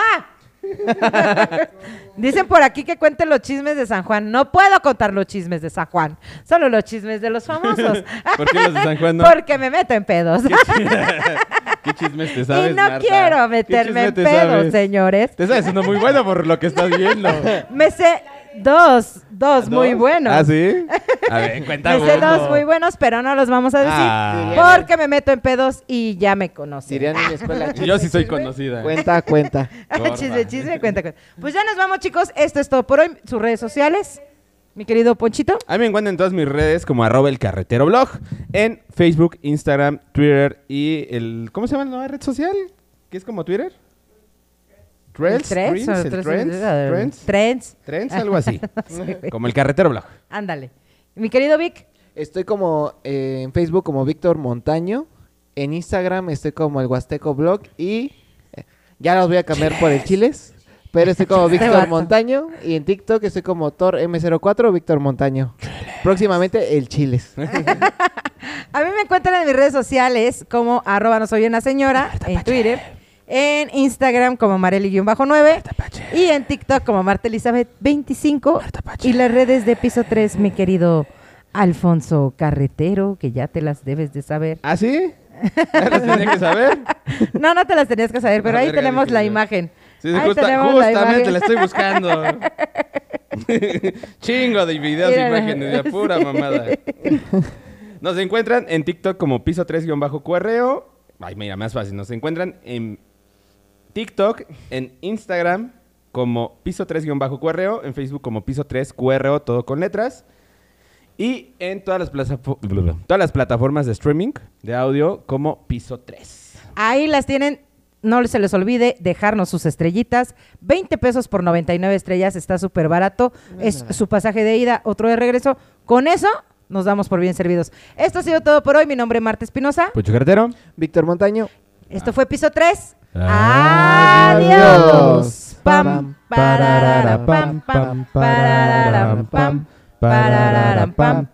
Speaker 3: (laughs) Dicen por aquí que cuente los chismes de San Juan. No puedo contar los chismes de San Juan, solo los chismes de los famosos.
Speaker 5: (laughs) ¿Por qué los de San Juan no?
Speaker 3: Porque me meto en pedos.
Speaker 5: (laughs) ¿Qué chismes te
Speaker 3: (laughs)
Speaker 5: sabes,
Speaker 3: Y no
Speaker 5: Marta?
Speaker 3: quiero
Speaker 5: ¿Qué
Speaker 3: meterme
Speaker 5: chisme
Speaker 3: en
Speaker 5: te
Speaker 3: pedos,
Speaker 5: sabes?
Speaker 3: señores.
Speaker 5: Te sabes uno muy bueno por lo que estás
Speaker 3: (laughs)
Speaker 5: viendo.
Speaker 3: Me sé dos, dos muy
Speaker 5: ¿No?
Speaker 3: buenos.
Speaker 5: ¿Ah, sí? (laughs) A ver, cuenta
Speaker 3: Me sé
Speaker 5: uno.
Speaker 3: dos muy buenos, pero no los vamos a decir
Speaker 5: Ah.
Speaker 3: porque me meto en pedos y ya me conocen. (laughs)
Speaker 4: Dirían en mi escuela.
Speaker 5: Yo sí soy conocida.
Speaker 4: Cuenta, cuenta.
Speaker 5: gorda.
Speaker 3: Ah, chisme, chisme, cuenta, cuenta. Pues ya nos vamos, chicos. Esto es todo por hoy. Sus redes sociales, mi querido Ponchito.
Speaker 5: A mí me encuentran en todas mis redes como arroba el carretero blog, en Facebook, Instagram, Twitter y el... ¿Cómo se llama la nueva red social? ¿Qué es como Twitter? Trends,
Speaker 3: Trends,
Speaker 5: Trends,
Speaker 3: o
Speaker 5: el
Speaker 3: tres-
Speaker 5: Trends, Trends,
Speaker 3: Trends.
Speaker 5: Trends,
Speaker 3: (laughs)
Speaker 5: algo así. Como el carretero blog.
Speaker 3: Ándale. Mi querido Vic,
Speaker 4: Estoy como eh, en Facebook como Víctor Montaño. En Instagram estoy como el Huasteco Blog. Y eh, ya los voy a cambiar por el Chiles. Pero estoy como Víctor
Speaker 3: vato.
Speaker 4: Montaño. Y en TikTok estoy como Thor M04 Víctor Montaño. Próximamente el
Speaker 5: (laughs)
Speaker 4: Chiles.
Speaker 3: a mí me encuentran en mis redes sociales como arroba no soy una señora en Twitter, en Instagram como Marely-9 y en TikTok como Marta Elizabeth 25 y las redes de piso 3, mi querido Alfonso Carretero, que ya te las debes de saber.
Speaker 5: ¿Ah, sí? Ya los tenía que saber.
Speaker 3: No, no te las tenías que saber, pero
Speaker 5: A
Speaker 3: ahí
Speaker 5: ver, ¿qué
Speaker 3: tenemos
Speaker 5: dije
Speaker 3: la
Speaker 5: yo?
Speaker 3: imagen.
Speaker 5: Sí, sí,
Speaker 3: Ahí
Speaker 5: justa-
Speaker 3: tenemos la
Speaker 5: justamente
Speaker 3: imagen.
Speaker 5: la
Speaker 3: (laughs)
Speaker 5: estoy buscando. Chingo de videos,
Speaker 3: Mírala.
Speaker 5: imágenes, de pura
Speaker 3: Sí. (laughs)
Speaker 5: mamada. Nos encuentran en TikTok como piso 3-correo. Ay, mira, más fácil. Nos encuentran en TikTok, en Instagram como piso 3-correo, en Facebook como piso 3-correo, todo con letras. Y en todas las, plaza- todas las plataformas de streaming de audio como piso 3.
Speaker 3: Ahí las tienen. No se les olvide dejarnos sus estrellitas. 20 pesos por 99 estrellas. Está súper barato. Es su pasaje de ida, otro de regreso. Con eso nos damos por bien servidos. Esto ha sido todo por hoy. Mi nombre es Marta Espinosa.
Speaker 5: Pucho Carretero.
Speaker 4: Víctor Montaño.
Speaker 3: Esto fue piso 3. Adiós.
Speaker 4: Adiós.
Speaker 3: Pam, pararara, pam, pam, pararara, pam, pararara, pam.